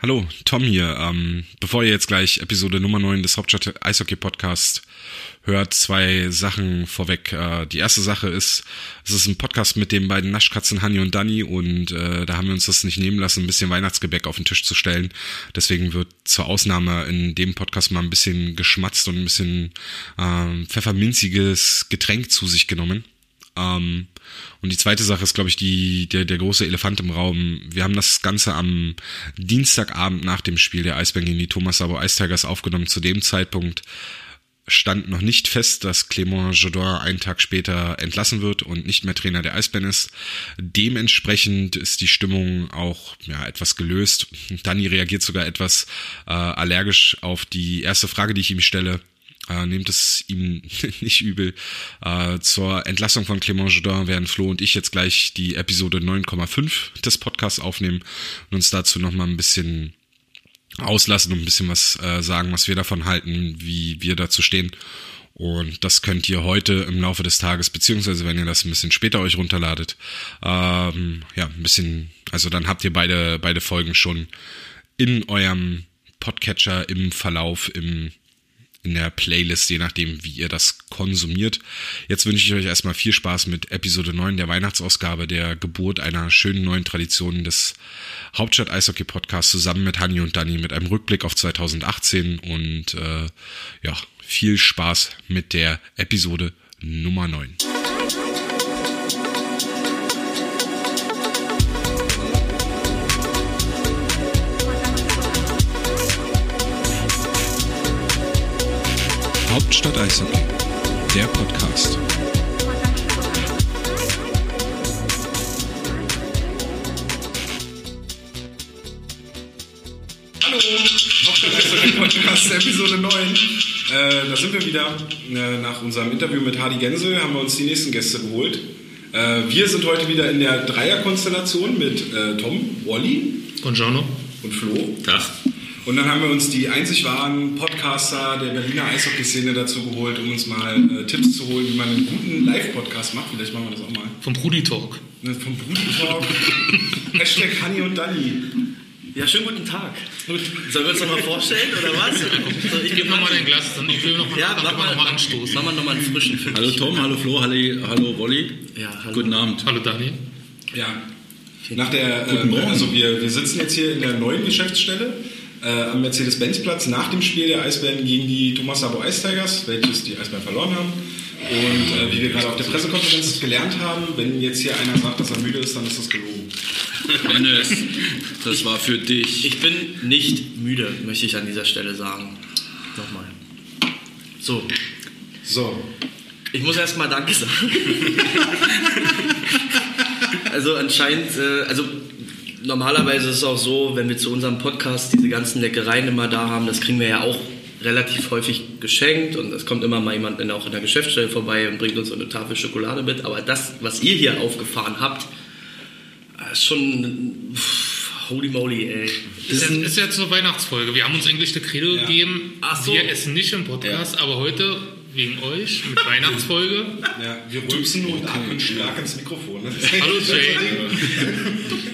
Hallo, Tom hier. Ähm, bevor ihr jetzt gleich Episode Nummer 9 des Hauptstadt Eishockey Podcast hört, zwei Sachen vorweg. Äh, die erste Sache ist, es ist ein Podcast mit den beiden Naschkatzen Hanni und Danny und äh, da haben wir uns das nicht nehmen lassen, ein bisschen Weihnachtsgebäck auf den Tisch zu stellen. Deswegen wird zur Ausnahme in dem Podcast mal ein bisschen geschmatzt und ein bisschen ähm, pfefferminziges Getränk zu sich genommen. Ähm, und die zweite Sache ist, glaube ich, die, der, der große Elefant im Raum. Wir haben das Ganze am Dienstagabend nach dem Spiel der Eisbären gegen die Thomas Sabo Ice Tigers aufgenommen. Zu dem Zeitpunkt stand noch nicht fest, dass Clément Jodin einen Tag später entlassen wird und nicht mehr Trainer der Eisbären ist. Dementsprechend ist die Stimmung auch ja, etwas gelöst. Dani reagiert sogar etwas äh, allergisch auf die erste Frage, die ich ihm stelle. Äh, nehmt es ihm nicht übel. Äh, zur Entlassung von Clément Jodin werden Flo und ich jetzt gleich die Episode 9,5 des Podcasts aufnehmen und uns dazu nochmal ein bisschen auslassen und ein bisschen was äh, sagen, was wir davon halten, wie wir dazu stehen. Und das könnt ihr heute im Laufe des Tages, beziehungsweise wenn ihr das ein bisschen später euch runterladet, ähm, ja, ein bisschen, also dann habt ihr beide, beide Folgen schon in eurem Podcatcher, im Verlauf, im, in der Playlist, je nachdem, wie ihr das konsumiert. Jetzt wünsche ich euch erstmal viel Spaß mit Episode 9 der Weihnachtsausgabe der Geburt einer schönen neuen Tradition des Hauptstadt Eishockey Podcasts zusammen mit Hanni und Dani mit einem Rückblick auf 2018 und äh, ja, viel Spaß mit der Episode Nummer 9. Hauptstadt Eishockey, der Podcast. Hallo, Hauptstadt Eishockey Podcast, Episode 9. Äh, da sind wir wieder. Äh, nach unserem Interview mit Hardy Gensel haben wir uns die nächsten Gäste geholt. Äh, wir sind heute wieder in der Dreierkonstellation mit äh, Tom, Wally Buongiorno. und Flo. Tag. Und dann haben wir uns die einzig wahren Podcaster der Berliner Eishockey-Szene dazu geholt, um uns mal äh, Tipps zu holen, wie man einen guten Live-Podcast macht. Vielleicht machen wir das auch mal. Vom Brudi Talk. Ne, vom Brudentalk. Hashtag Hanni und Dani. Ja, schönen guten Tag. Sollen wir uns nochmal vorstellen oder was? Soll ich Gib nochmal dein Glas, dann ich will nochmal Ja, mach mal, noch mal anstoßen. Mach mal nochmal einen frischen für Hallo mich. Tom, hallo Flo, hallo, hallo Wolli. Ja, hallo. Guten Abend. Hallo Daniel. Ja. Nach der, äh, Guten Morgen. also wir, wir sitzen jetzt hier in der neuen Geschäftsstelle äh, am Mercedes-Benz-Platz nach dem Spiel der Eisbären gegen die Thomas Sabo Ice Tigers, welches die Eisbären verloren haben. Und äh, wie wir gerade auf der Pressekonferenz gelernt haben, wenn jetzt hier einer sagt, dass er müde ist, dann ist das gelogen. Hannes, das war für dich. Ich bin nicht müde, möchte ich an dieser Stelle sagen. Nochmal. So, So, ich muss erstmal Danke sagen. also anscheinend, äh, also normalerweise ist es auch so, wenn wir zu unserem Podcast diese ganzen Leckereien immer da haben, das kriegen wir ja auch relativ häufig geschenkt und es kommt immer mal jemand in, auch in der Geschäftsstelle vorbei und bringt uns so eine Tafel Schokolade mit. Aber das, was ihr hier aufgefahren habt, äh, ist schon pff, holy moly, ey. Ist jetzt, ist jetzt eine Weihnachtsfolge. Wir haben uns eigentlich der Credo Ja. gegeben, Ach so. wir essen nicht im Podcast, aber heute wegen euch mit Weihnachtsfolge. ja, wir rülpsen und atmen stark ins Mikrofon. Das ist- hallo Jay.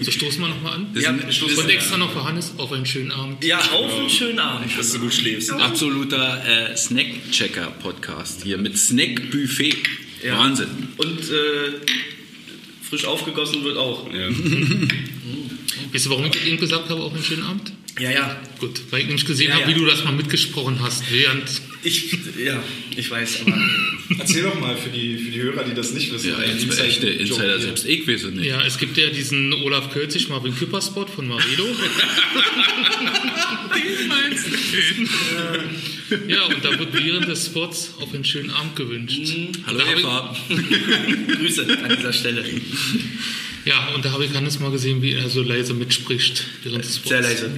so stoßen wir nochmal an. Ja, Und extra noch für Hannes auf einen schönen Abend. Ja, auf einen schönen Abend. Dass du gut schläfst. Absoluter äh, Snack-Checker-Podcast hier mit Snack-Buffet. Ja. Wahnsinn. Und äh, frisch aufgegossen wird auch. Weißt du, warum ich eben gesagt habe, auf einen schönen Abend? Ja, ja. Gut, weil ich nämlich gesehen Ja, habe, ja. wie du das mal mitgesprochen hast, während Ich, ja, ich weiß, aber Erzähl doch mal für die, für die Hörer, die das nicht wissen. Ja, Ein jetzt Inside- echte Insider, Joke. selbst ich weiß es nicht. Ja, es gibt ja diesen Olaf Kürzig, Marvin Küpperspot von Marido. Den meinst du? Äh, Ja, und da wird während des Spots auf einen schönen Abend gewünscht. Hallo Da hab Eva. Grüße an dieser Stelle. Ja, und da habe ich Hannes mal gesehen, wie er so leise mitspricht während des Spots. Sehr leise.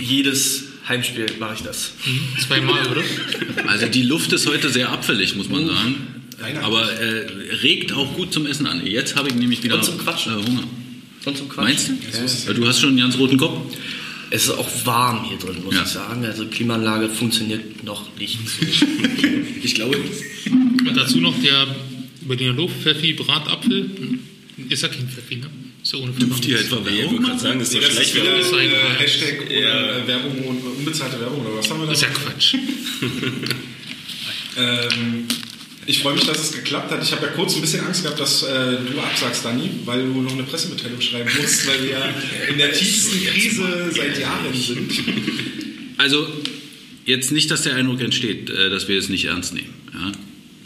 Jedes Heimspiel mache ich das. Zweimal, oder? Also die Luft ist heute sehr abfällig, muss man sagen. Weihnachten. Aber äh, regt auch gut zum Essen an. Jetzt habe ich nämlich wieder Und zum Quatschen. Äh, Hunger. Und zum Quatsch. Meinst du? Ja, Du hast schon einen ganz roten Kopf. Es ist auch warm hier drin, muss Ja. ich sagen. Also Klimaanlage funktioniert noch nicht so. Ich glaube. Und dazu noch der Berliner Luft, Pfeffi, Bratapfel. Ist ja kein Pfeffi, ne? Ist ja ohne Dürft ihr etwa Werbung ich machen? Sagen, ist doch das ist schlecht. wieder Das ist ein äh, Preis. Hashtag oder äh, Werbung und unbezahlte Werbung oder was haben wir da? Ist ja Quatsch. Ähm, ich freue mich, dass es geklappt hat. Ich habe ja kurz ein bisschen Angst gehabt, dass äh, du absagst, Dani, weil du noch eine Pressemitteilung schreiben musst, weil wir ja in der tiefsten Krise seit Jahren sind. Also, jetzt nicht, dass der Eindruck entsteht, äh, dass wir es nicht ernst nehmen. Ja?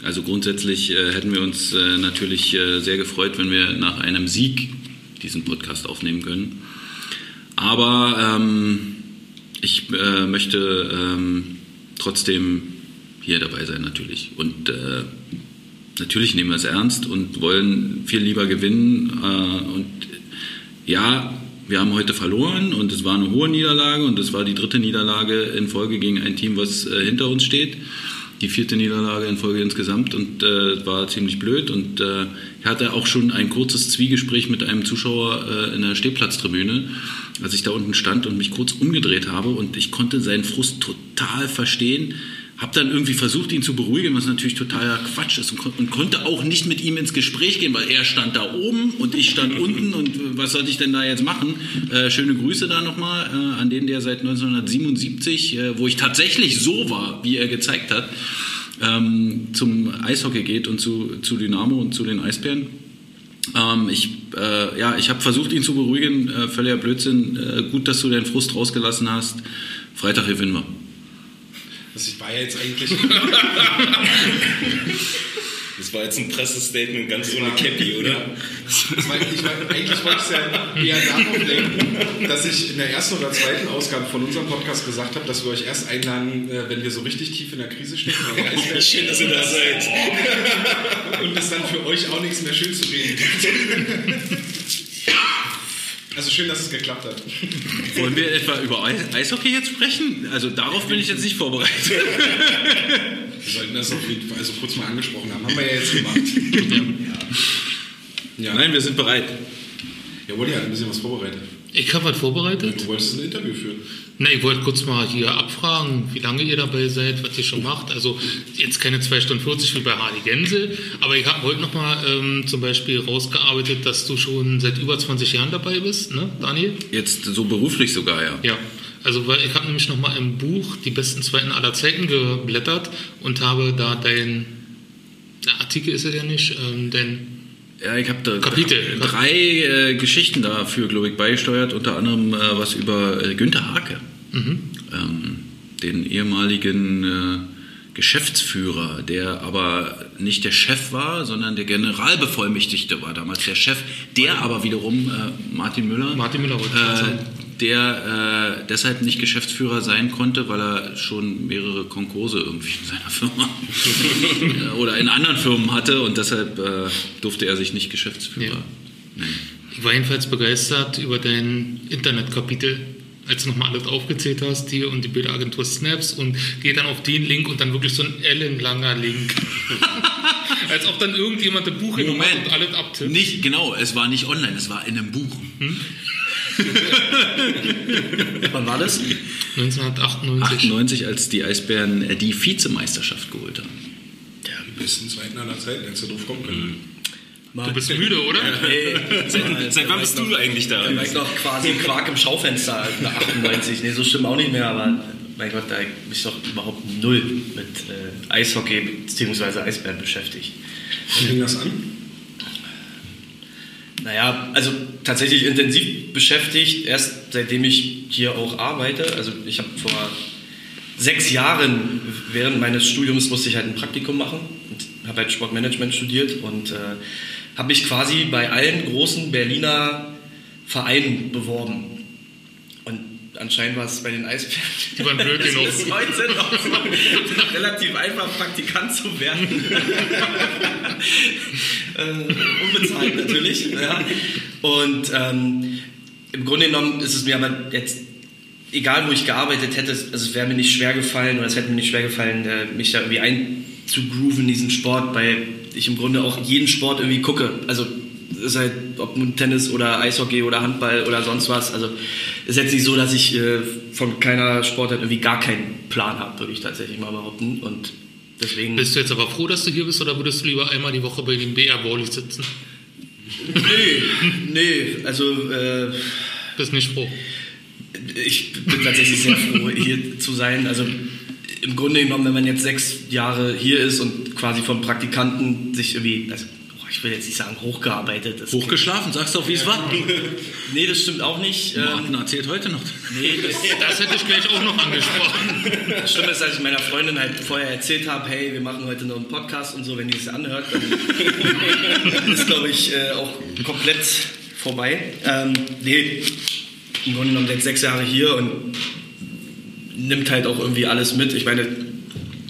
Also grundsätzlich äh, hätten wir uns äh, natürlich äh, sehr gefreut, wenn wir nach einem Sieg diesen Podcast aufnehmen können. Aber ähm, ich äh, möchte ähm, trotzdem hier dabei sein natürlich. Und äh, natürlich nehmen wir es ernst und wollen viel lieber gewinnen. Äh, und ja, wir haben heute verloren und es war eine hohe Niederlage und es war die dritte Niederlage in Folge gegen ein Team, was äh, hinter uns steht. Die vierte Niederlage in Folge insgesamt und äh, es war ziemlich blöd. Und äh, ich hatte auch schon ein kurzes Zwiegespräch mit einem Zuschauer äh, in der Stehplatztribüne, als ich da unten stand und mich kurz umgedreht habe und ich konnte seinen Frust total verstehen. Hab dann irgendwie versucht, ihn zu beruhigen, was natürlich totaler Quatsch ist und, kon und konnte auch nicht mit ihm ins Gespräch gehen, weil er stand da oben und ich stand unten und äh, was sollte ich denn da jetzt machen? Äh, schöne Grüße da nochmal äh, an den, der seit 1977, äh, wo ich tatsächlich so war, wie er gezeigt hat, ähm, zum Eishockey geht und zu, zu Dynamo und zu den Eisbären. Ähm, ich äh, ja, ich habe versucht, ihn zu beruhigen, äh, völliger Blödsinn. Äh, gut, dass du deinen Frust rausgelassen hast. Freitag gewinnen wir. Das war ja jetzt eigentlich. Das war jetzt ein Pressestatement ganz ohne Ja. Cappy, oder? Ja. Ich meine, ich meine, eigentlich wollte ich es ja eher darauf lenken, dass ich in der ersten oder zweiten Ausgabe von unserem Podcast gesagt habe, dass wir euch erst einladen, äh, wenn wir so richtig tief in der Krise stecken. aber Eis Wie werden. schön, dass ihr da seid. Und es dann für euch auch nichts mehr schön zu reden gibt. Also schön, dass es geklappt hat. Wollen wir etwa über Eis- Eishockey jetzt sprechen? Also darauf bin ich jetzt nicht vorbereitet. Wir sollten das auf jeden Fall so kurz mal angesprochen haben. Haben wir ja jetzt gemacht. Ja, nein, wir sind bereit. Ja, Wolli hat ein bisschen was vorbereitet. Ich habe was vorbereitet. Du wolltest ein Interview führen. Na, ich wollte kurz mal hier abfragen, wie lange ihr dabei seid, was ihr schon macht. Also jetzt keine 2 Stunden 40 wie bei Harley Gensel, aber ich habe heute nochmal ähm, zum Beispiel rausgearbeitet, dass du schon seit über 20 Jahren dabei bist, ne, Daniel? Jetzt so beruflich sogar, ja. Ja, also weil ich habe nämlich nochmal im Buch die besten Zweiten aller Zeiten geblättert und habe da dein na, Artikel ist es ja nicht, ähm, dein Ja, ich habe da Kapitel. drei äh, Geschichten dafür, glaube ich, beigesteuert. Unter anderem äh, was über äh, Günther Hake, Mhm. ähm, den ehemaligen äh, Geschäftsführer, der aber nicht der Chef war, sondern der Generalbevollmächtigte war damals der Chef, der aber wiederum äh, Martin Müller. Martin Müller wollte ich gerade sagen. äh, der äh, deshalb nicht Geschäftsführer sein konnte, weil er schon mehrere Konkurse irgendwie in seiner Firma äh, oder in anderen Firmen hatte und deshalb äh, durfte er sich nicht Geschäftsführer. Ja. Ich war jedenfalls begeistert über dein Internetkapitel, als du nochmal alles aufgezählt hast, hier und die Bildagentur Snaps und geh dann auf den Link und dann wirklich so ein ellenlanger Link. als ob dann irgendjemand ein Buch genommen hat und alles abtippt. nicht genau, es war nicht online, es war in einem Buch. Hm. Wann war das? 1998. 98, als die Eisbären äh, die Vizemeisterschaft geholt haben. Ja, am besten zweiten aller Zeiten, als du drauf kommen können. Du bist müde, oder? Seit, seit wann bist du eigentlich da? Da ist noch quasi Quark im Schaufenster nach 98. Nee, so schlimm auch nicht mehr, aber mein Gott, da bin ich doch überhaupt null mit äh, Eishockey bzw. Eisbären beschäftigt. Wie fing das an? Naja, also tatsächlich intensiv beschäftigt, erst seitdem ich hier auch arbeite. Also ich habe vor sechs Jahren während meines Studiums musste ich halt ein Praktikum machen und habe halt Sportmanagement studiert und äh, habe mich quasi bei allen großen Berliner Vereinen beworben. Und anscheinend war es bei den Eisbären. Die waren blöd Es genug. ist heute noch so relativ einfach, Praktikant zu werden. äh, unbezahlt natürlich. Ja. Und ähm, im Grunde genommen ist es mir aber jetzt, egal wo ich gearbeitet hätte, es- also es wäre mir nicht schwer gefallen oder es hätte mir nicht schwer gefallen, äh, mich da irgendwie einzugrooven in diesen Sport, weil ich im Grunde auch jeden Sport irgendwie gucke. Also es ist halt, ob nun Tennis oder Eishockey oder Handball oder sonst was. Also es ist jetzt nicht so, dass ich äh, von keiner Sportart irgendwie gar keinen Plan habe, würde ich tatsächlich mal behaupten. Und deswegen. Bist du jetzt aber froh, dass du hier bist oder würdest du lieber einmal die Woche bei dem BR Bowling sitzen? Nee, nee, also äh, Das ist nicht froh. ich bin tatsächlich sehr froh, hier zu sein. Also im Grunde genommen, wenn man jetzt sechs Jahre hier ist und quasi von Praktikanten sich irgendwie, also oh, ich will jetzt nicht sagen hochgearbeitet ist. Hochgeschlafen, sagst du auch, wie es war. Nee, das stimmt auch nicht. Ähm, Martin erzählt heute noch. nee, das Das hätte ich gleich auch noch angesprochen. Das Schlimme ist, dass ich meiner Freundin halt vorher erzählt habe, hey, wir machen heute noch einen Podcast und so, wenn die es anhört, dann ist, glaube ich, äh, auch komplett vorbei. Ähm, nee, im Grunde genommen seit sechs Jahre hier und nimmt halt auch irgendwie alles mit. Ich meine,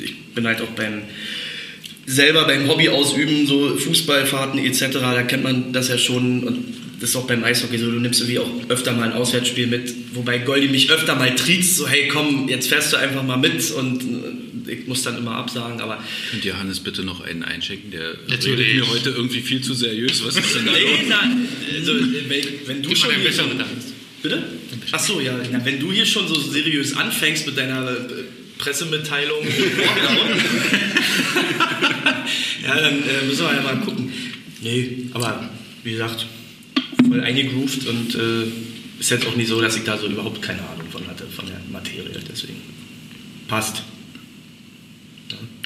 ich bin halt auch beim selber beim Hobby ausüben, so Fußballfahrten etc., da kennt man das ja schon und das ist auch beim Eishockey so, du nimmst irgendwie auch öfter mal ein Auswärtsspiel mit, wobei Goldi mich öfter mal triezt, so hey komm, jetzt fährst du einfach mal mit und äh, ich muss dann immer absagen, aber Könnt ihr Hannes bitte noch einen einschenken? Der Natürlich. redet mir heute irgendwie viel zu seriös. Was ist denn da los? nee, na, also, wenn, wenn du Gib mal schon dein hier Becher so- mit Angst. Bitte? Ach so, ja. Na, wenn du hier schon so seriös anfängst mit deiner äh, Pressemitteilung, ja, dann äh, müssen wir ja mal gucken. Nee, aber wie gesagt, voll eingegroovt und äh, ist jetzt auch nicht so, dass ich da so überhaupt keine Ahnung von hatte, von der Materie. Deswegen passt.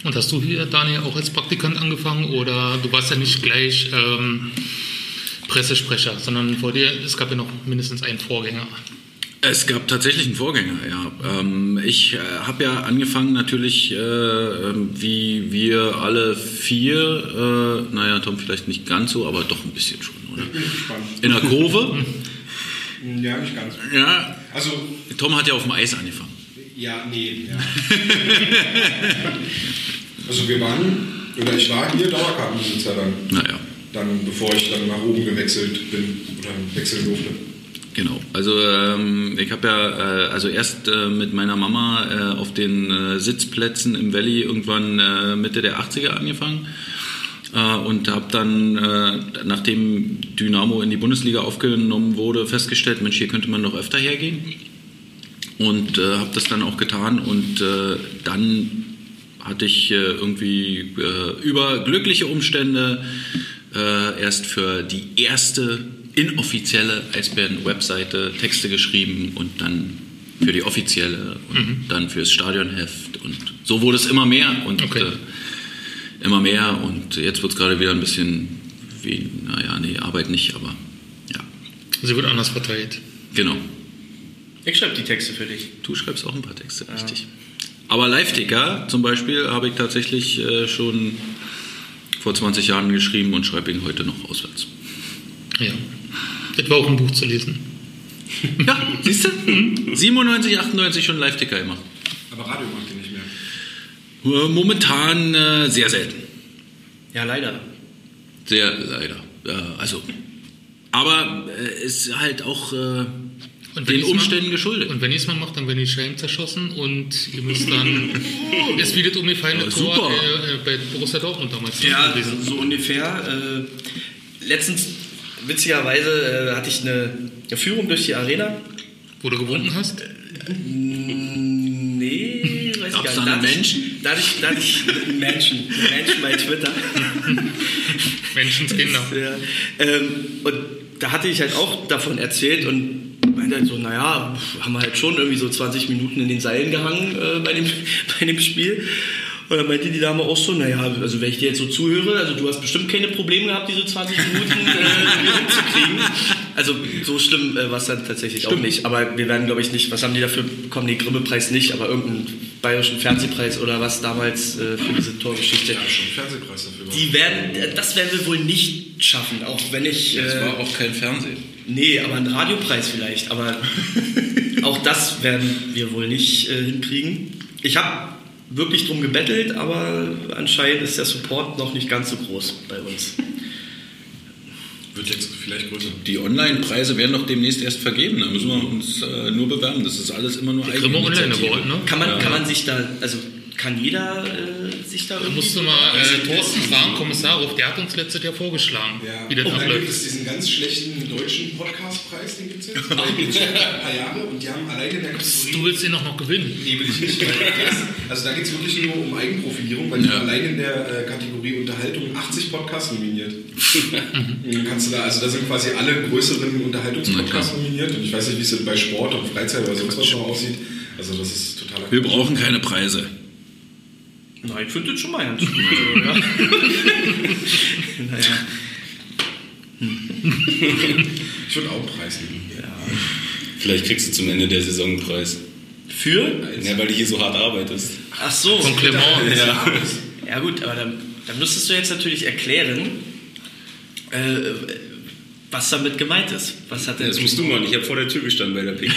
Und hast du hier, Daniel, auch als Praktikant angefangen oder du warst ja nicht gleich ähm, Pressesprecher, sondern vor dir, es gab ja noch mindestens einen Vorgänger. Es gab tatsächlich einen Vorgänger, ja. Ähm, ich äh, habe ja angefangen natürlich, äh, ähm, wie wir alle vier, äh, naja, Tom vielleicht nicht ganz so, aber doch ein bisschen schon, oder? Spannend. In der Kurve, Hm, Ja, nicht ganz. ja. Also, Tom hat ja auf dem Eis angefangen. ja, nee, ja. also wir waren, oder ich war hier Dauerkartenbesitzer dann, Naja, dann, bevor ich dann nach oben gewechselt bin oder wechseln durfte. genau. Also ähm, ich habe ja, äh, also erst äh, mit meiner Mama äh, auf den äh, Sitzplätzen im Valley irgendwann äh, Mitte der 80er angefangen. Äh, und habe dann, äh, nachdem Dynamo in die Bundesliga aufgenommen wurde, festgestellt, Mensch, hier könnte man noch öfter hergehen. Und äh, habe das dann auch getan und äh, dann hatte ich äh, irgendwie äh, über glückliche Umstände äh, erst für die erste inoffizielle Eisbären-Webseite Texte geschrieben und dann für die offizielle und dann fürs Stadionheft und so wurde es immer mehr und Okay. äh, immer mehr und jetzt wird es gerade wieder ein bisschen wie, naja, nee, Arbeit nicht, aber ja, Sie wird anders verteilt. genau. Ich schreibe die Texte für dich. Du schreibst auch ein paar Texte, richtig. Aber Live-Ticker zum Beispiel habe ich tatsächlich äh, schon vor 20 Jahren geschrieben und schreibe ihn heute noch auswärts. Ja. Das war auch ein Buch zu lesen. Ja, siehst du? 97, 98 Mhm. schon Live-Ticker gemacht. Aber Radio macht ihr nicht mehr. Äh, Momentan äh, sehr selten. Ja, leider. Sehr leider. Äh, also. Aber äh, ist halt auch äh, Und wenn den ich's mal- Umständen geschuldet. Und wenn ich es mal mache, dann werden die Scheiben zerschossen und ihr müsst dann. Es bietet um die feine Ja, Tor super. äh, äh, bei Borussia Dortmund damals. Ja, gewesen. so ungefähr. Äh, letztens, witzigerweise, äh, hatte ich eine, eine Führung durch die Arena. Wo du gewunken hast? Hm, Nee, weiß Gab's ich da einen gar nicht. Dadurch- Menschen? Dadurch, dadurch, Menschen, Menschen bei Twitter. Menschenskinder. Ja. Ähm, und da hatte ich halt auch davon erzählt und meinte halt so, naja, pf, haben wir halt schon irgendwie so 20 Minuten in den Seilen gehangen äh, bei, dem, bei dem Spiel. Und dann meinte die Dame auch so, naja, also wenn ich dir jetzt so zuhöre, also du hast bestimmt keine Probleme gehabt, diese 20 Minuten äh, irgendwie umzukriegen. Also so schlimm äh, war es dann tatsächlich auch nicht. Aber wir werden, glaube ich, nicht, was haben die dafür bekommen? Den Grimme-Preis nicht, aber irgendeinen bayerischen Fernsehpreis oder was damals äh, für diese Torgeschichte. Ja, schon Fernsehpreis dafür. Die werden, das werden wir wohl nicht schaffen, auch wenn ich. Äh, auch kein Fernsehen. nee, aber einen Radiopreis vielleicht. Aber auch das werden wir wohl nicht äh, hinkriegen. Ich habe wirklich drum gebettelt, aber anscheinend ist der Support noch nicht ganz so groß bei uns. Wird jetzt vielleicht größer. Die Online-Preise werden doch demnächst erst vergeben. Da müssen wir uns äh, nur bewerben. Das ist alles immer nur Grimme Online Eigeninitiative. Award, ne? Kann man, kann man sich da, also kann jeder äh, sich da Da irgendwie. musst du mal äh, Thorsten fragen, Kommissarov, der hat uns letztes Jahr vorgeschlagen, Ja. Oh, wie das und dann gibt abläuft. es diesen ganz schlechten deutschen Podcastpreis, den gibt es jetzt. Den gibt es schon ein paar Jahre und die haben alleine in der Kategorie willst, du willst den auch noch gewinnen. Nee, will ich nicht. Weil also da geht es wirklich nur um Eigenprofilierung, weil die Ja. haben allein in der äh, Kategorie Unterhaltung 80 Podcasts nominiert. und dann kannst du da, also da sind quasi alle größeren Unterhaltungspodcasts Na nominiert und ich weiß nicht, wie es denn bei Sport und Freizeit oder sonst was noch aussieht. Also das ist totaler Wir brauchen keine Preise. Nein, ich finde das schon mal ganz gut. Also, ja. naja. Ich würde auch einen Preis nehmen. Vielleicht kriegst du zum Ende der Saison einen Preis. Für? Ja, weil du hier so hart arbeitest. Ach so. Von Clement. Ja. Ja gut, aber dann, dann müsstest du jetzt natürlich erklären, äh, was damit gemeint ist. Was hat denn Das musst du machen. Ich habe vor der Tür gestanden bei der PK.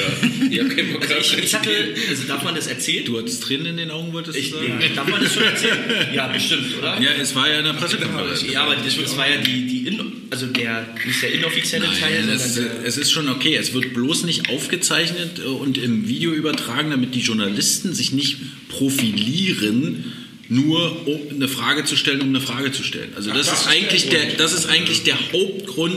Ich habe keinen Bock Ich, ich gehabt. hatte, also darf man das erzählen? Du hattest Tränen in den Augen, wolltest Ich, du sagen? ja, darf man das schon erzählen? Ja, bestimmt, oder? Ja, es war ja in der genau, Pressekonferenz. Ja, aber das, das war ja die, die in, also der, nicht der inoffizielle Teil, Nein, sondern es, der, es ist schon okay. Es wird bloß nicht aufgezeichnet äh, und im Video übertragen, damit die Journalisten sich nicht profilieren, nur um eine Frage zu stellen, um eine Frage zu stellen. Also das, das ist ist der eigentlich der, das ist eigentlich der Hauptgrund,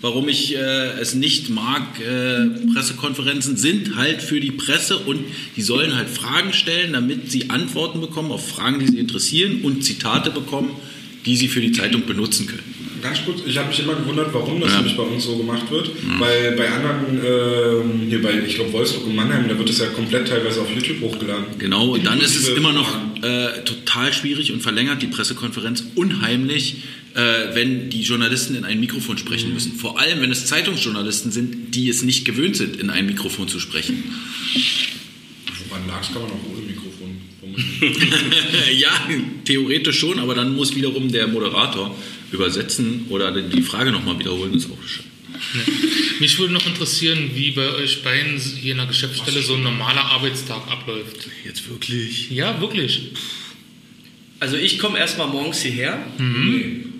warum ich äh, es nicht mag. Äh, Pressekonferenzen sind halt für die Presse und die sollen halt Fragen stellen, damit sie Antworten bekommen auf Fragen, die sie interessieren und Zitate bekommen, die sie für die Zeitung benutzen können. Ganz kurz, ich habe mich immer gewundert, warum das Ja. nämlich bei uns so gemacht wird, Mhm. weil bei anderen, ähm, hier bei, ich glaube, Wolfsburg und Mannheim, da wird das ja komplett teilweise auf YouTube hochgeladen. Genau, und dann ist es Inklusive immer noch Fragen. äh, total schwierig und verlängert die Pressekonferenz unheimlich, äh, wenn die Journalisten in ein Mikrofon sprechen müssen. Vor allem, wenn es Zeitungsjournalisten sind, die es nicht gewöhnt sind, in ein Mikrofon zu sprechen. Woran lag kann man auch ohne Mikrofon formulieren. ja, theoretisch schon, aber dann muss wiederum der Moderator übersetzen oder die Frage nochmal wiederholen, ist auch schön. Mich würde noch interessieren, wie bei euch beiden hier in der Geschäftsstelle so ein normaler Arbeitstag abläuft. Jetzt wirklich? Ja, wirklich. also ich komme erstmal morgens hierher,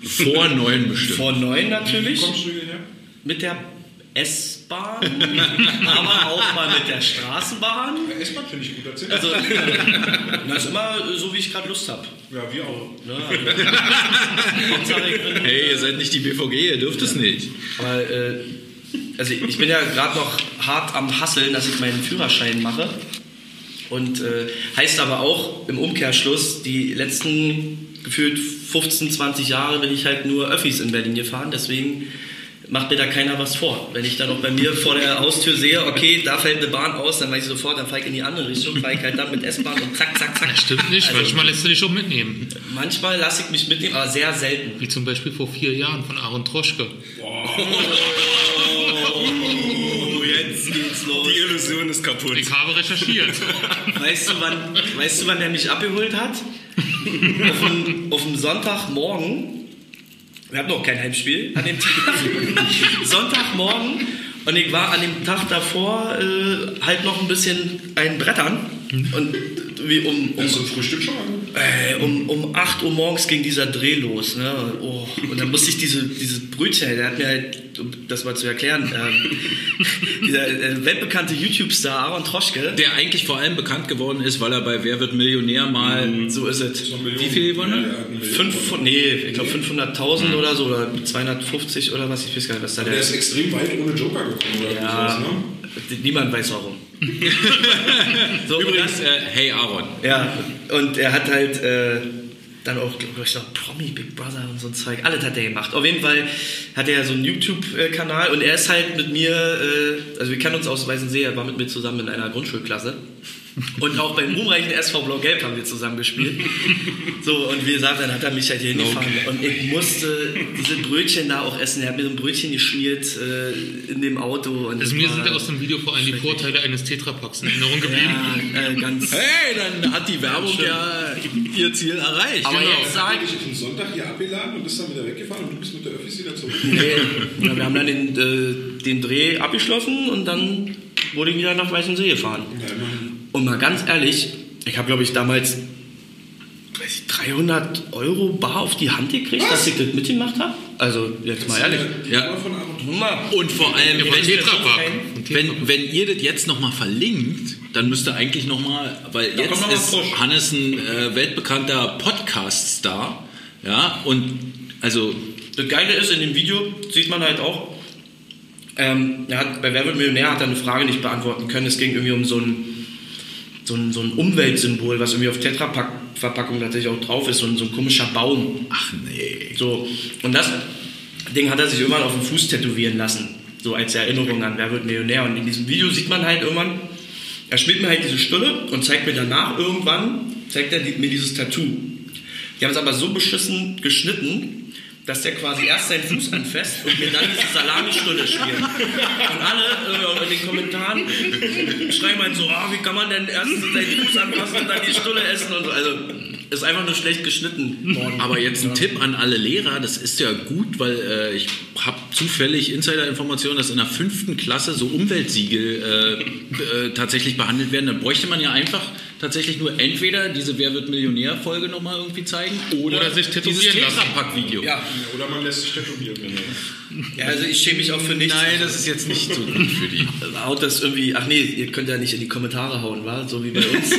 Vor neun bestimmt. vor neun natürlich, Kommst du hierher? mit der S-Bahn, aber auch mal mit der Straßenbahn. Ja, S-Bahn finde ich gut erzählt. Also, das ist immer äh, so, wie ich gerade Lust habe. ja, wir auch. Ne? Also, Hauptsache, ich bin- Hey, ihr seid nicht die BVG, ihr dürft es nicht. Aber, äh, also ich bin ja gerade noch hart am Hasseln, dass ich meinen Führerschein mache. Und äh, heißt aber auch im Umkehrschluss, die letzten gefühlt 15, 20 Jahre bin ich halt nur Öffis in Berlin gefahren. Deswegen macht mir da keiner was vor. Wenn ich dann noch bei mir vor der Haustür sehe, okay, da fällt eine Bahn aus, dann weiß ich sofort, dann fahre ich in die andere Richtung, fahre ich halt dann mit S-Bahn und zack, zack, zack. Das stimmt nicht. Also, Manchmal lässt du dich schon mitnehmen. manchmal lasse ich mich mitnehmen, aber sehr selten. Wie zum Beispiel vor vier Jahren von Aaron Troschke. Oh, jetzt geht's los. Die Illusion ist kaputt. Ich habe recherchiert. Weißt du, wann, weißt du, wann der mich abgeholt hat? auf, dem, auf dem Sonntagmorgen. Wir hatten noch kein Heimspiel an dem Tag. Sonntagmorgen. Und ich war an dem Tag davor äh, halt noch ein bisschen ein Brettern. Und wie um, um, Hast du ein Frühstück schon mal gemacht? äh, um, um 8 Uhr morgens ging dieser Dreh los. Ne? Und, Oh, und dann musste ich diese, dieses Brötchen, der hat mir halt, um das mal zu erklären, ähm, dieser äh, weltbekannte YouTube-Star Aaron Troschke, Der eigentlich vor allem bekannt geworden ist, weil er bei Wer wird Millionär mal. so ist es. Wie viel gewonnen? Ja, ja, eine Million. Fünf, nee, ich glaube 500.000 oder so, oder 250 oder was, ich weiß gar nicht, was da Hm. Der der ist extrem weit ohne Joker gekommen oder Ja, sowas, ne? niemand weiß warum. so, Übrigens, äh, hey Aaron. Und, ja, und er hat halt äh, dann auch, glaube ich, noch Promi, Big Brother und so ein Zeug, alles hat er gemacht. Auf jeden Fall hat er so einen YouTube-Kanal und er ist halt mit mir, äh, also wir kennen uns aus Weißensee, er war mit mir zusammen in einer Grundschulklasse. Und auch beim ruhmreichen SV Blau-Gelb haben wir zusammen gespielt. So, und wie gesagt, dann hat er mich halt hier hingefahren. Und ich musste diese Brötchen da auch essen. Er hat mir so ein Brötchen geschmiert äh, in dem Auto. Und Also das mir war- sind ja aus dem Video vor allem die Vorteile eines Tetrapacks in Erinnerung geblieben. ja, äh, ganz. Hey, dann hat die Werbung ja ihr Ziel erreicht. Aber genau. jetzt sag Ich bin Sonntag hier abgeladen und ist dann wieder weggefahren und du bist mit der Öffis wieder zurück. Nee, ja, wir haben dann den, äh, den Dreh abgeschlossen und dann wurde ich wieder nach Weißensee gefahren. Und mal ganz ehrlich, ich habe, glaube ich, damals weiß ich, 300 Euro bar auf die Hand gekriegt, dass ich das mitgemacht habe. Also, jetzt mal ehrlich. Ja. Von Abend. Nummer. Und vor allem, Von wenn, Tetrapack. wenn, wenn ihr das jetzt nochmal verlinkt, dann müsst ihr eigentlich nochmal, weil kommt noch jetzt mal ist Frosch. Hannes ein äh, weltbekannter Podcast-Star. Ja, und also, Das Geile ist, in dem Video sieht man halt auch, ähm, er hat, bei Wer wird Millionär hat er eine Frage nicht beantworten können. Es ging irgendwie um so einen so ein, so ein Umweltsymbol, was irgendwie auf Tetra-Verpackung tatsächlich auch drauf ist, so ein, so ein komischer Baum. Ach nee. So, und das Ding hat er sich irgendwann auf den Fuß tätowieren lassen. So als Erinnerung an Wer wird Millionär. Und in diesem Video sieht man halt irgendwann, er spielt mir halt diese Stulle und zeigt mir danach irgendwann, zeigt er die, mir dieses Tattoo. Die haben es aber so beschissen geschnitten, dass der quasi erst seinen Fuß anfasst und mir dann diese Salamistulle spielt. Und alle äh, in den Kommentaren schreiben halt so, ah, wie kann man denn erst seinen Fuß anfassen und dann die Stulle essen und so. Also ist einfach nur schlecht geschnitten worden. Aber jetzt ein Tipp an alle Lehrer, das ist ja gut, weil äh, ich habe zufällig Insiderinformationen, dass in der fünften Klasse so Umweltsiegel äh, äh, tatsächlich behandelt werden. Dann bräuchte man ja einfach tatsächlich nur entweder diese Wer wird Millionär-Folge nochmal irgendwie zeigen oder, Oder sich tätowieren dieses lassen. Tetrapack-Video. Ja, Oder man lässt sich tätowieren. wenn man- ja, also ich schäme mich auch für nichts. Nein, das ist jetzt nicht so gut für die. haut das irgendwie, ach nee, ihr könnt ja nicht in die Kommentare hauen, war so wie bei uns, so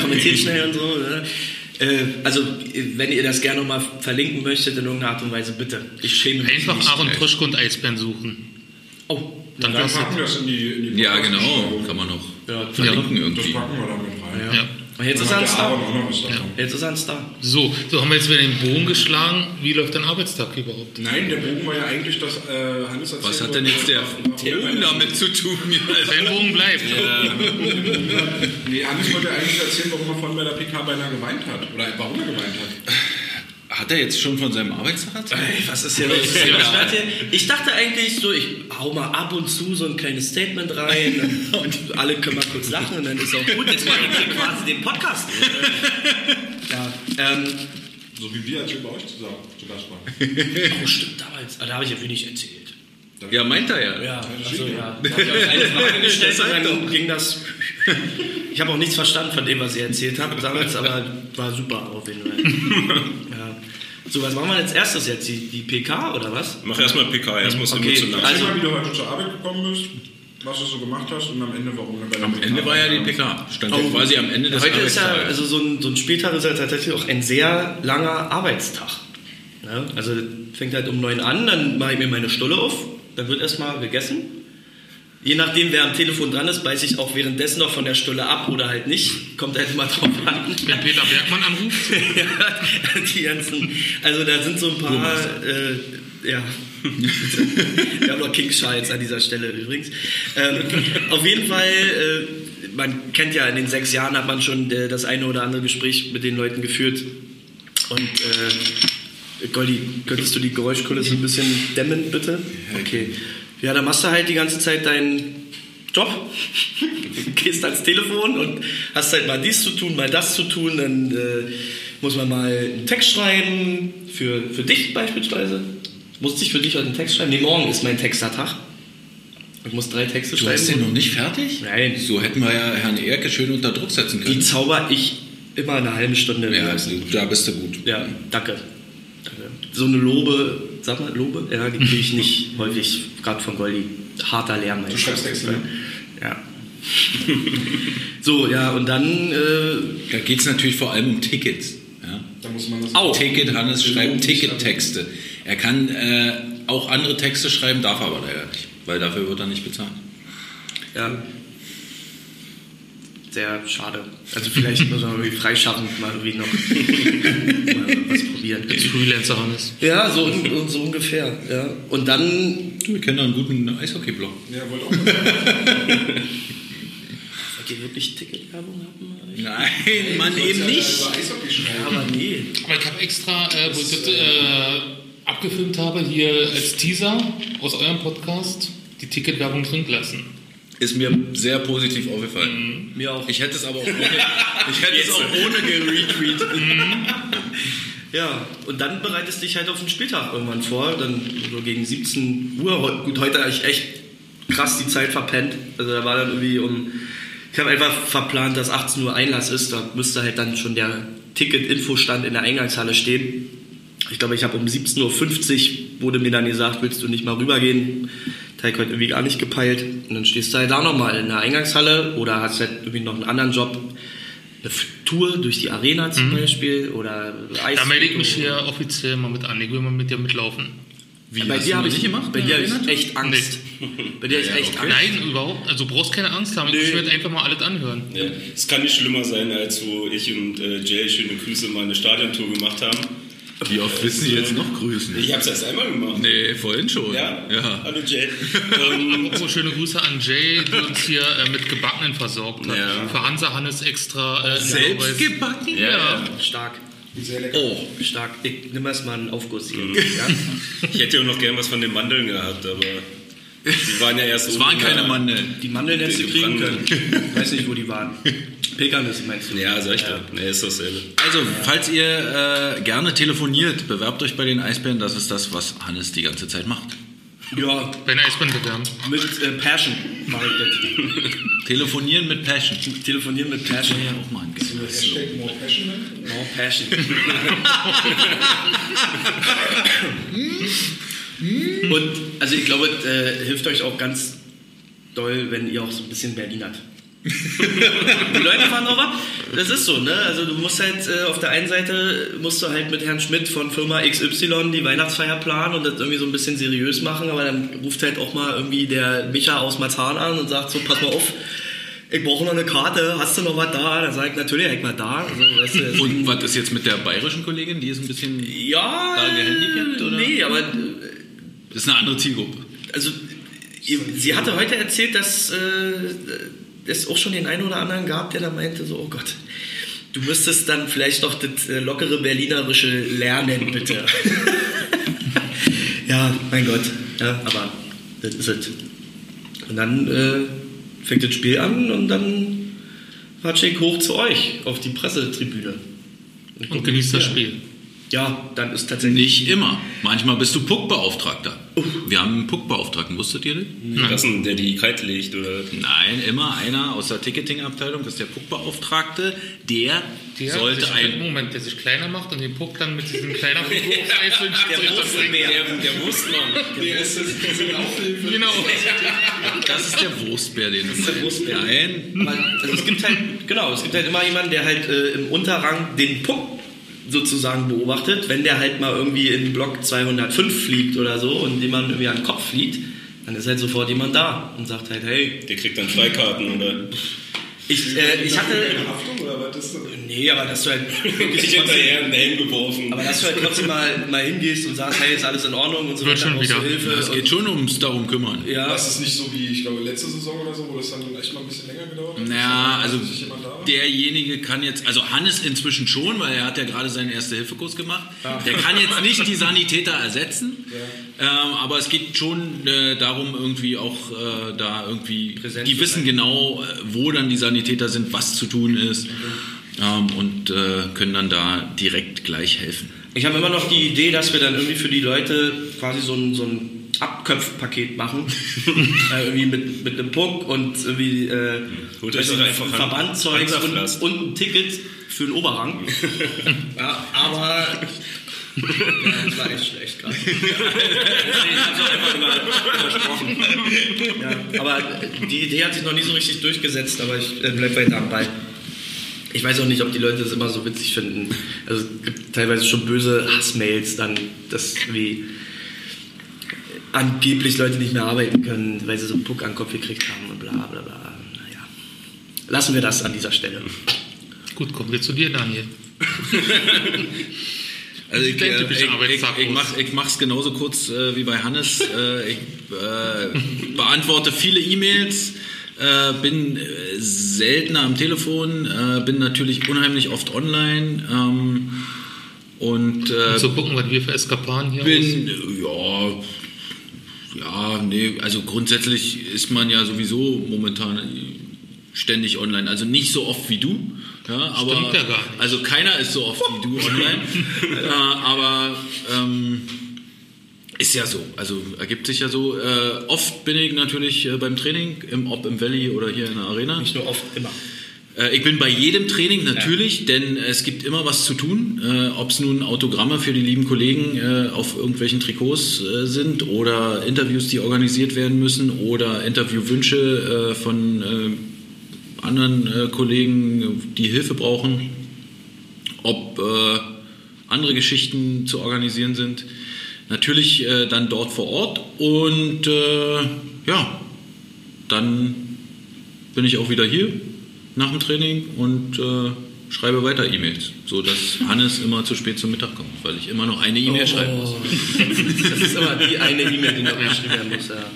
kommentiert schnell und so. Ne? Äh, also, wenn ihr das gerne nochmal verlinken möchtet in irgendeiner Art und Weise, bitte. Ich schäme mich Einfach nicht. Aaron Troschke und Eisbären suchen. Oh, Dann Dann wirst du. packen wir das in die, in die Ja, genau. Kann man noch Ja. verlinken Das irgendwie. packen wir damit rein. Ja. Und jetzt ist er Dann ein hat der Aaron Star. auch noch was davon. Jetzt ist er ein Star. So, so haben wir jetzt wieder den Bogen geschlagen. Wie läuft dein Arbeitstag überhaupt? Nein, der Bogen war ja eigentlich, dass äh, Hannes erzählt Was hat denn jetzt der Bogen damit zu tun? Dein Bogen bleibt. Nee, Hannes wollte eigentlich erzählen, warum er vorhin bei der PK beinahe geweint hat. Oder warum er geweint hat. Hat er jetzt schon von seinem Arbeitstag erzählt? Was ist hier los? Ich dachte- Ich dachte eigentlich so, ich hau mal ab und zu so ein kleines Statement rein und alle können mal kurz lachen und dann ist auch gut. Jetzt machen wir quasi den Podcast. Ja, ähm, So wie wir, als wir bei euch zusammen zu Gast waren. oh, stimmt damals. Ah, Da habe ich ja wenig erzählt. Ja, meint er ja. Ja, also ja. Da hab ich euch eine Frage gestellt und dann ging das. Ich habe auch nichts verstanden von dem, was ihr erzählt habt damals, aber war super auf jeden Fall. Ja. So, was machen wir als erstes jetzt? Die, die PK oder was? Mach erstmal PK, erst musst du Okay. emotional. Also- Also, mal, wie du heute zur Arbeit gekommen bist, was du so gemacht hast und am Ende warum. du Bei der Am PK Ende war ja die warst. PK. Stand ja quasi am Ende des Heute ist ja, Arbeitstages. also so ein, so ein Spieltag ist ja tatsächlich auch ein sehr langer Arbeitstag. Ne? Also das fängt halt um neun an, dann mache ich mir meine Stulle auf, dann wird erstmal gegessen. Je nachdem, wer am Telefon dran ist, beiße ich auch währenddessen noch von der Stulle ab oder halt nicht. Kommt halt immer drauf an. Wenn Peter Bergmann anruft, Ja, die ganzen, also da sind so ein paar, äh, ja, wir haben noch King Charles an dieser Stelle übrigens. Ähm, auf jeden Fall, äh, man kennt ja in den sechs Jahren hat man schon äh, das eine oder andere Gespräch mit den Leuten geführt und äh, Goldi, könntest du die Geräuschkulisse ein bisschen dämmen, bitte? Okay. Ja, dann machst du halt die ganze Zeit deinen Job. Gehst ans Telefon und hast halt mal dies zu tun, mal das zu tun. Dann äh, muss man mal einen Text schreiben, für, für dich beispielsweise. Musste ich für dich heute einen Text schreiben? Nee, morgen ist mein Textertag. Ich muss drei Texte Du schreiben. hast den noch nicht fertig? Nein. So hätten wir ja Herrn Erke schön unter Druck setzen Die können. zauber ich immer eine halbe Stunde. Ja, also, da bist du gut. Ja, danke. danke. So eine Lobe, sag mal, Lobe, ja, die kriege ich nicht häufig, gerade von Goldi. Harter Lärm. Du schreibst Texte, ne? Ja. so, ja, und dann. Äh, Da geht es natürlich vor allem um Tickets. Ja? Da muss man das Au. Ticket, Hannes schreibt Tickettexte. Er kann äh, auch andere Texte schreiben, darf aber leider nicht, weil dafür wird er nicht bezahlt. ja. Sehr schade. Also, vielleicht muss man irgendwie freischaffen, mal irgendwie noch mal was probieren. als Freelancer Hannes. Ja, so, un- so ungefähr. Ja. Und dann. Du, wir kennen da einen guten Eishockey-Blog. Ja, wollte auch was sagen. Wollt ihr wirklich Ticketwerbung haben? Nein, Mann, eben nicht. Über Eishockey schreiben. Aber nee. Aber ich habe extra, äh, wo ich das äh, abgefilmt habe, hier als Teaser aus eurem Podcast die Ticketwerbung drin gelassen. Ist mir sehr positiv aufgefallen. Mir auch. Ich hätte es aber Mhm, auch ohne, ich hätte es auch ohne geretweetet. Ja, und dann bereitest du dich halt auf den Spieltag irgendwann vor, dann so gegen 17 Uhr. Heu- Gut, heute habe ich echt krass die Zeit verpennt. Also da war dann irgendwie um. Ich habe einfach verplant, dass 18 Uhr Einlass ist. Da müsste halt dann schon der Ticket-Infostand in der Eingangshalle stehen. Ich glaube, ich habe um 17.50 Uhr wurde mir dann gesagt, willst du nicht mal rübergehen? Teig heute irgendwie gar nicht gepeilt. Und dann stehst du halt da nochmal in der Eingangshalle oder hast halt irgendwie noch einen anderen Job. Eine F- Tour durch die Arena zum Beispiel oder Eis. Da melde ich mich hier offiziell mal mit an. Ich will mal mit dir mitlaufen. Wie, bei hast dir du habe noch ich, nicht gemacht? bei dir habe ich Leonard? echt Angst. Bei dir habe ich echt Angst. Nein, überhaupt. Also du brauchst keine Angst haben. Nö. Ich werde einfach mal alles anhören. Ja. Es kann nicht schlimmer sein, als wo ich und äh, Jay schöne Grüße mal eine Stadiontour gemacht haben. Wie oft willst du jetzt noch grüßen? Ich hab's erst einmal gemacht. Nee, äh, vorhin schon. Ja? Ja. Hallo Jay. Ähm, Und Apropos Oh, schöne Grüße an Jay, die uns hier äh, mit Gebackenen versorgt hat. Ja. Für Hansa Hannes extra. Äh, Selbst Sauerweiß. gebacken? Ja. Stark. Sehr lecker. Oh, stark. Ich nimm erst mal einen Aufguss hier. Ja? ich hätte ja noch gern was von den Mandeln gehabt, aber die waren ja erst Es oben waren in keine der- Mandeln. Die Mandeln hättest du Die kriegen Branden. können. Weiß nicht, wo die waren. Pekanis meinst du? Ja, sag ich doch. Nee, ist dasselbe. Also, falls ihr äh, gerne telefoniert, bewerbt euch bei den Eisbären. Das ist das, was Hannes die ganze Zeit macht. Ja, Wenn Eisbären bewerben. mit äh, Passion mache ich Telefonieren mit Passion. das. Telefonieren mit Das Passion. war ja auch mal ein Gesang. Hashtag more passionate. More Passion. Und also ich glaube, es äh, hilft euch auch ganz doll, wenn ihr auch so ein bisschen Berlinert. Die Leute fahren auch ab. Das ist so, ne? Also du musst halt äh, auf der einen Seite musst du halt mit Herrn Schmidt von Firma XY die Weihnachtsfeier planen und das irgendwie so ein bisschen seriös machen, aber dann ruft halt auch mal irgendwie der Micha aus Marzahn an und sagt so, pass mal auf, ich brauche noch eine Karte, hast du noch was da? Dann sag ich natürlich, hab ich mal da. So, weißt du, Und was ist jetzt mit der bayerischen Kollegin? Die ist ein bisschen. ja, Da gehandicapt, oder? nee, aber äh, Das ist eine andere Zielgruppe. also ihr- sie hatte heute erzählt, dass äh, es auch schon den einen oder anderen gab, der da meinte so, oh Gott, du müsstest dann vielleicht noch das äh, lockere Berlinerische lernen, bitte. ja, mein Gott, ja, aber das ist es. Und dann äh, fängt das Spiel an und dann fatsche ich hoch zu euch auf die Pressetribüne. Und genießt das Spiel. Ja, dann ist tatsächlich Nicht immer. Manchmal bist du Puckbeauftragter. Wir haben einen Puckbeauftragten, wusstet ihr das? Das ist ein, der die kalt legt oder Nein, immer einer aus der Ticketing-Abteilung, das ist der Puckbeauftragte, der, Der sollte sich, ein. Moment, der sich kleiner macht und den Puck dann mit diesem kleiner Figur auf Eis und Schiedsrichter Der, der Wurstmann. Der ist das bringt. Genau. Das ist der Wurstbär, den du der meinst. Wurstbär. Nein. Man, also es gibt halt, genau, es gibt halt immer jemanden, der halt äh, im Unterrang den Puck sozusagen beobachtet. Wenn der halt mal irgendwie in Block 205 fliegt oder so und jemand irgendwie an den Kopf fliegt, dann ist halt sofort jemand da und sagt halt, hey, Der kriegt dann Freikarten oder. ich, äh, ich hatte. Eine Haftung oder was ist das? Nee, aber dass du halt. Ich hinterher einen Helm geworfen. Aber dass du halt trotzdem mal, mal hingehst und sagst, hey, ist alles in Ordnung und so Wird weiter, schon brauchst du wieder. Hilfe. Es geht und, schon ums darum kümmern. ja, Das ist nicht so wie, ich glaube, letzte Saison oder so, wo das dann echt mal ein bisschen länger gedauert hat. Ja, also Dass sich jemand da war. derjenige kann jetzt, also Hannes inzwischen schon, weil er hat ja gerade seinen Erste-Hilfe-Kurs gemacht. Der kann jetzt nicht die Sanitäter ersetzen, ähm, aber es geht schon äh, darum, irgendwie auch äh, da irgendwie, Präsent die zu wissen sein. genau, äh, wo dann die Sanitäter sind, was zu tun ist ähm, und äh, können dann da direkt gleich helfen. Ich habe immer noch die Idee, dass wir dann irgendwie für die Leute quasi so ein, so ein Abköpfpaket machen. äh, irgendwie mit, mit einem Puck und irgendwie äh, Holt euch weiß doch nicht, einfach an- Verbandzeug Hansaplast. und, und ein Ticket für den Oberrang. ja, aber. Ja, das war echt schlecht gerade. ja, aber die Idee hat sich noch nie so richtig durchgesetzt, aber ich äh, bleibe weiter am Ball. Ich weiß auch nicht, ob die Leute das immer so witzig finden. Also es gibt teilweise schon böse Hassmails dann, dass wie angeblich Leute nicht mehr arbeiten können, weil sie so einen Puck an den Kopf gekriegt haben und bla bla bla. Naja. Lassen wir das an dieser Stelle. Gut, kommen wir zu dir, Daniel. Also ich, Dein äh, ich, typischer ich, Arbeitstag ich, muss. mach, ich mach's genauso kurz äh, wie bei Hannes. äh, ich äh, beantworte viele E-Mails, äh, bin äh, seltener am Telefon, äh, bin natürlich unheimlich oft online ähm, und äh, So Also gucken, was wir für Eskapaden hier bin ja ja nee also grundsätzlich ist man ja sowieso momentan ständig online also nicht so oft wie du ja aber Stimmt ja gar nicht. also keiner ist so oft wie du online äh, aber ähm, ist ja so, also ergibt sich ja so. Äh, oft bin ich natürlich äh, beim Training, im, ob im Valley oder hier in der Arena. Nicht nur oft, immer. Äh, Ich bin bei jedem Training natürlich, denn es gibt immer was zu tun. Äh, Ob es nun Autogramme für die lieben Kollegen äh, auf irgendwelchen Trikots äh, sind oder Interviews, die organisiert werden müssen oder Interviewwünsche äh, von äh, anderen äh, Kollegen, die Hilfe brauchen. Ob äh, andere Geschichten zu organisieren sind. natürlich äh, dann dort vor Ort und äh, ja, dann bin ich auch wieder hier nach dem Training und äh, schreibe weiter E-Mails, so dass Hannes immer zu spät zum Mittag kommt, weil ich immer noch eine E-Mail schreiben muss. Das ist immer die eine E-Mail, die noch geschrieben werden muss. Ja.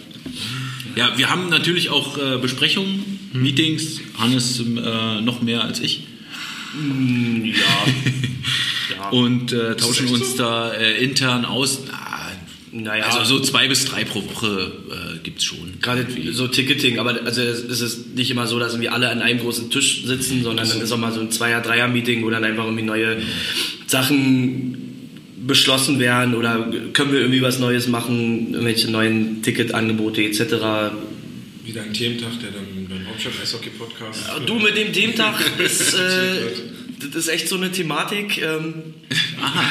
Ja, wir haben natürlich auch äh, Besprechungen, Meetings, Hannes äh, noch mehr als ich. Ja. Und äh, tauschen uns da äh, intern aus. Na, Naja. Also so zwei bis drei pro Woche äh, gibt es schon. Gerade so Ticketing, aber also es ist es nicht immer so, dass wir alle an einem großen Tisch sitzen, sondern dann ist auch mal so ein Zweier-, Dreier-Meeting, wo dann einfach irgendwie neue Sachen beschlossen werden oder können wir irgendwie was Neues machen, irgendwelche neuen Ticketangebote etc. Wieder ein Thementag, der dann beim Hauptstadt-Eishockey-Podcast. Ja, Du mit dem Thementag, das, äh, das ist echt so eine Thematik. Ähm, Aha.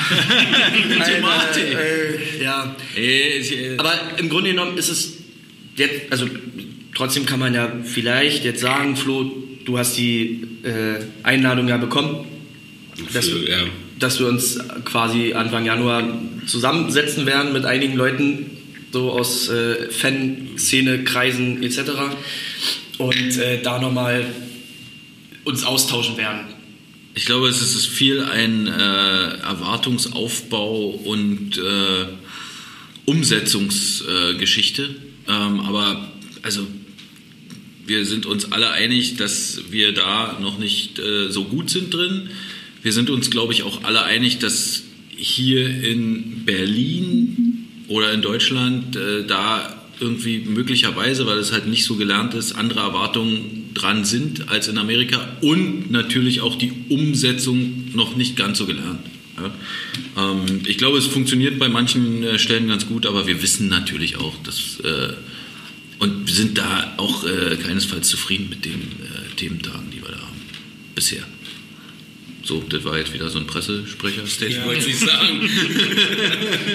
Thematik. Äh, äh, ja. Äh, ich, äh, Aber im Grunde genommen ist es jetzt, also trotzdem kann man ja vielleicht jetzt sagen, Flo, du hast die äh, Einladung ja bekommen, dass, Für- ja. dass wir uns quasi Anfang Januar zusammensetzen werden mit einigen Leuten, so aus äh, Fanszene, Kreisen etc. Und äh, da nochmal uns austauschen werden. ich glaube, es ist viel ein äh, Erwartungsaufbau und äh, Umsetzungsgeschichte. Äh, Geschichte. ähm, aber also wir sind uns alle einig, dass wir da noch nicht äh, so gut sind drin. Wir sind uns, glaube ich, auch alle einig, dass hier in Berlin oder in Deutschland äh, da irgendwie möglicherweise, weil es halt nicht so gelernt ist, andere Erwartungen dran sind als in Amerika und natürlich auch die Umsetzung noch nicht ganz so gelernt. Ja. Ähm, ich glaube, es funktioniert bei manchen äh, Stellen ganz gut, aber wir wissen natürlich auch, dass äh, und wir sind da auch äh, keinesfalls zufrieden mit den äh, Thementagen, die wir da haben. Bisher. So, das war jetzt wieder so ein Pressesprecher. Ja. Wollte ich sagen.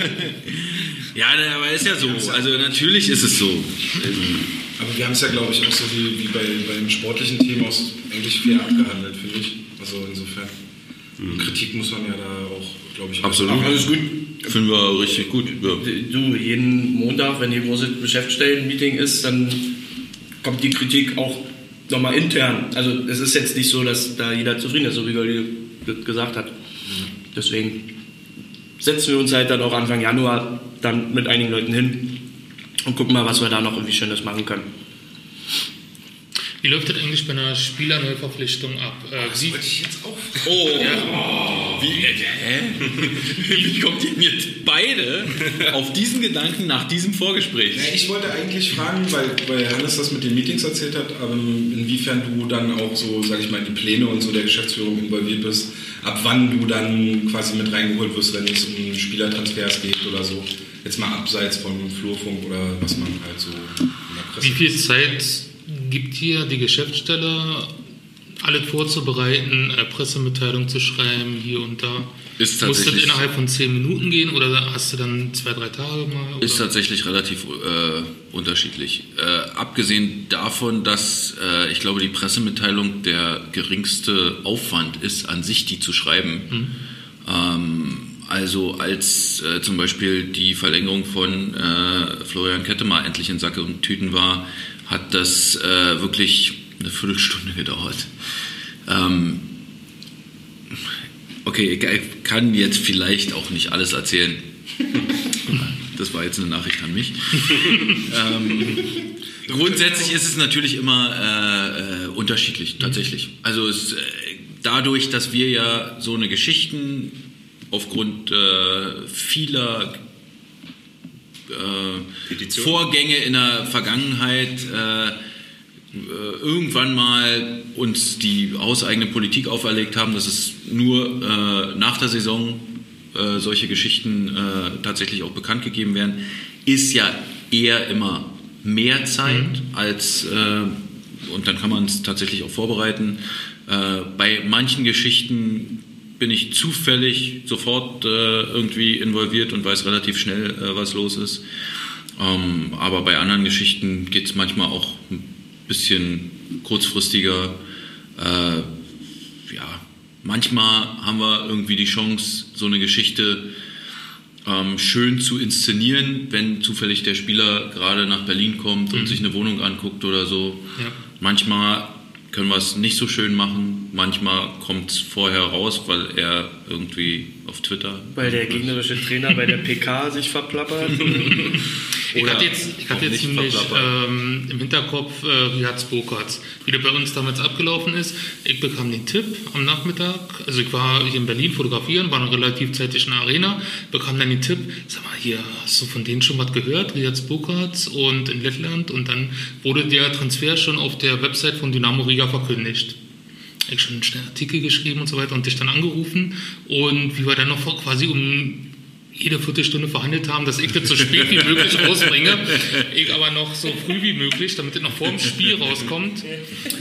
ja, na, aber ist ja so. Also natürlich ist es so. Aber wir haben es ja, glaube ich, auch so wie, wie bei, beim sportlichen Team aus eigentlich fair abgehandelt, finde ich. Also insofern. Kritik muss man ja da auch, glaube ich, Absolut. alles gut. Finden wir richtig gut. Ja. Du, jeden Montag, wenn hier großes Geschäftsstellenmeeting ist, dann kommt die Kritik auch nochmal intern. Also es ist jetzt nicht so, dass da jeder zufrieden ist, so wie Goldi das gesagt hat. Deswegen setzen wir uns halt dann auch Anfang Januar dann mit einigen Leuten hin und gucken mal, was wir da noch irgendwie Schönes machen können. Wie läuft das eigentlich bei einer Spielerneuverpflichtung ab? Äh, wie, Wollte ich jetzt auch fragen. Oh, wie, äh, hä? wie kommt ihr mir beide auf diesen Gedanken nach diesem Vorgespräch? Ja, Äh, ich wollte eigentlich fragen, weil, weil Hannes das mit den Meetings erzählt hat, ähm, inwiefern du dann auch so, sage ich mal, in die Pläne und so der Geschäftsführung involviert bist, ab wann du dann quasi mit reingeholt wirst, wenn es um Spielertransfers geht oder so. Jetzt mal abseits von Flurfunk oder was man halt so in der Presse. wie viel Zeit gibt hier die Geschäftsstelle, alles vorzubereiten, äh, Pressemitteilung zu schreiben, hier und da? Ist Muss das tatsächlich- innerhalb von 10 Minuten gehen oder hast du dann zwei, drei Tage mal? Oder? Ist tatsächlich relativ äh, unterschiedlich. Äh, abgesehen davon, dass äh, ich glaube, die Pressemitteilung der geringste Aufwand ist, an sich die zu schreiben. Ähm, also als äh, zum Beispiel die Verlängerung von äh, Florian Kettemar endlich in Sacke und Tüten war, hat das äh, wirklich eine Viertelstunde gedauert. Ähm, okay, ich- ich kann jetzt vielleicht auch nicht alles erzählen. Das war jetzt eine Nachricht an mich. ähm, grundsätzlich ist es natürlich immer äh, äh, unterschiedlich, tatsächlich. Also es, äh, dadurch, dass wir ja so eine Geschichten aufgrund äh, vieler äh, Petition. Vorgänge in der Vergangenheit äh, äh, irgendwann mal uns die hauseigene Politik auferlegt haben, dass es nur äh, nach der Saison äh, solche Geschichten äh, tatsächlich auch bekannt gegeben werden, ist ja eher immer mehr Zeit als äh, und dann kann man es tatsächlich auch vorbereiten. Äh, bei manchen Geschichten bin ich zufällig sofort äh, irgendwie involviert und weiß relativ schnell, äh, was los ist. Ähm, aber bei anderen Geschichten geht es manchmal auch ein bisschen kurzfristiger. Äh, ja, manchmal haben wir irgendwie die Chance, so eine Geschichte ähm, schön zu inszenieren, wenn zufällig der Spieler gerade nach Berlin kommt und sich eine Wohnung anguckt oder so. Ja. Manchmal können wir es nicht so schön machen, manchmal kommt es vorher raus, weil er irgendwie auf Twitter. Weil der gegnerische Trainer bei der PK sich verplappert. Ich Oder hatte jetzt, ich auch hatte jetzt nicht nämlich verplappert. ähm, im Hinterkopf äh, Riaz Burkhardt, wie der bei uns damals abgelaufen ist. Ich bekam den Tipp am Nachmittag, also ich war hier in Berlin fotografieren, war noch relativ zeitig in der Arena, bekam dann den Tipp, sag mal hier, hast du von denen schon was gehört, Riaz Burkhardt und in Lettland und dann wurde der Transfer schon auf der Website von Dynamo Riga verkündigt. Ich schon schnell Artikel geschrieben und so weiter und dich dann angerufen und wie wir dann noch vor- quasi um jede Viertelstunde verhandelt haben, dass ich das so spät wie möglich rausbringe, ich aber noch so früh wie möglich, damit das noch vor dem Spiel rauskommt.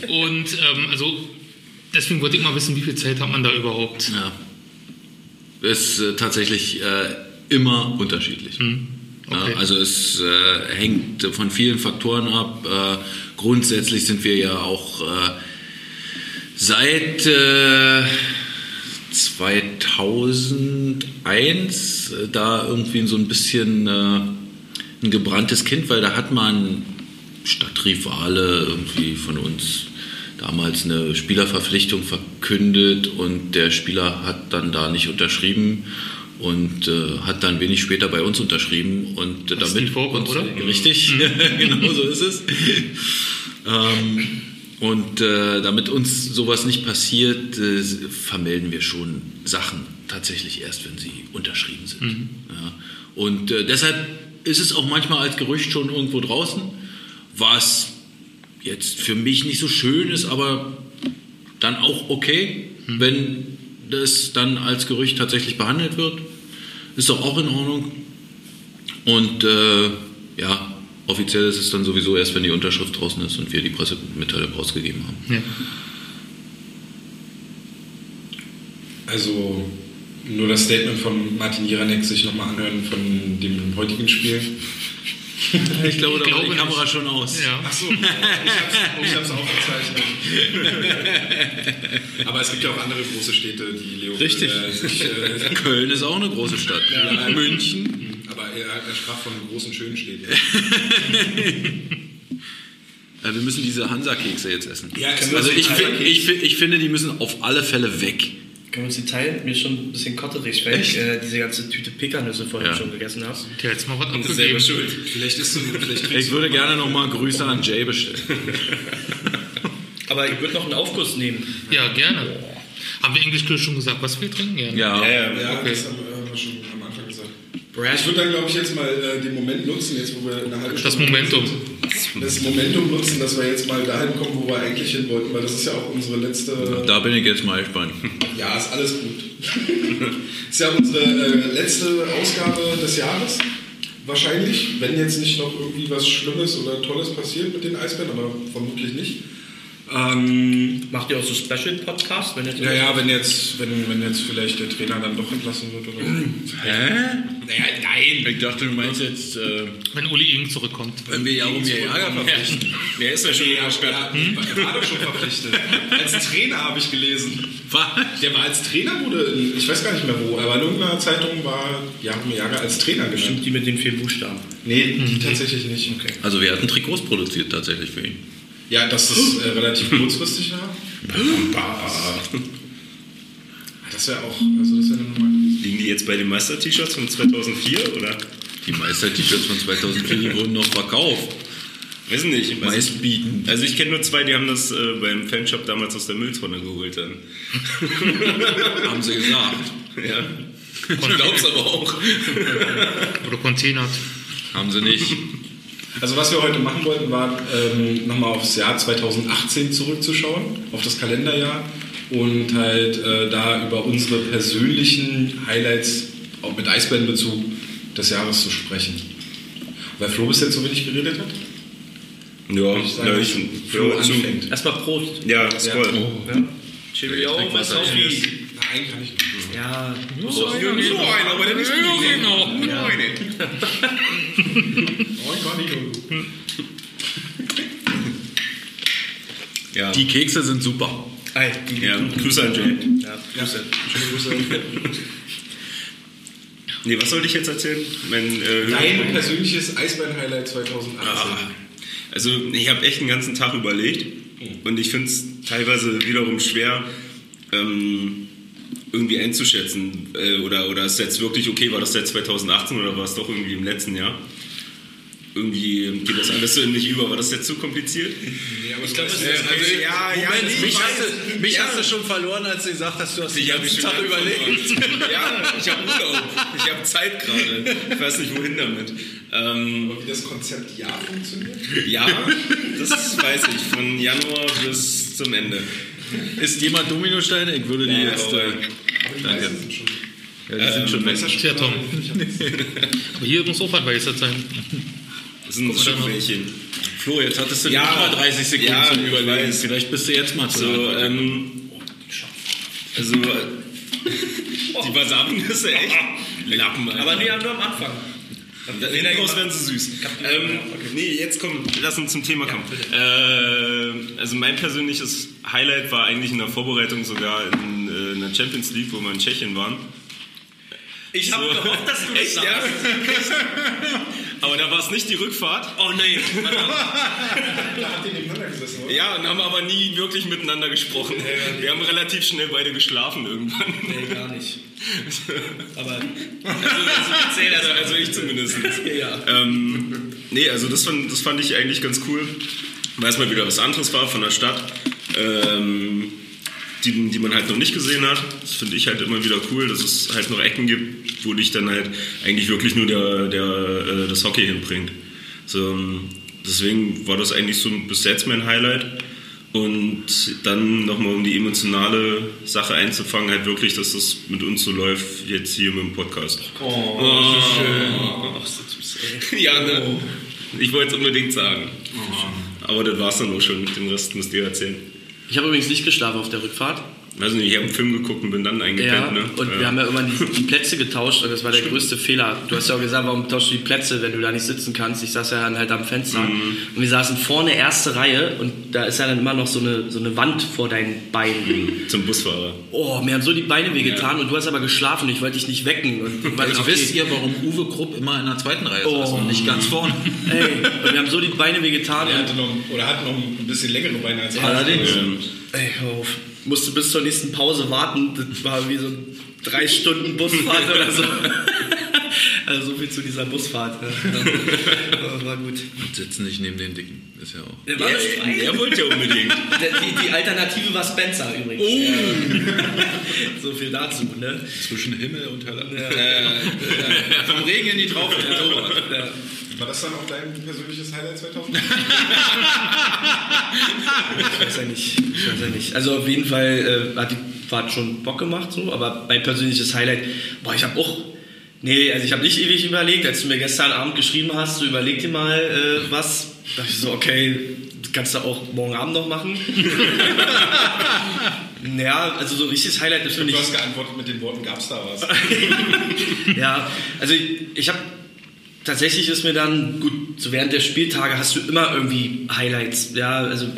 Und ähm, also deswegen wollte ich mal wissen, wie viel Zeit hat man da überhaupt? Ja. Ist äh, tatsächlich äh, immer unterschiedlich. Okay. Ja, also es äh, hängt von vielen Faktoren ab. Äh, grundsätzlich sind wir ja auch äh, seit äh, 2001 äh, da irgendwie so ein bisschen äh, ein gebranntes Kind, weil da hat man Stadtrivale irgendwie von uns damals eine Spielerverpflichtung verkündet und der Spieler hat dann da nicht unterschrieben und äh, hat dann wenig später bei uns unterschrieben und äh, Das ist damit die Vorgabe, uns, oder? Mhm. richtig genau so ist es ähm, und äh, damit uns sowas nicht passiert äh, vermelden wir schon Sachen tatsächlich erst wenn sie unterschrieben sind ja. und äh, deshalb ist es auch manchmal als Gerücht schon irgendwo draußen was jetzt für mich nicht so schön ist, aber dann auch okay, wenn das dann als Gerücht tatsächlich behandelt wird. Ist doch auch in Ordnung. Und äh, ja, offiziell ist es dann sowieso erst, wenn die Unterschrift draußen ist und wir die Pressemitteilung rausgegeben haben. Ja. Also nur das Statement von Martin Jiranek sich nochmal anhören von dem heutigen Spiel. Ich glaube, da war die nicht. Kamera schon aus. Ja. Achso, ich hab's, ich hab's aufgezeichnet. Aber es gibt ja auch andere große Städte, die Leo Richtig. Äh, sich, äh, Köln ist auch eine große Stadt. Ja. München. aber er, er sprach von großen, schönen Städten. Äh, wir müssen diese Hansa-Kekse jetzt essen. Ja, können wir also so ich, einen fi- Hansa-Keks- ich, fi- ich finde, die müssen auf alle Fälle weg. Können wir uns die teilen? Mir ist schon ein bisschen kotterig, weil ich äh, diese ganze Tüte Pekannüsse vorhin Ja. schon gegessen habe. Der hat jetzt mal was abgegeben. Vielleicht ist so, vielleicht Ich würde gerne nochmal Grüße an Jay bestellen. Aber ich würde noch einen Aufguss nehmen. Ja, gerne. Haben wir Englisch schon gesagt, was wir trinken? gerne? Ja, Ja, Okay. das haben wir haben wir schon am Anfang gesagt. Brad. Ich würde dann, glaube ich, jetzt mal äh, den Moment nutzen, jetzt wo wir eine halbe Das Stunde- Momentum. Das Momentum nutzen, dass wir jetzt mal dahin kommen, wo wir eigentlich hin wollten, weil das ist ja auch unsere letzte. Da bin ich jetzt mal gespannt. Ja, ist alles gut. ist ja unsere äh, letzte Ausgabe des Jahres. Wahrscheinlich, wenn jetzt nicht noch irgendwie was Schlimmes oder Tolles passiert mit den Eisbären, aber vermutlich nicht. Ähm, Macht ihr auch so Special-Podcasts? Wenn ihr ja, ja, wenn jetzt, wenn, wenn jetzt vielleicht der Trainer dann doch entlassen wird oder so. Hä? nein. Ich dachte, du meinst jetzt, äh, Hm? Wenn Uli Ing zurückkommt. wenn wir Jaromir Jager verpflichten. Wer ist ja schon wieder Ja, Hm? er war doch schon verpflichtet. Als Trainer habe ich gelesen. Was? Der war als Trainer wurde, in, ich weiß gar nicht mehr wo, aber in irgendeiner Zeitung war Jaromir Jager als Trainer Stimmt genannt. die mit den vier Buchstaben. Nee, die tatsächlich nicht. Okay. Also wir hatten Trikots produziert tatsächlich für ihn. Ja, dass das äh, relativ kurzfristig war. Ah, das wäre auch, also das wäre eine Nummer gewesen. Liegen die jetzt bei den Meister-T-Shirts von 2004 oder? Die Meister-T-Shirts von 2004 die wurden noch verkauft. Wissen nicht. Weiß nicht. Meistbieten. Also ich kenne nur zwei, die haben das äh, beim Fanshop damals aus der Mülltonne geholt dann. Haben sie gesagt. Ja. Ich glaub's aber auch. Oder Container. Haben sie nicht. Also was wir heute machen wollten, war ähm, nochmal aufs Jahr 2018 zurückzuschauen, auf das Kalenderjahr und halt äh, da über unsere persönlichen Highlights, auch mit Eisbärenbezug, des Jahres zu sprechen. Weil Flo bis jetzt so wenig geredet hat. Ja, würd ich sagen, na, dass ich, Flo ja, zu- anfängt. Erstmal Prost. Ja, Scroll. Ja. Cheerio, trink was Wasser. auf die. Nein, kann ich nicht. Ja, So einer, aber der ist genau. Ja. Oh, ich war nicht irgendwo. Ja. Die Kekse sind super. Ei, die ja. Grüße an Jay. Ja, Grüße. Schöne Grüße. Nee, was sollte ich jetzt erzählen? Mein, äh, Dein persönliches Eisbein-Highlight 2018. Ah, also ich habe echt den ganzen Tag überlegt und ich finde es teilweise wiederum schwer ähm, irgendwie einzuschätzen äh, oder, oder ist jetzt wirklich okay, war das jetzt 2018 oder war es doch irgendwie im letzten Jahr? Irgendwie ähm, geht das alles so nicht über, war das jetzt zu kompliziert? ich glaube, Äh, also, Ja, ja, Moment, das- mich, ich hast weiß. du, mich hast du schon verloren, als du gesagt hast, du hast den hab ganzen Tag schon ganz überlegt. verloren. ja, ich habe Urlaub, ich habe Zeit gerade, ich weiß nicht wohin damit. Ähm, Wie das Konzept Ja funktioniert? ja, das weiß ich, von Januar bis zum Ende. Ist jemand Dominosteine? Ich würde die jetzt. Aber- Äh, Aber die meisten sind schon. Ähm, ja, die sind schon weg. Tja, Tom. Aber hier muss auch was weißer sein. Das sind Guck mal da noch. Schubmädchen. Flo, jetzt hattest du Ja. noch mal 30 Sekunden Ja, zum ich Überlegen. weiß. Vielleicht bist du jetzt mal zu äh, So, antworten. ähm, also, die Also, Wasabi-Nüsse, echt? Lappen, Alter. Aber die haben nur am Anfang. Da- hinten raus werden sie süß. Ähm, nee, jetzt komm, lass uns zum Thema kommen. äh, also mein persönliches Highlight war eigentlich in der Vorbereitung sogar in, äh, in der Champions League, wo wir in Tschechien waren. Ich habe So. gehofft, dass du das Echt, sagst. ja? Aber da war es nicht die Rückfahrt. Oh nein. Da habt ihr nebeneinander gesessen, oder? Ja, und haben aber nie wirklich miteinander gesprochen. Wir haben relativ schnell beide geschlafen irgendwann. Nee, gar nicht. Aber Also, also ich zumindest. Ja. Ähm, nee, also das fand, das fand ich eigentlich ganz cool, weil es mal wieder was anderes war von der Stadt, ähm, die, die man halt noch nicht gesehen hat. Das finde ich halt immer wieder cool, dass es halt noch Ecken gibt, wo dich dann halt eigentlich wirklich nur der, der, äh, das Hockey hinbringt. So, ähm, deswegen war das eigentlich so bis jetzt mein Highlight. Und dann nochmal, um die emotionale Sache einzufangen, halt wirklich, dass das mit uns so läuft, jetzt hier mit dem Podcast. Oh, Ja, ne? Ich wollte es unbedingt sagen. Oh, Aber das war's dann auch schon. Den Rest müsst ihr erzählen. Ich habe übrigens nicht geschlafen auf der Rückfahrt. Weiß nicht, ich habe einen Film geguckt und bin dann Ja, eingepennt, ne? und wir haben ja irgendwann die, die Plätze getauscht und das war der größte Fehler. Du hast ja auch gesagt, warum tauschst du die Plätze, wenn du da nicht sitzen kannst? Ich saß ja dann halt am Fenster und wir saßen vorne erste Reihe und da ist ja dann immer noch so eine, so eine Wand vor deinen Beinen. Zum Busfahrer. Oh, mir haben so die Beine wehgetan und du hast aber geschlafen, ich wollte dich nicht wecken. Und Weil weil jetzt Also wisst ihr, warum Uwe Krupp immer in der zweiten Reihe Oh. saß und nicht ganz vorne. Ey, und wir haben so die Beine wehgetan. Er und- hatte noch, oder hat noch ein bisschen längere Beine als ich. Ähm, Ey, hör auf. Musste bis zur nächsten Pause warten. Das war wie so drei Stunden Busfahrt oder so. Also so viel zu dieser Busfahrt. Ja, war gut. Und sitzen nicht neben den Dicken. Ist ja auch. Der war er, frei. er wollte ja unbedingt. die, die Alternative war Spencer übrigens. Oh. So viel dazu, ne? Zwischen Himmel und Hölle. Vom Regen in die Traufe. War das dann auch dein persönliches Highlight 2018? Ich weiß ja nicht. Ich weiß ja nicht. Also auf jeden Fall äh, hat die Fahrt schon Bock gemacht, so, aber mein persönliches Highlight, boah, ich habe auch. Nee, also ich habe nicht ewig überlegt, als du mir gestern Abend geschrieben hast, so überleg dir mal äh, was. Da dachte ich so, okay, das kannst du auch morgen Abend noch machen. naja, also so ein richtiges Highlight ist für mich. Du hast geantwortet mit den Worten, gab's da was? Ja, also ich, ich habe tatsächlich ist mir dann gut so während der Spieltage hast du immer irgendwie Highlights. Ja, also äh,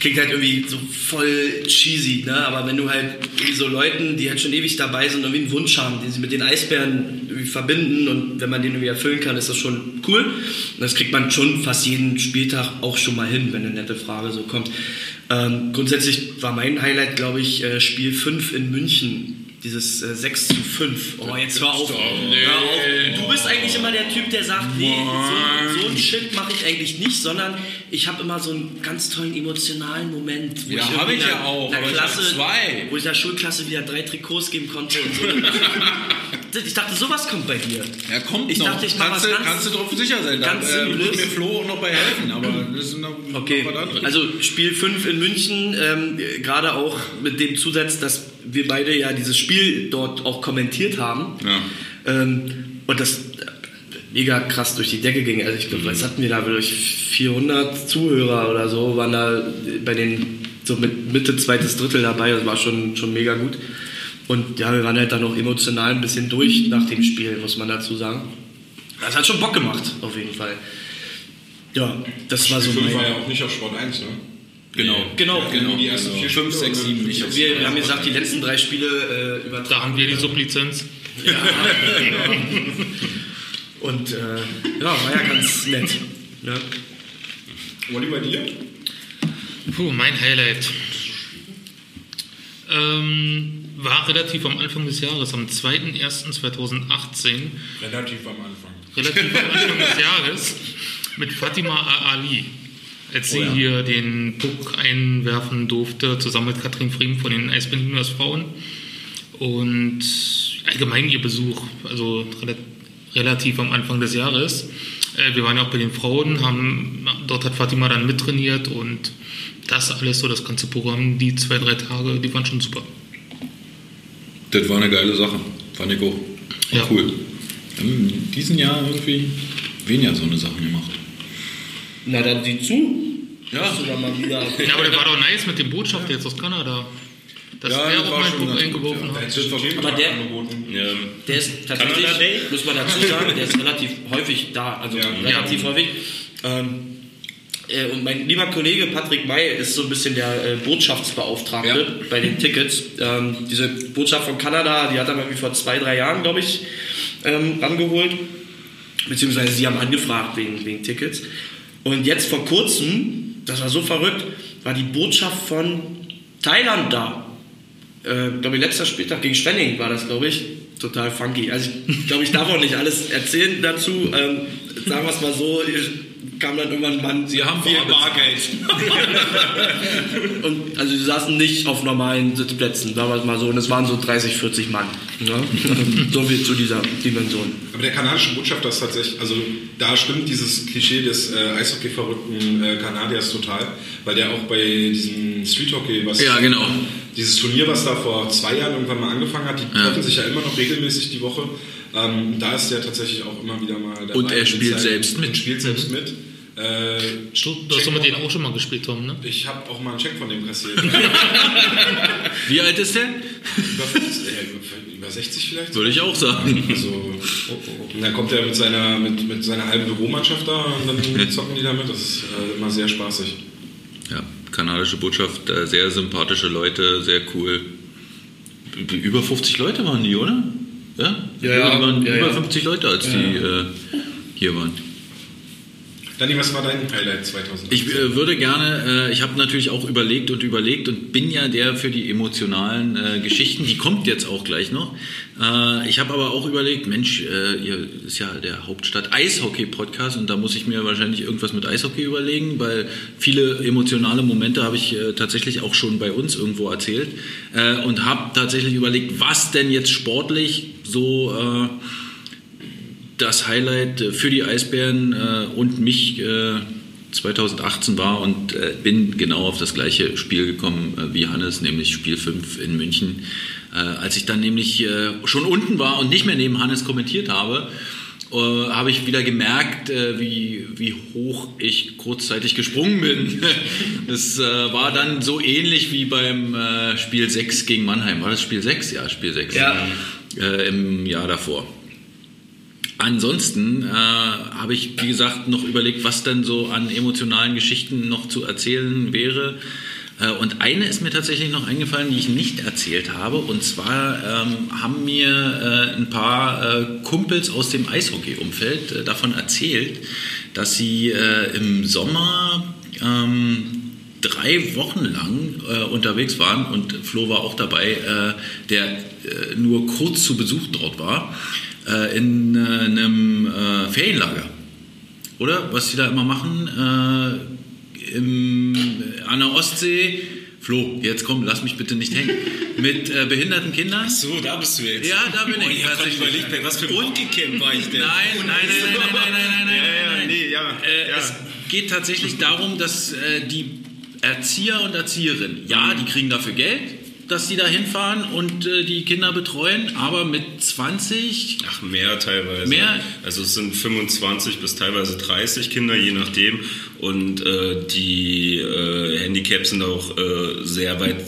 klingt halt irgendwie so voll cheesy, ne? Aber wenn du halt irgendwie so Leuten, die halt schon ewig dabei sind, irgendwie einen Wunsch haben, den sie mit den Eisbären irgendwie verbinden und wenn man den irgendwie erfüllen kann, ist das schon cool. Und das kriegt man schon fast jeden Spieltag auch schon mal hin, wenn eine nette Frage so kommt. Ähm, grundsätzlich war mein Highlight, glaube ich, äh, Spiel 5 in München. Dieses äh, 6 zu 5. Oh, jetzt hör auf. Hör auf. Du bist eigentlich immer der Typ, der sagt, nee, so, so einen Shit mache ich eigentlich nicht, sondern ich habe immer so einen ganz tollen emotionalen Moment. wo Ja, irgendwie hab ich einer- ja auch, einer aber ich hab Klasse, zwei. Wo ich der Schulklasse wieder drei Trikots geben konnte. Und so. ich dachte, sowas kommt bei dir. Er kommt Ich noch. dachte, ich mach kannst, was du- ganz- kannst du drauf sicher sein. Da ganz äh, Simples. wird mir Flo auch noch bei helfen. Aber das ist noch, Okay, noch was anderes. also Spiel 5 in München, ähm, gerade auch mit dem Zusatz, dass wir beide ja dieses Spiel dort auch kommentiert haben. Ja. Ähm, und das äh, mega krass durch die Decke ging. Also ich Mhm. glaube, was hatten wir da? Durch 400 Zuhörer oder so waren da bei den so mit Mitte, zweites Drittel dabei. Das war schon, schon mega gut. Und ja, wir waren halt dann auch emotional ein bisschen durch nach dem Spiel, muss man dazu sagen. Das hat schon Bock gemacht, auf jeden Fall. Ja, das war so Fünf mein... war ja auch nicht auf Sport 1, ne? genau. Genau, genau. Die ersten vier Fünf, Spiele sechs, und- sieben nicht. Wir, wir haben gesagt, die letzten drei Spiele äh, übertragen. Da haben wir die Sublizenz. Ja. ja. Und äh, ja, war ja ganz nett. Ne? Wally, bei dir? Puh, mein Highlight. Ähm, war relativ am Anfang des Jahres, am 2.1.2018, Relativ am Anfang. relativ am Anfang des Jahres, mit Fatima A- Ali. Als Oh sie hier den Puck einwerfen durfte, zusammen mit Katrin Friem von den Eisbären Juniors Frauen. Und allgemein ihr Besuch, also rela- relativ am Anfang des Jahres. Äh, Wir waren ja auch bei den Frauen, haben, dort hat Fatima dann mittrainiert und das alles so, das ganze Programm, die zwei, drei Tage, die waren schon super. Das war eine geile Sache. Fand ich auch. War Ja. Cool. Wir haben in diesem Jahr irgendwie weniger so eine Sachen gemacht. Na dann sieh zu. Ja. Dass du da mal wieder. Ja, aber der war doch nice mit dem Botschafter jetzt aus Kanada. Dass Ja, er das auch war mal schon einen Puck ganz gut, eingeworfen ja. hat. Aber der, Ja. der ist Kanada Day? tatsächlich, muss man dazu sagen, der ist relativ häufig da. Also relativ häufig. Ähm, äh, und mein lieber Kollege Patrick May ist so ein bisschen der äh, Botschaftsbeauftragte bei den Tickets. Ähm, diese Botschaft von Kanada, die hat er mal irgendwie vor zwei, drei Jahren, glaube ich, ähm, rangeholt. Beziehungsweise sie haben angefragt wegen, wegen Tickets. Und jetzt vor kurzem, das war so verrückt, war die Botschaft von Thailand da. Äh, glaube ich, letzter Spieltag gegen Svenning war das, glaube ich. Total funky. Also, ich glaube, ich darf auch nicht alles erzählen dazu. Ähm, sagen wir es mal so, ich- kam dann irgendwann ein Mann. Sie haben Viel Bargeld. Und, also, sie saßen nicht auf normalen Sitzplätzen, sagen wir es mal so. Und es waren so 30, 40 Mann. Ne? so viel zu dieser Dimension. Aber der kanadische Botschafter ist tatsächlich, also da stimmt dieses Klischee des äh, Eishockey-verrückten äh, Kanadiers total, weil der auch bei diesem Street Hockey, was Ja, genau. dieses Turnier, was da vor zwei Jahren irgendwann mal angefangen hat, die Ja. treffen sich ja immer noch regelmäßig die Woche. Ähm, da ist der tatsächlich auch immer wieder mal dabei. Und er mit spielt seinen- selbst mit. Und spielt selbst mit. Äh, Du hast doch mit denen auch schon mal gespielt, Tom, ne? ich habe auch mal einen Check von dem kassiert. Wie alt ist der? über, 50, äh, über- über 60 vielleicht? Würde ich auch sagen. Also, Und dann kommt er mit seiner, mit, mit seiner halben Büromannschaft da und dann zocken die damit. Das ist äh, immer sehr spaßig. Ja, kanadische Botschaft, äh, sehr sympathische Leute, sehr cool. Über 50 Leute waren die, oder? Ja? Ja, ja. Die waren Ja, über ja. 50 Leute, als die äh, hier waren. Danny, was war dein Highlight 2000? Ich äh, würde gerne, äh, ich habe natürlich auch überlegt und überlegt und bin ja der für die emotionalen äh, Geschichten, die kommt jetzt auch gleich noch. Äh, ich habe aber auch überlegt, Mensch, äh, ihr ist ja der Hauptstadt Eishockey-Podcast und da muss ich mir wahrscheinlich irgendwas mit Eishockey überlegen, weil viele emotionale Momente habe ich äh, tatsächlich auch schon bei uns irgendwo erzählt äh, und habe tatsächlich überlegt, was denn jetzt sportlich so... Äh, das Highlight äh, für die Eisbären äh, und mich äh, 2018 war und äh, bin genau auf das gleiche Spiel gekommen äh, wie Hannes, nämlich Spiel 5 in München. Äh, als ich dann nämlich äh, schon unten war und nicht mehr neben Hannes kommentiert habe, äh, habe ich wieder gemerkt, äh, wie, wie hoch ich kurzzeitig gesprungen bin. Das äh, war dann so ähnlich wie beim äh, Spiel 6 gegen Mannheim. War das Spiel 6? Ja, Spiel 6. Ja. Äh, Im Jahr davor. Ansonsten äh, habe ich, wie gesagt, noch überlegt, was denn so an emotionalen Geschichten noch zu erzählen wäre. Äh, und eine ist mir tatsächlich noch eingefallen, die ich nicht erzählt habe. Und zwar ähm, haben mir äh, ein paar äh, Kumpels aus dem Eishockey-Umfeld äh, davon erzählt, dass sie äh, im Sommer ähm, drei Wochen lang äh, unterwegs waren und Flo war auch dabei, äh, der äh, nur kurz zu Besuch dort war, äh, in äh, einem äh, Ferienlager. Oder? Was die da immer machen, äh, im, äh, an der Ostsee. Flo, jetzt komm, lass mich bitte nicht hängen. Mit äh, behinderten Kindern. So, da bist du jetzt. Ja, da bin ich. Ich habe gerade tatsächlich. überlegt, bei was für einem Hockey-Camp war ich denn? Nein, nein, nein, nein, nein, nein, nein, nein, Ja, ja, nein, nein. nee, ja, äh, ja. Es geht tatsächlich darum, dass äh, die Erzieher und Erzieherinnen, ja, die kriegen dafür Geld, dass sie da hinfahren und äh, die Kinder betreuen, aber mit 20, Ach, mehr teilweise. Mehr? Also es sind 25 bis teilweise 30 Kinder, je nachdem. Und äh, die äh, Handicaps sind auch äh, sehr weit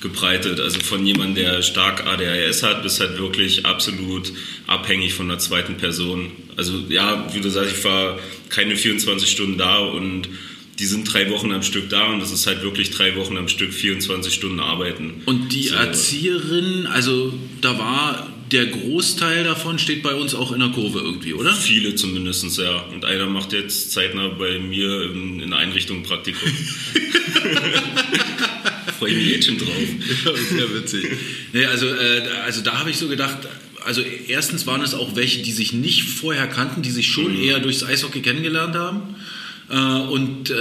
gebreitet. Also von jemandem, der stark ADHS hat, bis halt wirklich absolut abhängig von der zweiten Person. Also ja, wie du sagst, ich war keine 24 Stunden da und die sind drei Wochen am Stück da und das ist halt wirklich drei Wochen am Stück 24 Stunden arbeiten. Und die So. Erzieherin, also da war der Großteil davon steht bei uns auch in der Kurve irgendwie, oder? Viele zumindest, ja. Und einer macht jetzt zeitnah bei mir in, in der Einrichtung ein Praktikum. Freue mich jetzt schon drauf. Ja, sehr witzig. Nee, also, äh, also da habe ich so gedacht, also erstens waren es auch welche, die sich nicht vorher kannten, die sich schon eher durchs Eishockey kennengelernt haben. Äh, Und äh,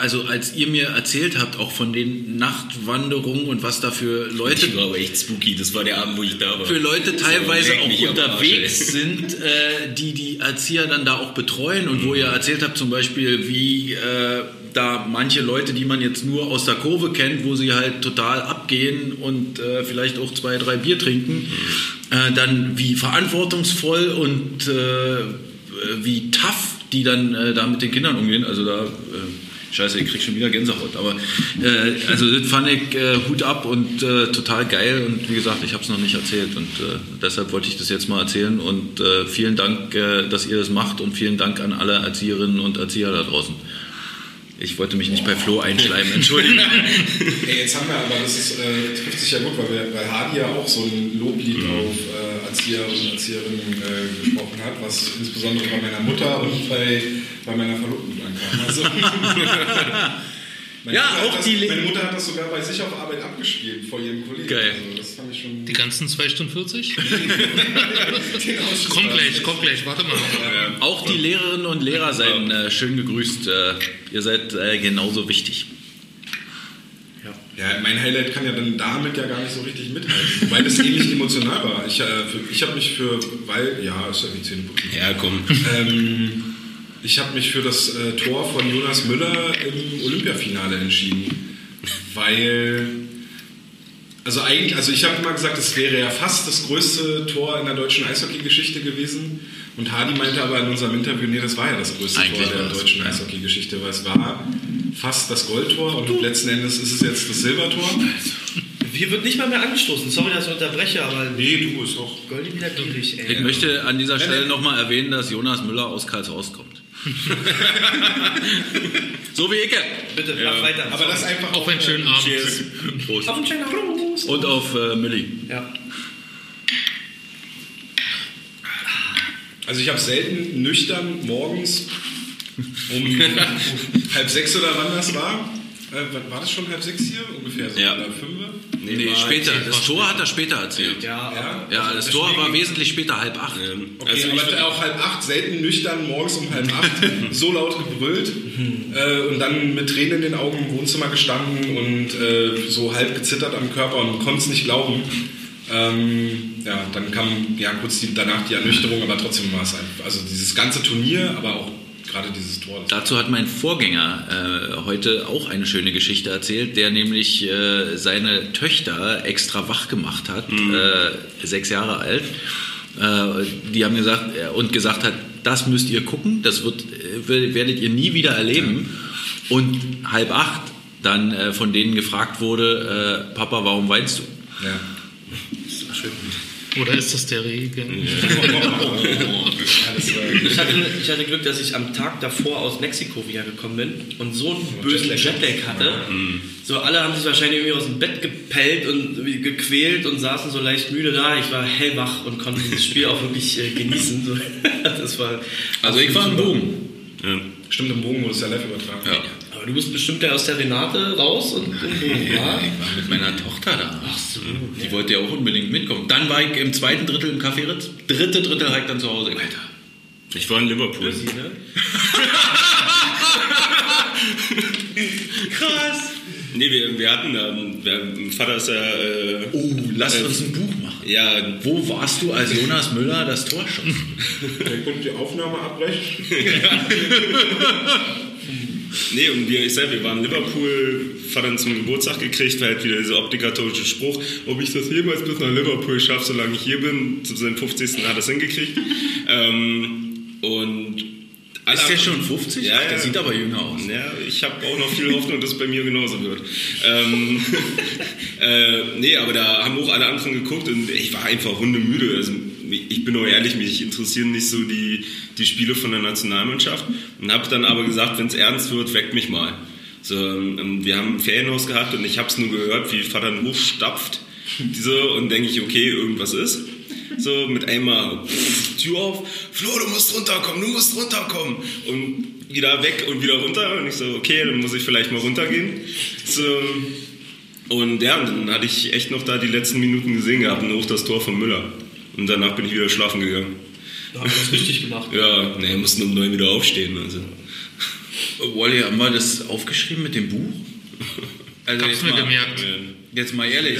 also als ihr mir erzählt habt, auch von den Nachtwanderungen und was da für Leute Ich war aber echt spooky, das war der Abend, wo ich da war. für Leute teilweise leck mich auch am unterwegs Arsch, sind, äh, die die Erzieher dann da auch betreuen Mhm. und wo ihr erzählt habt zum Beispiel, wie äh, da manche Leute, die man jetzt nur aus der Kurve kennt, wo sie halt total abgehen und äh, vielleicht auch zwei, drei Bier trinken, Mhm. äh, dann wie verantwortungsvoll und äh, äh, wie tough die dann äh, da mit den Kindern umgehen. Also da... Äh, Scheiße, ich krieg schon wieder Gänsehaut. Aber äh, also das fand ich äh, Hut ab und äh, total geil. Und wie gesagt, ich habe es noch nicht erzählt und äh, deshalb wollte ich das jetzt mal erzählen. Und äh, vielen Dank, äh, dass ihr das macht und vielen Dank an alle Erzieherinnen und Erzieher da draußen. Ich wollte mich nicht bei Flo einschleimen, entschuldigung. Ey, jetzt haben wir aber, das ist, äh, trifft sich ja gut, weil, wir, weil Hardy ja auch so ein Loblied Mhm. auf äh, Erzieher und Erzieherinnen äh, gesprochen hat, was insbesondere bei meiner Mutter und bei, bei meiner Verlobten ankam. Also, meine Ja, Mutter hat auch das, die Le- Meine Mutter hat das sogar bei sich auf Arbeit abgespielt, vor ihrem Kollegen. Geil. Also, das fand ich schon... Die ganzen 2 Stunden 40? den Ausschuss- Komm gleich, komm gleich, warte mal. Auch die Lehrerinnen und Lehrer seien äh, schön gegrüßt. Äh, ihr seid äh, genauso wichtig. Ja, mein Highlight kann ja dann damit ja gar nicht so richtig mithalten, weil das ähnlich emotional war. Ich, äh, für, ich habe mich für, weil, ja, ist ja wie Zähne putzen. Ja, komm. Ähm, ich habe mich für das äh, Tor von Jonas Müller im Olympiafinale entschieden, weil also eigentlich, also ich habe immer gesagt, es wäre ja fast das größte Tor in der deutschen Eishockey-Geschichte gewesen. Und Hardy meinte aber in unserem Interview, nee, das war ja das größte Eigentlich Tor war der das, deutschen ja. Eishockey-Geschichte, weil es war fast das Goldtor und letzten Endes ist es jetzt das Silbertor. Hier wird nicht mal mehr angestoßen. Sorry, dass ich unterbreche, aber Nee, du ist auch. Goldi wieder gierig, Ich ey. möchte an dieser Stelle nochmal erwähnen, dass Jonas Müller aus Karlshorst kommt. so wie ich. Bitte, mach weiter. Aber das einfach Auf einen schönen Abend. Cheers. Prost. Auf einen schönen Gruß. Und auf äh, Milli. Ja. Also ich habe selten nüchtern morgens um halb sechs oder wann das war. Äh, wann- war das schon halb sechs hier? Ungefähr so Ja. oder fünf? Nee, später. Das Tor hat er später erzählt. Ja, Also Ähm, Ja, Ja. das Tor war wesentlich später, halb acht. Okay, also aber auch halb acht, selten nüchtern, morgens um halb acht, so laut gebrüllt äh, und dann mit Tränen in den Augen im Wohnzimmer gestanden und äh, so halb gezittert am Körper und konnte es nicht glauben. Ähm, ja, dann kam ja kurz die, danach die Ernüchterung, aber trotzdem war es einfach, also dieses ganze Turnier, aber auch gerade dieses Tor. Das Dazu hat mein Vorgänger äh, heute auch eine schöne Geschichte erzählt, der nämlich äh, seine Töchter extra wach gemacht hat, äh, sechs Jahre alt. Äh, die haben gesagt äh, und gesagt hat, das müsst ihr gucken, das wird, äh, wer- werdet ihr nie wieder erleben. Und halb acht dann äh, von denen gefragt wurde, äh, Papa, warum weinst du? ja. Oder ist das der Regen? Ich hatte, ich hatte Glück, dass ich am Tag davor aus Mexiko wiedergekommen bin und so einen bösen Jetlag Mhm. hatte. So alle haben sich wahrscheinlich irgendwie aus dem Bett gepellt und irgendwie gequält und saßen so leicht müde da. Ich war hellwach und konnte dieses Spiel auch wirklich äh, genießen. So, das war Also ich war im Boom. Ja. Stimmt, im Bogen wurde es ja live übertragen. Aber du bist bestimmt der aus der Renate raus und, und ja. Ich war mit meiner Tochter da. Ach so. Die wollte ja auch unbedingt mitkommen. Dann war ich im zweiten Drittel im Café Ritz. Dritte Drittel war ich dann zu Hause. Alter. Ich war in Liverpool. Krass. Nee, wir, wir hatten da, wir, mein Vater ist ja, äh, Oh, lass uns ein Buch machen. ja, Wo warst du, als Jonas Müller das Tor schoss? Ihr könnt die Aufnahme abbrechen. nee, und wir, ich sag, wir waren in Liverpool, Vater hat zum Geburtstag gekriegt, weil halt wieder dieser obligatorische Spruch, ob ich das jemals bis nach Liverpool schaffe, solange ich hier bin, zu seinem 50. hat er es hingekriegt. ähm, und alle Ist der haben- schon 50? Ja, ja. Der sieht aber jünger aus. Ja, ich habe auch noch viel Hoffnung, dass es bei mir genauso wird. Ähm, äh, nee, aber da haben auch alle anderen geguckt und ich war einfach hundemüde. Also, ich bin auch ehrlich, mich interessieren nicht so die, die Spiele von der Nationalmannschaft. Und habe dann aber gesagt, wenn es ernst wird, weckt mich mal. So, ähm, wir haben ein Ferienhaus gehabt und ich habe es nur gehört, wie Vater einen Ruf stapft. Diese, und denke ich, okay, irgendwas ist. So mit einmal Tür auf. Flo, du musst runterkommen, du musst runterkommen. Und wieder weg und wieder runter. Und ich so, okay, dann muss ich vielleicht mal runtergehen. So. Und ja, und dann hatte ich echt noch da die letzten Minuten gesehen gehabt und hoch das Tor von Müller. Und danach bin ich wieder schlafen gegangen. Da haben wir das richtig gemacht. Ja, nee, mussten um neun wieder aufstehen. Also. Äh, Wally, haben wir das aufgeschrieben mit dem Buch? Also Hab's jetzt mir mal- gemerkt. Jetzt mal ehrlich.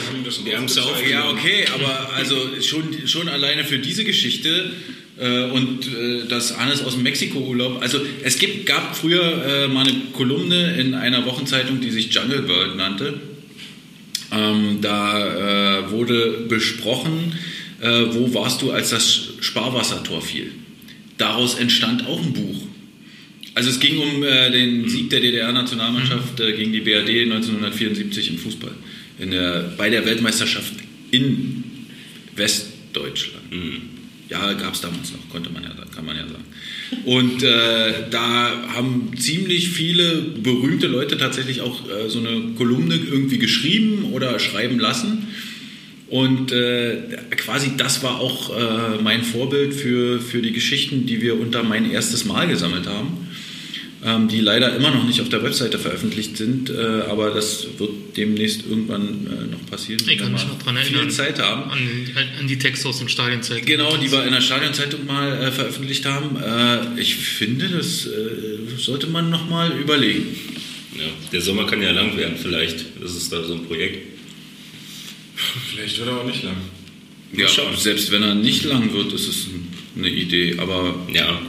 Wir haben das es ja auch. Ja, okay, aber also schon, schon alleine für diese Geschichte äh, und äh, das Hannes aus dem Mexiko-Urlaub. Also es gibt, gab früher äh, mal eine Kolumne in einer Wochenzeitung, die sich Jungle World nannte. Ähm, da äh, wurde besprochen, äh, wo warst du, als das Sparwassertor fiel. Daraus entstand auch ein Buch. Also es ging um äh, den Sieg der DDR-Nationalmannschaft äh, gegen die BRD 1974 im Fußball. In der, bei der Weltmeisterschaft in Westdeutschland. Hm. Ja, gab es damals noch, konnte man ja, sagen- kann man ja sagen. Und äh, da haben ziemlich viele berühmte Leute tatsächlich auch äh, so eine Kolumne irgendwie geschrieben oder schreiben lassen. Und äh, quasi das war auch äh, mein Vorbild für, für die Geschichten, die wir unter mein erstes Mal gesammelt haben, ähm, die leider immer noch nicht auf der Webseite veröffentlicht sind, äh, aber das wird demnächst irgendwann äh, noch passieren. wenn Ich kann wir mich mal noch dran Viel erinnern. Zeit haben. An, an die Texte aus den Stadienzeiten. Genau, die wir in der Stadionzeitung mal äh, veröffentlicht haben. Äh, ich finde, das äh, sollte man nochmal überlegen. Ja, der Sommer kann ja lang werden, vielleicht. Das ist da so ein Projekt. Vielleicht wird er auch nicht lang. Ja, schauen. selbst wenn er nicht lang wird, ist es eine Idee, aber Ja,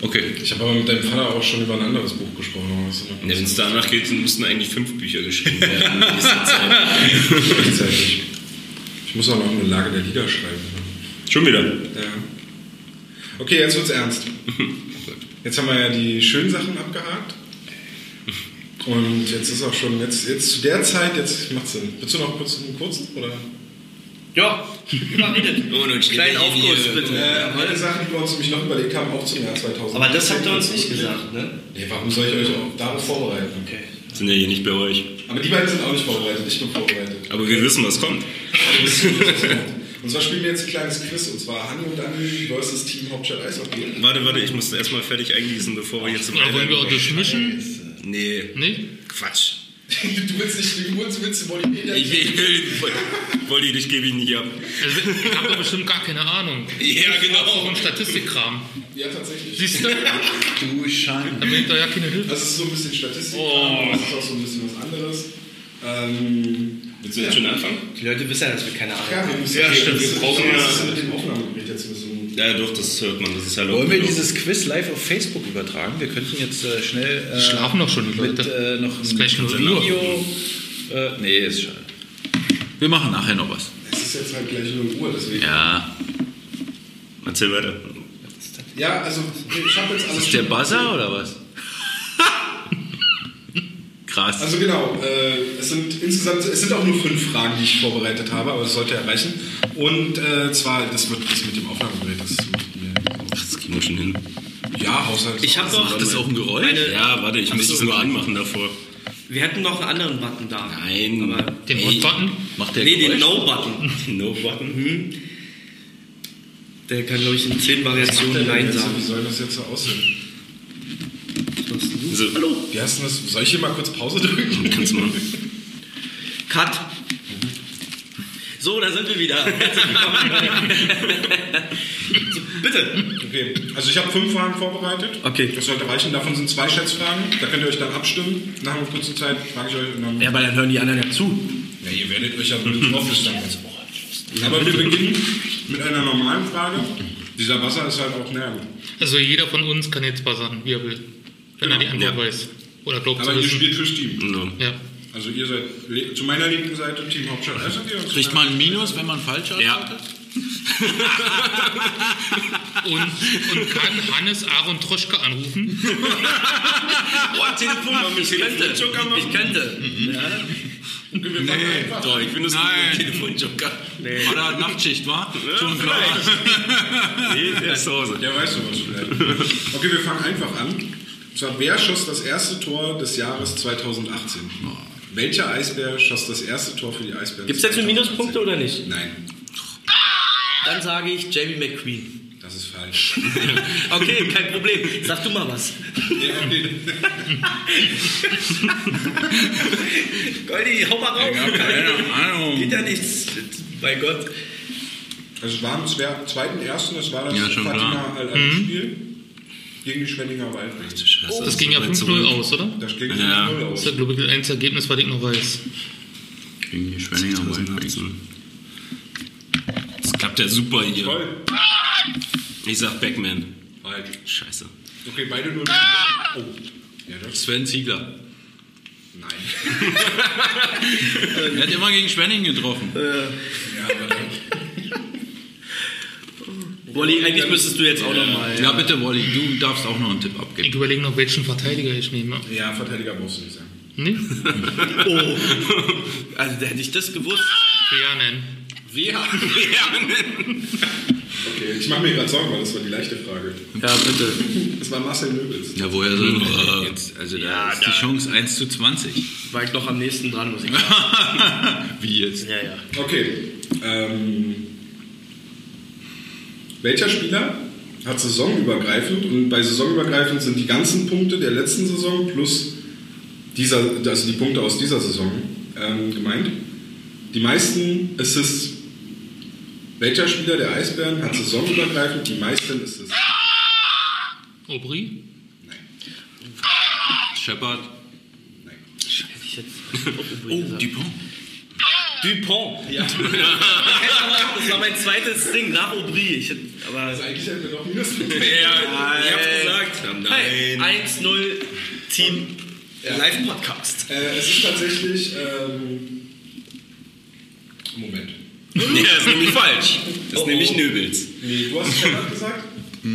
okay. Ich habe aber mit deinem Vater auch schon über ein anderes Buch gesprochen. aber das ist noch Ja, wenn es ne, danach geht, dann müssten eigentlich fünf Bücher geschrieben werden. in der nächsten Zeit. gleichzeitig. Ich muss auch noch eine Lage der Liga schreiben. Schon wieder. Ja. Ähm, Okay, jetzt wird's ernst. Jetzt haben wir ja die schönen Sachen abgehakt. Und jetzt ist auch schon, jetzt, jetzt zu der Zeit, jetzt macht's Sinn. Willst du noch kurz einen kurzen? Oder? Ja, überredet. Oh, Und einen Kleinen Aufguss, bitte. Äh, alle Sachen, die wir uns nämlich noch überlegt haben, auch zum Jahr 2000. Aber das habt ihr uns nicht gesagt, ne? Nee, warum soll ich euch auch darauf vorbereiten? Okay. Sind ja hier nicht bei euch. Aber die beiden sind auch nicht vorbereitet, ich bin vorbereitet. Also, Aber wir wissen, was kommt. Und zwar spielen wir jetzt ein kleines Quiz, und zwar Hanni und Anni versus Team Hauptstadt Eishockey. Warte, warte, ich muss erstmal fertig eingießen, bevor wir hier zum Oder wollen wir auch kommen. durchmischen? Nee, Nee? Quatsch. Du willst nicht den Wurz, du willst den Bodybuilder. Ich will. Wollte dich gebe ich nicht ab. Also, ich habe doch bestimmt gar keine Ahnung. Ja, Auch genau. vom Statistikkram. Ja, tatsächlich. Siehst du? Du Schein. Da bin ich doch ja keine Hilfe. Das ist so ein bisschen Statistik, Oh. das ist auch so ein bisschen was anderes. Ähm, Willst du jetzt schon anfangen? Die Leute wissen ja, dass wir keine Ahnung ja, haben. wir müssen Ja, stimmt, wir wir brauchen brauchen ja- das ist mit dem Aufnahmegerät jetzt ein bisschen. Ja, doch, das hört man. Das ist halt Wollen wir dieses Quiz live auf Facebook übertragen? Wir könnten jetzt äh, schnell. Äh, Schlafen doch schon die mit, Leute. äh, noch Ist ein gleich null Uhr. Video. Äh, nee, ist schade. Wir machen nachher noch was. Es ist jetzt halt gleich 0 Uhr, deswegen. Ja, Ja. Erzähl weiter. also ich habe jetzt alles. Ist der schon- Buzzer oder was? Krass. Also genau, äh, es sind insgesamt, es sind auch nur fünf Fragen, die ich vorbereitet habe, aber das sollte erreichen. Und äh, zwar, das wird das mit dem Aufnahmegerät, das macht mir. Ach, das kriegen wir schon hin. Ja, Haushalt. Ich habe Ach, doch, das ist auch ein Geräusch? Meine- Ja, warte, ich muss es nur anmachen davor. wir hätten noch einen anderen Button da. Nein. Aber, Den Hot-Button? Macht der nee, den Geräusch? No-Button. No button. Mhm. Der kann, glaube ich, in zehn Variationen Nein jetzt, wie sagen. soll das jetzt so aussehen? So, Hallo. Wie heißt denn das? Soll ich hier mal kurz Pause drücken? Also, Kannst du machen. Cut. So, da sind wir wieder. Herzlich willkommen. so, bitte. Okay, also ich habe fünf Fragen vorbereitet. Okay. Das sollte reichen. Davon sind zwei Schätzfragen. Da könnt ihr euch dann abstimmen. Nach einer kurzen Zeit frage ich euch. Und dann, Ja, aber dann hören die anderen ja zu. Ja, ihr werdet euch ja wirklich aufgestanden. Aber wir beginnen mit einer normalen Frage. Dieser Wasser ist halt auch nervig. Also jeder von uns kann jetzt buzzern, wie er will. Wenn er die Antwort weiß. Oder glaubt Aber zu ihr wissen. spielt fürs Team. So. Ja. Also ihr seid le- zu meiner linken Seite Team Hauptstadt Also Eishockey und zu Kriegt meiner- man ein Minus, wenn man falsch antwortet? Und, und kann Hannes Aaron Troschke anrufen? Oh, Boah, Telefonnummer, ich könnte. Ich könnte. Nee. Doch, ich bin das Nein. Telefonjoker. War da Nachtschicht, war? Schon klar. Nee, der ist zu Hause. Ja, weißt du was vielleicht. Okay, wir fangen einfach an. Und zwar, wer schoss das erste Tor des Jahres 2018? Welcher Eisbär schoss das erste Tor für die Eisbären? Gibt es jetzt schon Minuspunkte oder nicht? Nein. Dann sage ich Jamie McQueen. Das ist falsch. Okay, kein Problem. Sag du mal was. Ja, okay. Goldi, hau mal rauf. Ich hab keine Geht Ahnung. ja nichts. Bei Gott. Also es war am zwer- zweiten ersten, das war das Ja, schon Fatima klar. Al-Spiel gegen die Schwenninger Waldweg. Scheiße, Das ging ja so weit 5-0 zurück. aus, oder? Das ging Ja. 5-0 Das aus. ist ja, glaube ich, das einzige Ergebnis, was ich noch weiß. Gegen die Schwenninger Waldweg. Das klappt ja super hier. Voll. Ich sag Backman. Falsch. Scheiße. Okay, beide nur. Oh. Ja, das? Sven Ziegler. Nein. Er hat immer gegen Schwenning getroffen. Ja, aber dann, Wolli, eigentlich müsstest du jetzt auch nochmal. Ja, bitte, Wally, du darfst auch noch einen Tipp Ich abgeben. überlege noch, welchen Verteidiger ich nehme. ja, Verteidiger brauchst du nicht sagen. Ne? Oh. Also hätte ich das gewusst. Trianen. Ja. Okay, ich mache mir gerade Sorgen, weil das war die leichte Frage. Ja, bitte. Das war Marcel Löbels. Ja, woher soll äh, jetzt, Also, da ist die Chance 1 zu 20. War ich noch am nächsten dran, muss ich sagen. Wie jetzt? Ja, ja. Okay. Ähm, welcher Spieler hat saisonübergreifend und bei saisonübergreifend sind die ganzen Punkte der letzten Saison plus dieser, also die Punkte aus dieser Saison ähm, gemeint? Die meisten Assists. Welcher Spieler der Eisbären hat saisonübergreifend die meisten Assists? Aubry? Shepard. Nein. Ich hätte oh, Dupont. Dupont. Ja. das war mein zweites Ding nach Aubry. Ich hätte, aber Eigentlich hätten wir noch Minuspunkte. Nein. Ich hab's gesagt. Hey, 1-0 Team Live-Podcast. Äh, es ist tatsächlich. Ähm, Moment. Nee, das ist nämlich falsch. Das Oh, ist nämlich oh. Nöbels. Nee, du hast Shepard gesagt?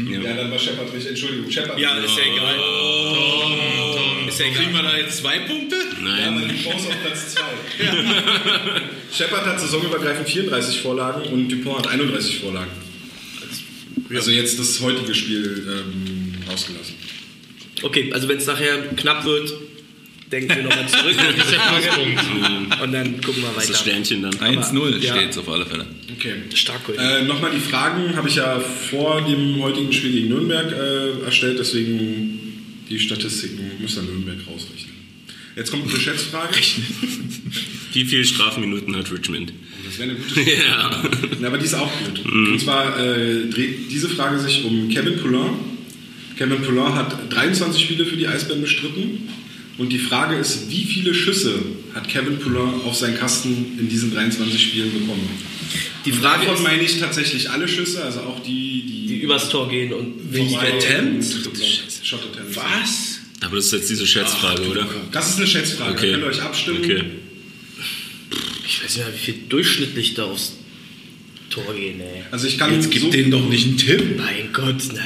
Ja, dann war Shepard richtig. Entschuldigung, Shepard. ist ja egal. Oh. Ist ja Kriegen wir egal. da jetzt zwei Punkte? Ja, aber Nein. die Chance auf Platz 2. Shepard hat saisonübergreifend 34 Vorlagen und Dupont hat 31 Vorlagen. Also jetzt das heutige Spiel ähm, rausgelassen. Okay, also wenn es nachher knapp wird, denken wir nochmal zurück. Das ist der Pluspunkt. und dann gucken wir Das ist das weiter. Sternchen dann. 1-0 Ja. steht es auf alle Fälle. Okay. Stark, Goldi. Äh, Nochmal die Fragen habe ich ja vor dem heutigen Spiel gegen Nürnberg äh, erstellt, deswegen die Statistiken müssen an Nürnberg rausrechnen. Jetzt kommt eine Schätzfrage. Wie viele Strafminuten hat Richmond? Das wäre eine gute Frage. Ja. Na, aber die ist auch gut. Und zwar äh, dreht diese Frage sich um Kevin Poulin. Kevin Poulin hat 23 Spiele für die Eisbären bestritten. Und die Frage ist, wie viele Schüsse hat Kevin Poulin auf seinen Kasten in diesen 23 Spielen bekommen? Die Und Frage davon ist, meine ich tatsächlich alle Schüsse, also auch die, die, die übers Tor gehen und vorbei- Attempts? Shot Attempts. Was? Aber das ist jetzt diese Schätzfrage, oder? Das ist eine Schätzfrage. Okay. Ihr könnt euch abstimmen. Okay. Ich weiß nicht mehr, wie viel durchschnittlich da aufs Tor gehen, ey. Also ich kann Jetzt gib so, denen doch nicht einen Tipp. Mein Gott, ne.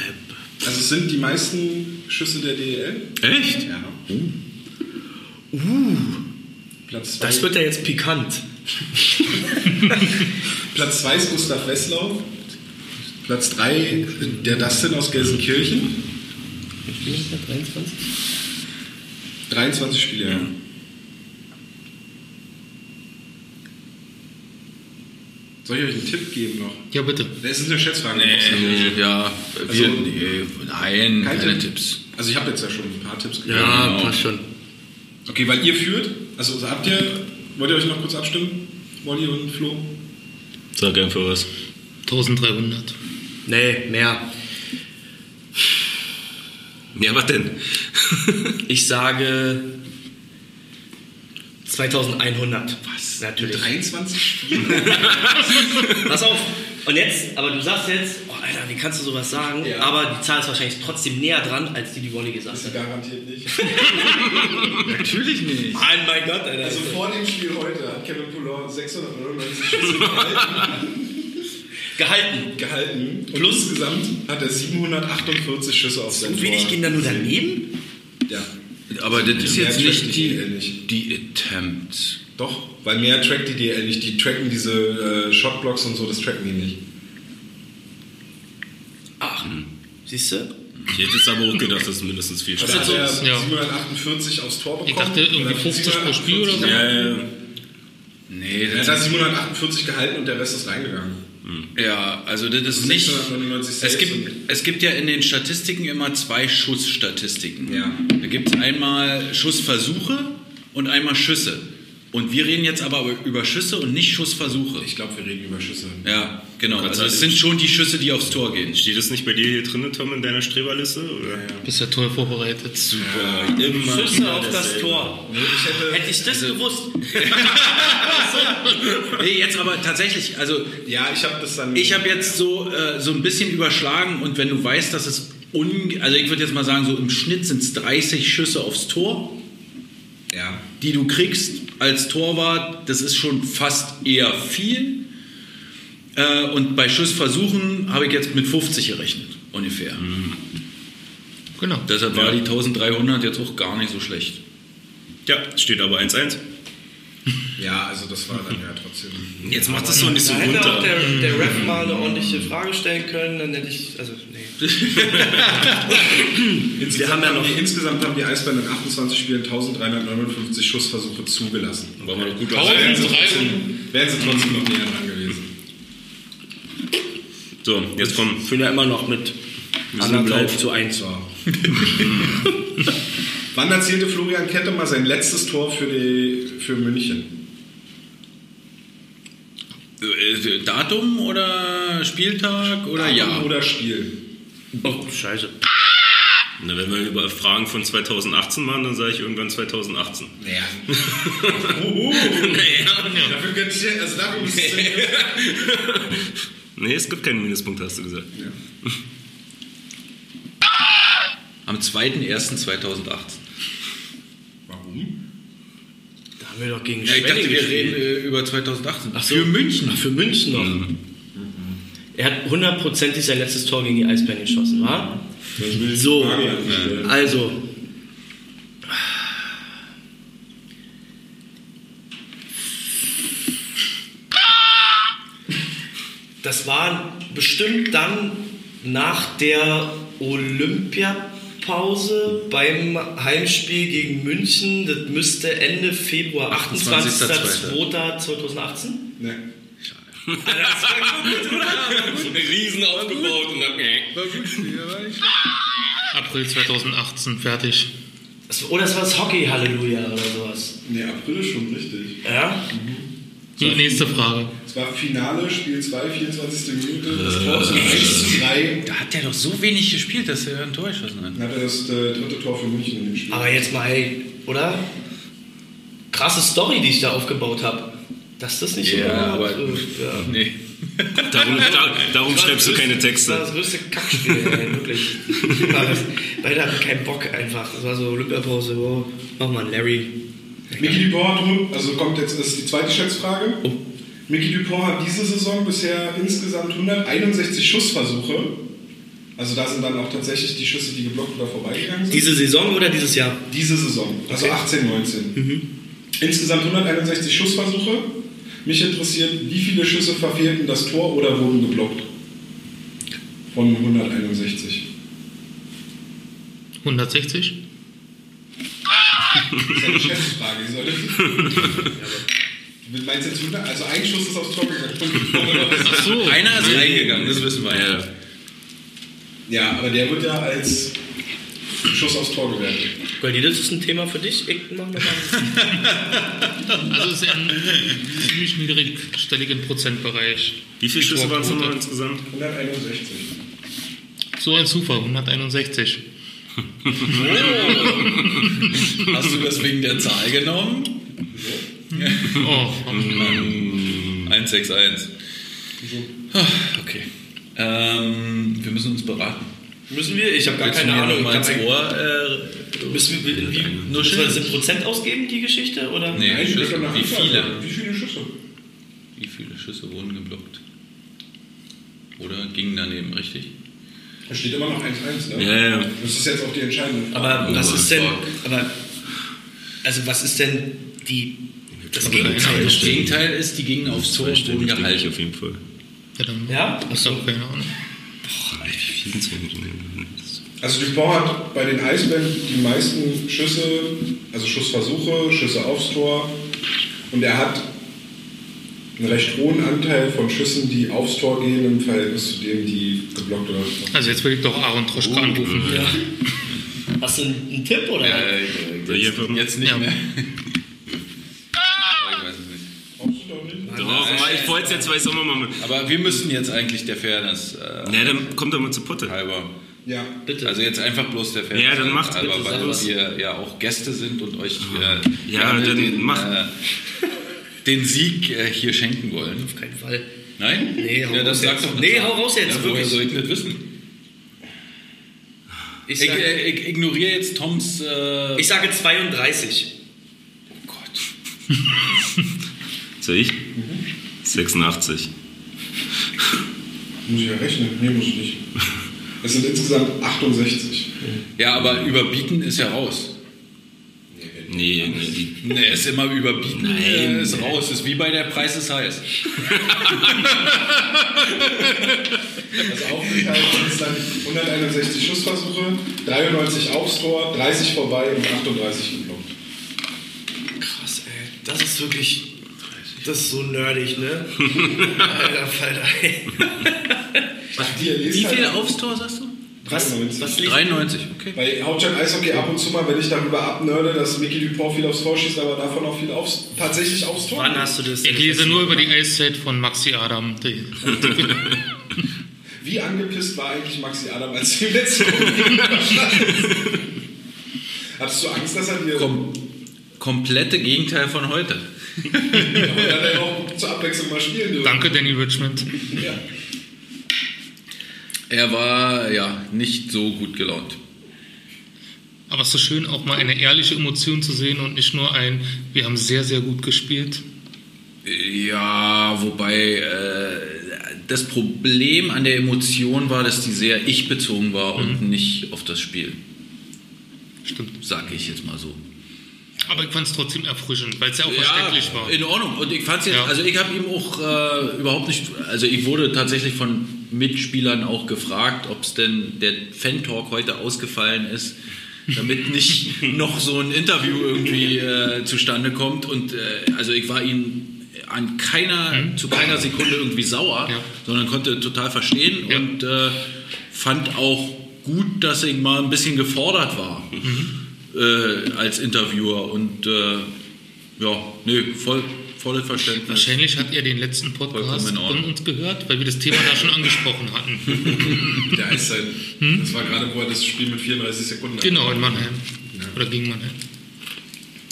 also es sind die meisten Schüsse der DEL. Echt? Ja. Oh. Uh. Platz zwei. Das wird ja jetzt pikant. Platz 2 ist Gustav Wesslau. Platz 3 der Dustin aus Gelsenkirchen. 23? 23 Spiele. Ja. Soll ich euch einen Tipp geben noch? Ja, bitte. Das ist eine Schätzfrage. Äh, ja, wir, Also- nee, nein, Kein keine, Tipp? Tipps. Also ich habe jetzt ja schon ein paar Tipps gegeben. Ja, Genau. passt schon. Okay, weil ihr führt. Also habt ihr, wollt ihr euch noch kurz abstimmen? Molly und Flo? Sag einfach was. 1300. Nee, mehr. Ja, was denn? Ich sage 2100. Was? Natürlich. 23 Spiele? Pass auf. Und jetzt, aber du sagst jetzt, oh Alter, wie kannst du sowas sagen? Ja. Aber die Zahl ist wahrscheinlich trotzdem näher dran, als die, die Wonny gesagt hat. Garantiert nicht. Natürlich nicht. Mann, mein Gott, Alter. Also vor dem Spiel heute hat Kevin Poulon 699 Schüsse Gehalten. gehalten. Und Plus- insgesamt hat er 748 Schüsse auf sein Und Tor. wenig gehen da nur daneben? Ja. Aber das ist jetzt Mehr trackt nicht die die, DL nicht. die Attempts. Doch, weil mehr trackt die DL nicht. Die tracken diese äh, Shotblocks und so, das tracken die nicht. Ach, siehst du? Ich hätte jetzt aber auch gedacht, dass es mindestens viel Das Spaß hat ist. er Ja. 748 aufs Tor bekommen. Ich dachte, irgendwie 50 pro Spiel oder so. Ja, ja, ja. Nee, Er das hat 748 gehalten und der Rest ist reingegangen. Ja, also das ist nicht. 699 Es Saves gibt, es gibt ja in den Statistiken immer zwei Schussstatistiken. Ja. Da gibt es einmal Schussversuche und einmal Schüsse. Und wir reden jetzt aber über Schüsse und nicht Schussversuche. Ich glaube, wir reden über Schüsse. Ja, genau. Gott Also sei es Dank. sind schon die Schüsse, die aufs Tor gehen. Steht das nicht bei dir hier drin, Tom, in deiner Streberliste? Oder? Bist ja toll vorbereitet. Immer Schüsse wieder auf das dasselbe. Tor. Ich hätte, Hätte ich das gewusst. Nee, jetzt aber tatsächlich, also ja, ich habe das dann. ich habe jetzt so, äh, so ein bisschen überschlagen und wenn du weißt, dass es un... Also ich würde jetzt mal sagen, so im Schnitt sind es 30 Schüsse aufs Tor. Ja. die du kriegst als Torwart, das ist schon fast eher viel. Äh, und bei Schussversuchen habe ich jetzt mit 50 gerechnet, ungefähr. Genau. Deshalb war die 1300 jetzt auch gar nicht so schlecht. Ja, steht aber 1-1. Ja, also das war dann ja trotzdem. Jetzt macht das doch nicht so Da hätte auch runter. der, der Ref mal eine ordentliche Frage stellen können, dann hätte ich. Also, nee. Insgesamt haben ja noch- die, insgesamt haben die Eisbären in 28 Spielen 1359 Schussversuche zugelassen. War mal doch gut. Wären sie 1300. trotzdem- wären sie trotzdem noch näher dran gewesen. So, jetzt komm. Fühlen ja immer noch mit anderthalb zu 1. So. Wann erzielte Florian Kette mal sein letztes Tor für, die, für München? Äh, Datum oder Spieltag oder Datum Jahr? Oder Spiel? Oh, scheiße. Na, wenn wir über Fragen von 2018 machen, dann sage ich irgendwann 2018. Naja. Dafür könnte ich ja- also dafür müsste ich- Nee, es gibt keinen Mindestpunkt, hast du gesagt. Am 2.1.2018. Warum? Da haben wir doch gegen Ja, ich Schwenning dachte, wir gespielt. reden äh, über 2018. Ach so. Für München. Mhm. Ach, für München noch. Er hat hundertprozentig sein letztes Tor gegen die Eisbären geschossen, wa? So, also. Das war bestimmt dann nach der Olympiapause beim Heimspiel gegen München. Das müsste Ende Februar, 28.02.2018. Ne. Riesen aufgebaut und dann. April 2018, fertig. Das- Oder es war das Hockey-Halleluja oder sowas. Nee, April schon richtig. Ja? Die nächste Frage. Es war Finale, Spiel 2, 24. Minute. Das Tor zum 1 zu 3. Da hat er doch so wenig gespielt, dass er ne? ein Tor geschossen hat. Dann hat er das äh, dritte Tor für München in dem Spiel. Aber jetzt mal, hey, oder? Krasse Story, die ich da aufgebaut habe. Dass das nicht Ja, immer- aber- äh, ja. Nee. Darum, da, darum schreibst du keine Das war Texte. das größte Kackspiel, ey, wirklich. Ich war- Beide hatten keinen Bock einfach. Das war so Olympiapause, wow, mach mal einen Larry. Mickey Dupont, drü- also kommt jetzt ist die zweite Schätzfrage. Mickey Dupont hat diese Saison bisher insgesamt 161 Schussversuche. Also da sind dann auch tatsächlich die Schüsse, die geblockt oder vorbeigegangen sind. Diese Saison oder dieses Jahr? Diese Saison, also 18, 19. Insgesamt 161 Schussversuche. Mich interessiert, wie viele Schüsse verfehlten das Tor oder wurden geblockt? Von 161. 160? Das ist eine Geschäftsfrage, die sollte. Meinst du jetzt 100? Also ein Schuss ist aufs Tor gegangen. Ach so. Einer ist reingegangen, das wissen wir ja. Ja, aber der wird ja als Schuss aufs Tor gewertet. Goldi, das ist ein Thema für dich. Ich mach nochmal. Also ist ja ein ziemlich niedrigstelligen Prozentbereich. Wie viele Die Schüsse waren es Torquote. nochmal insgesamt? 161. So ein Zufall, 161. Hast du das wegen der Zahl genommen? Hm. Oh, 161. Ah, Okay. Ähm, wir müssen uns beraten. Müssen wir? Ich habe gar Willst du keine mir Ahnung. noch Ich mal hab ins ein- Ohr? Äh, Müssen wir, wie, müssen wir das in Prozent ausgeben, die Geschichte? Oder? nee, Nein, ich Schüsse. bin doch nach Wie Anzahl. viele? Wie viele Schüsse? Wie viele Schüsse wurden geblockt? Oder gingen daneben, richtig? Da steht immer noch 1-1, ne? Ja, ja. Das ist jetzt auch die entscheidende Frage. Aber was Oh, ist denn, fuck. aber, also was ist denn die, das Gegenteil? Das Gegenteil ist, die gingen aufs Tor und wurden gehalten. jeden Fall. ja, dann Ja? hast du auch keine Ahnung. Also Dupont hat bei den Eisbären die meisten Schüsse, also Schussversuche, Schüsse aufs Tor. Und er hat einen recht hohen Anteil von Schüssen, die aufs Tor gehen, im Verhältnis zu denen, die geblockt oder Also jetzt würde ich doch Aaron Troschka Oh. anrufen. Hast du einen, einen Tipp oder? jetzt, jetzt nicht Ja. mehr. Doch, aber ich wollte es jetzt, weil ich es auch nochmal mit. Aber wir müssen jetzt eigentlich der Fairness äh, Ja, dann kommt er mal zu Potte. halber. Ja. Bitte. Also jetzt einfach bloß der Fairness. Ja, dann macht's halber, bitte weil selber. ihr ja auch Gäste sind und euch äh, Ja, gerne dann den, macht. Äh, den Sieg äh, hier schenken wollen. Auf keinen Fall. Nein? Nee, hau ja, das raus sagt jetzt. doch eine Nee, Zahl. hau raus jetzt, Ja, woher wirklich. soll ich das wissen? Ich Ich, sage, äh, ich ignoriere jetzt Toms. Äh, ich sage 32. oh Gott. Sehe ich? 86. Muss ich ja rechnen? Nee, muss ich nicht. Es sind insgesamt 68. Ja, aber überbieten ist ja raus. Nee, nee, die- Nee, ist immer überbieten, Nein. äh, ist raus. Ist wie bei der Preis ist heiß. Das Aufgeteilt sind es dann 161 Schussversuche, 93 aufs Tor, 30 vorbei und 38 geblockt. Krass, ey. Das ist wirklich. Das ist so nerdig, ne? Alter, Falter, ey. Die erlesen halt aufs Tor sagst du? 93. Was liegt? 93, okay. Bei Hauptstadt Eishockey ab und zu mal, wenn ich darüber abnörde, dass Mickey Dupont viel aufs Tor schießt, aber davon auch viel aufs, tatsächlich aufs Tor. Wann hast du das? Ich lese nur über die Eiszeit von Maxi Adam. Die- Wie angepisst war eigentlich Maxi Adam, als wir letzte Runde Hattest du Angst, dass er dir Kom komplette Gegenteil von heute. Ja, dann auch zur Abwechslung mal spielen dürfen? Danke, Danny Richmond. Ja. Er war ja nicht so gut gelaunt. Aber es ist so schön, auch mal eine ehrliche Emotion zu sehen und nicht nur ein, wir haben sehr, sehr gut gespielt. Ja, wobei äh, das Problem an der Emotion war, dass die sehr ich-bezogen war Mhm. und nicht auf das Spiel, Stimmt. sage ich jetzt mal so. Aber ich fand es trotzdem erfrischend, weil es ja auch verständlich war. in Ordnung. Und ich fand's jetzt, Ja. also ich habe ihm auch äh, überhaupt nicht, also ich wurde tatsächlich von Mitspielern auch gefragt, ob es denn der Fan-Talk heute ausgefallen ist, damit nicht noch so ein Interview irgendwie äh, zustande kommt. Und äh, also ich war ihm an keiner, zu keiner Sekunde irgendwie sauer, Mhm. Ja. sondern konnte total verstehen Ja. und äh, fand auch gut, dass ich mal ein bisschen gefordert war äh, als Interviewer und äh, ja, nee, voll, volles Verständnis. Wahrscheinlich hat er den letzten Vollkommen Podcast in Ordnung. von uns gehört, weil wir das Thema da schon angesprochen hatten. Hm? Der Eiszeit. Das war gerade, wo er das Spiel mit 34 Sekunden Genau, in Mannheim. Oder gegen Mannheim.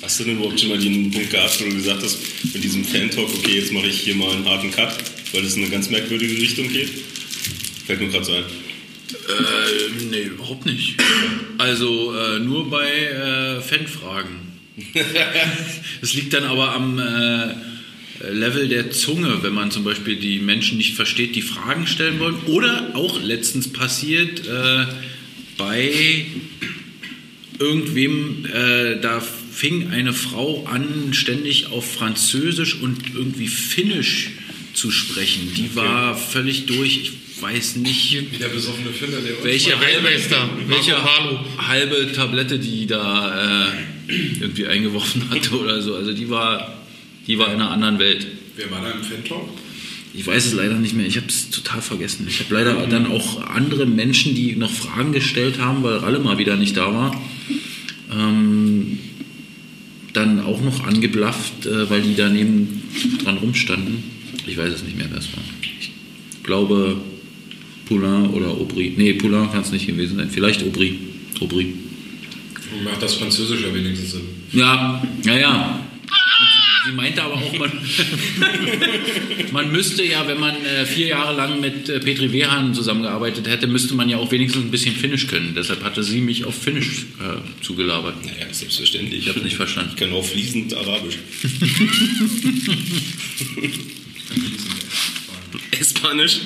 Hast du denn überhaupt schon mal den Punkt gehabt, wo du gesagt hast, mit diesem Fan-Talk, okay, jetzt mache ich hier mal einen harten Cut, weil das in eine ganz merkwürdige Richtung geht? Fällt mir gerade so ein. Äh, nee, überhaupt nicht. Also äh, nur bei äh, Fanfragen. Das liegt dann aber am äh, Level der Zunge, wenn man zum Beispiel die Menschen nicht versteht, die Fragen stellen wollen. Oder auch letztens passiert äh, bei irgendwem, äh, da fing eine Frau an, ständig auf Französisch und irgendwie Finnisch zu sprechen. Die war völlig durch. Ich weiß nicht, Wie der besoffene Finder, der uns welche Oder Weltmeister, halbe, Marco welche Palo. halbe Tablette die da äh, irgendwie eingeworfen hatte oder so. Also die war, die war in einer anderen Welt. Wer war da im Fan-Talk? Ich weiß es leider nicht mehr. Ich habe es total vergessen. Ich habe leider dann auch andere Menschen, die noch Fragen gestellt haben, weil Ralle mal wieder nicht da war, ähm, dann auch noch angeblafft, äh, weil die daneben dran rumstanden. Ich weiß es nicht mehr, wer es war. Ich glaube Poulain oder Aubry. Nee, Poulain kann es nicht gewesen sein. Vielleicht Aubry. Aubry. Macht das Französisch ja wenigstens Sinn. Ja, ja, ja. Und Sie sie meinte aber auch, man, man müsste ja, wenn man äh, vier Jahre lang mit äh, Petri Wehan zusammengearbeitet hätte, müsste man ja auch wenigstens ein bisschen Finnisch können. Deshalb hatte sie mich auf Finnisch äh, zugelabert. Naja, selbstverständlich. Ich habe nicht verstanden. Ich kann auch fließend Arabisch. Espanisch?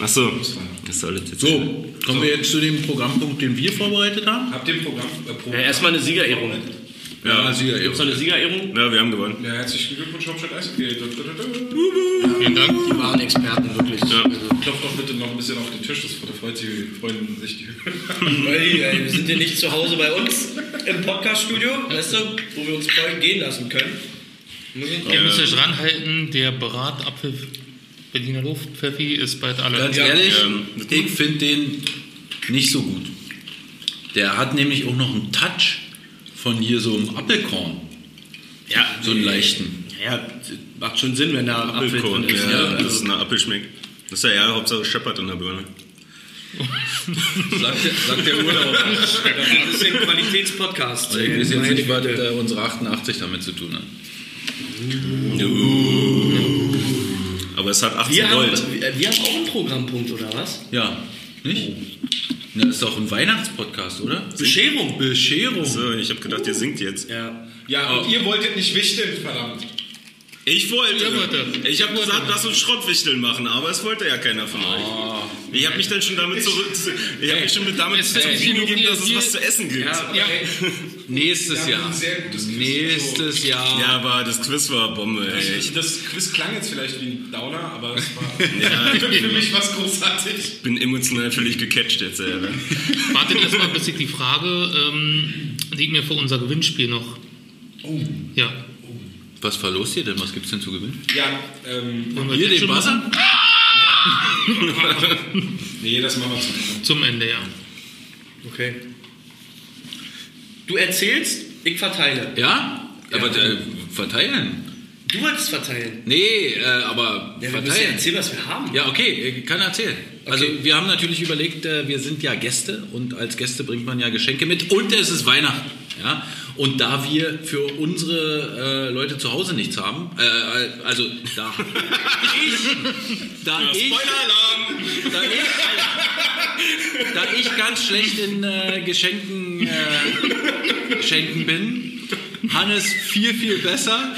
Achso, was soll das jetzt? kommen wir jetzt zu dem Programmpunkt, den wir vorbereitet haben. Habt ihr ein Programm? Äh, Pro Ja, erstmal eine Siegerehrung. Ja, sie ja. Gibt's noch eine Siegerehrung? Ja, wir haben gewonnen. ja, herzlichen Glückwunsch, Hauptstadt Eishockey. Vielen Dank. Die waren Experten, wirklich. Klopft doch bitte noch ein bisschen auf den Tisch, das da freut sie, freuen sich die. Ey, ey, wir sind hier nicht zu Hause bei uns im Podcast-Studio, weißt du, wo wir uns voll gehen lassen können. Ihr müsst euch ranhalten, der Bratapfel Berliner Luft, Pfeffi, ist bald alle. Ganz ehrlich, ich finde den nicht so gut. Der hat nämlich auch noch einen Touch von hier so einem Apfelkorn. Ja. So einen leichten. Ja, macht schon Sinn, wenn da Apfel drin Apfelkorn, ist. ja, ne? dass es nach Apfel schmeckt. Das ist ja ja, Hauptsache scheppert in der Birne. Sagt der, sagt der Urlaub. Das ist ein Qualitätspodcast. Also Ich weiß jetzt Meine nicht, was Güte. äh, unsere 88 damit zu tun hat. Aber es hat 18 Wir haben, Volt. wir wir haben auch einen Programmpunkt, oder was? Ja, nicht? Na, ist doch ein Weihnachtspodcast, oder? Bescherung. Bescherung. So, ich habe gedacht, ihr singt jetzt. Ja. Ja, und ihr wolltet nicht wichteln, verdammt. Ich wollte. Ja, warte. Ich habe gesagt, lass uns Schrottwichteln machen, aber es wollte ja keiner von Ah. euch. Ich habe mich dann schon damit zurück. Ich habe mich schon mit damit zufriedengegeben, dass es was zu essen gibt. Ja, Ja, Nächstes Wir haben Jahr. ein sehr gutes Quiz. Nächstes Jahr. aber das Quiz war Bombe, ey. Ich, das Quiz klang jetzt vielleicht wie ein Downer, aber es war für mich was großartig. Ich bin emotional völlig gecatcht jetzt, ey. ne? wartet erstmal, bis ich die Frage, ähm, die ich mir für unser Gewinnspiel noch. Ja. Was verlost ihr denn? Was gibt's denn zu gewinnen? Ja, ähm, Wollen wir Hier das den schon machen? Buzzer? nee, das machen wir zu Ende. Zum Ende, ja. Okay. Du erzählst, ich verteile. Ja? Aber äh, verteilen? Du wolltest verteilen. Nee, äh, aber Ja, wir müssen ja verteilen. erzählen, was wir haben. Ja, okay, ich kann erzählen. Also wir haben natürlich überlegt, äh, wir sind ja Gäste und als Gäste bringt man ja Geschenke mit und es ist Weihnachten. Ja? Und da wir für unsere äh, Leute zu Hause nichts haben, äh, also da ich, da ich, Spoiler-Alarm! da ich, da ich ganz schlecht in äh, Geschenken, äh, Geschenken bin, Hannes viel, viel besser.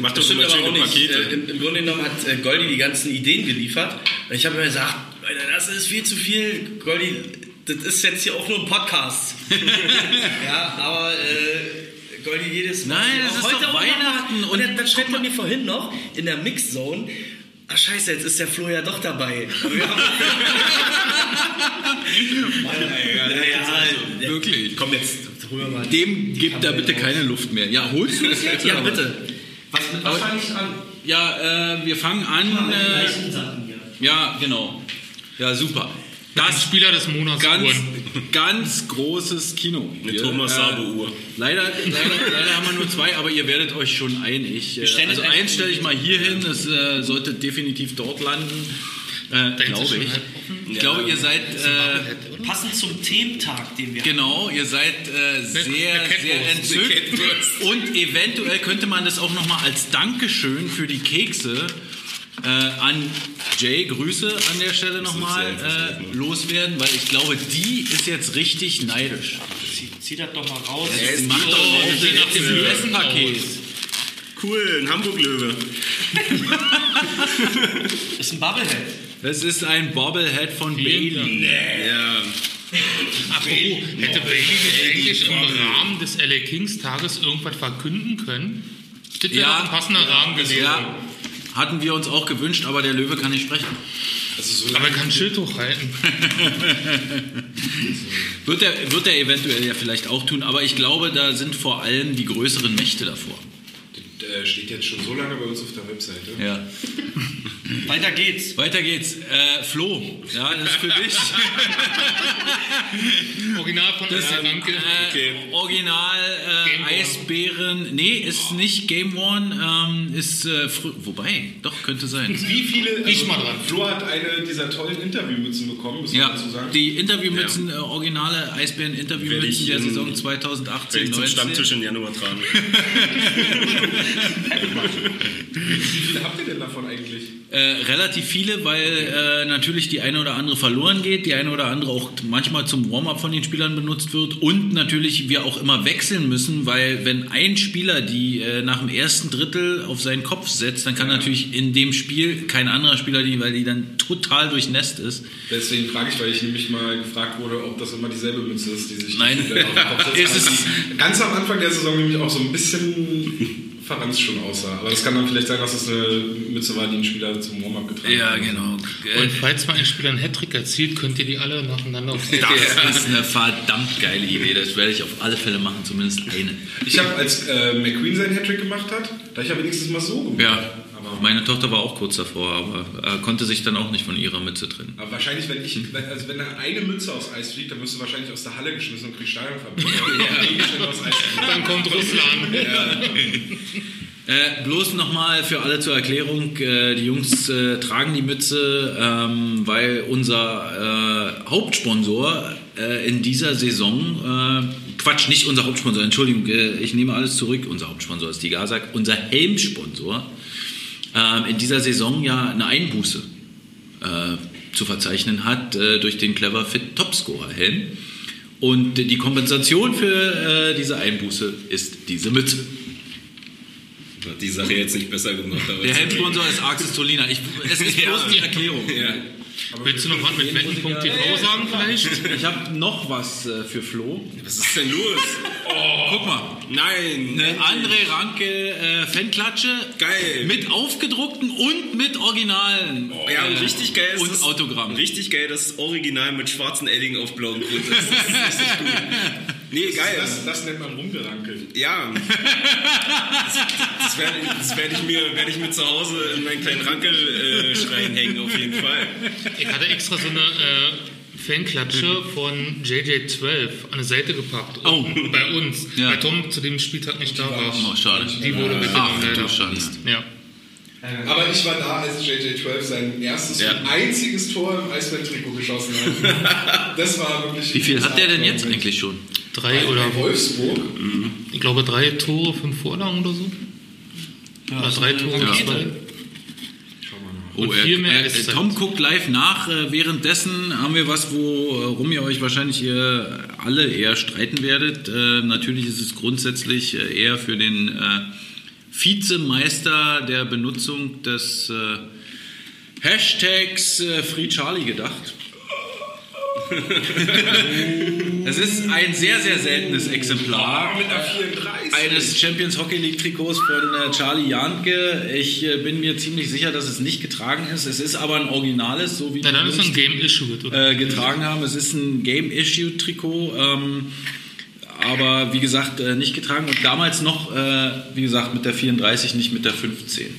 Macht Das doch stimmt immer aber auch schöne nicht. Pakete. Äh, im, Im Grunde genommen hat äh, Goldi die ganzen Ideen geliefert. Und ich habe mir gesagt, Alter, das ist viel zu viel. Goldi, das ist jetzt hier auch nur ein Podcast. ja, aber äh, Goldi jedes Mal. Nein, das Auch ist heute doch auch Weihnachten nochmal. Und, und- dann, dann schreibt man mir vorhin noch in der Mixzone. Ach scheiße, jetzt ist der Flo ja doch dabei. Wir haben- Naja, Wirklich. also, Komm, jetzt holen wir mal. Dem gibt da bitte keine Luft mehr. Ja, holst du das jetzt? Ja, oder was? bitte. Aber- Ja, äh, wir fangen an. Äh, ja, genau. Ja, super. Das Das Spieler des Monats. ganz, Uhren. ganz großes Kino. Eine Wir, Thomas äh, Sabo-Uhr. Leider, leider, leider haben wir nur zwei, aber ihr werdet euch schon einig. Äh, stellen also es eins stelle ich mal hier hin, es äh, sollte definitiv dort landen. Äh, Deins ist glaube schon ich. halb Ich glaube, ihr seid. Äh, Passend zum Thementag, den wir Genau, ihr seid äh, sehr, Catwurst. sehr entzückt. Und eventuell könnte man das auch nochmal als Dankeschön für die Kekse äh, an Jay, Grüße an der Stelle nochmal, sehr interessant, ne? äh, loswerden, weil ich glaube, die ist jetzt richtig neidisch. Zieh, zieh das doch mal raus. Macht doch Oh, auf sieht nach nach dem dem Essen US-Paket. Cool, ein Hamburg-Löwe. Ist ein Bubblehead. Das ist ein Bobblehead von Bailey. Ja. Apropos, hätte Bailey nicht eigentlich im Rahmen des LA Kings Tages irgendwas verkünden können? Das wäre Ja. doch ein passender Rahmen gewesen. Ja, hatten wir uns auch gewünscht, aber der Löwe kann nicht sprechen. Also so Aber lange er kann ein Schild hochhalten. Wird er, wird er eventuell ja vielleicht auch tun, aber ich glaube, da sind vor allem die größeren Mächte davor. Das, äh, steht jetzt schon so lange bei uns auf der Webseite. Ja. Weiter geht's. Weiter geht's. Äh, Flo, ja, das ist für dich. Original von Das Anna Ranke. äh, Original Game One. äh, Eisbären. Nee, Oh. ist nicht Game One. Ähm, ist äh, frü- wobei, doch könnte sein. Wie viele. Ich also mal dran. Flo hat eine dieser tollen Interviewmützen bekommen, muss man Ja, dazu sagen. die Interviewmützen, äh, originale Werde Eisbären-Interviewmützen ich der in- Saison Werde 2018, ich zum 19. Stammtisch im Januar tragen. Wie viele habt ihr denn davon eigentlich? Äh, relativ viele, weil äh, natürlich die eine oder andere verloren geht, die eine oder andere auch manchmal zum Warm-up von den Spielern benutzt wird und natürlich wir auch immer wechseln müssen, weil wenn ein Spieler die äh, nach dem ersten Drittel auf seinen Kopf setzt, dann kann natürlich in dem Spiel kein anderer Spieler die, weil die dann total durchnässt ist. Deswegen frage ich, weil ich nämlich mal gefragt wurde, ob das immer dieselbe Mütze ist, die sich die Nein. Spieler auf den Kopf setzen. Also Es ist- Ganz am Anfang der Saison nämlich auch so ein bisschen Verranz schon aussah. Aber das kann dann vielleicht sein, dass es eine Mütze war, die ein Spieler zum Warm-Up getragen hat. Ja, genau. Und falls mal ein Spieler einen Hattrick erzielt, könnt ihr die alle nacheinander auf Das ist eine verdammt geile Idee. Das werde ich auf alle Fälle machen, zumindest eine. Ich habe, als äh, McQueen seinen Hattrick gemacht hat, da ich ja wenigstens mal so gemacht. Ja. Aber- Meine Tochter war auch kurz davor, aber äh, konnte sich dann auch nicht von ihrer Mütze trennen. Aber wahrscheinlich, wenn ich, wenn- also wenn da eine Münze aufs Eis fliegt, dann wirst du wahrscheinlich aus der Halle geschmissen und kriegst Stadionverbot. ja. aufs Eis. Dann kommt Russland. Äh, bloß nochmal für alle zur Erklärung, äh, die Jungs äh, tragen die Mütze, ähm, weil unser äh, Hauptsponsor äh, in dieser Saison, äh, Quatsch, nicht unser Hauptsponsor, Entschuldigung, äh, ich nehme alles zurück, unser Hauptsponsor ist die Gazak, unser Helmsponsor ähm, in dieser Saison ja eine Einbuße äh, zu verzeichnen hat äh, durch den Clever Fit Topscorer Helm. Und die Kompensation für äh, diese Einbuße ist diese Mütze. Hat die Sache jetzt nicht besser gemacht. Aber Der ist Helmsponsor ist Axis Tolina. Ich, es ist bloß die Erklärung. Willst du noch was mit wetten.tv sagen vielleicht? Ich habe noch was äh, für Flo. okay. Was ist denn los? Guck mal. Nein. Eine André Ranke äh, Fanklatsche. Geil. Ne? Mit aufgedruckten und mit originalen. Oh, Ja, äh, richtig geil ist Und das- Autogramm. Richtig geil, dass das Original mit schwarzen Edding auf blauem Grund ist. Das ist richtig gut. Nee, geil. Das, das nennt man rumgerankelt. Ja. Das, das werde das werd ich, mir- werd ich mir zu Hause in meinen kleinen Rankelschrein hängen, auf jeden Fall. Ich hatte extra so eine äh, Fanklatsche von JJ12 an die Seite gepackt. Mhm. Oh. unten Bei uns. Ja. Weil Tom zu dem Spieltag nicht da war. Oh, schade. Die wurde Ach, mitgenommen. du leider. Schande. Ja. Aber ich war da, als JJ12 sein erstes Ja. und einziges Tor im Eisbären-Trikot geschossen hat. Das war wirklich. Wie viel hat der denn jetzt eigentlich schon? Drei oder Bei Wolfsburg. ich glaube drei Tore, fünf Vorlagen oder so. oder drei Tore, Rakete. zwei. Oh, Und er, viel mehr er, Eiszeit. Äh, Tom guckt live nach. Äh, währenddessen haben wir was, worum ihr euch wahrscheinlich ihr alle eher streiten werdet. Äh, natürlich ist es grundsätzlich äh, eher für den äh, Vizemeister der Benutzung des äh, Hashtags äh, Free Charlie gedacht. Es ist ein sehr, sehr seltenes Exemplar Mit A34. eines Champions Hockey League Trikots von äh, Charlie Janke. Ich äh, bin mir ziemlich sicher, dass es nicht getragen ist. Es ist aber ein originales, so wie Na, dann die ist ein Jungs, Game Issue. Oder? äh, getragen haben. Es ist ein Game Issue Trikot. Ähm, aber wie gesagt, äh, nicht getragen und damals noch, äh, wie gesagt, mit der 34, nicht mit der 15.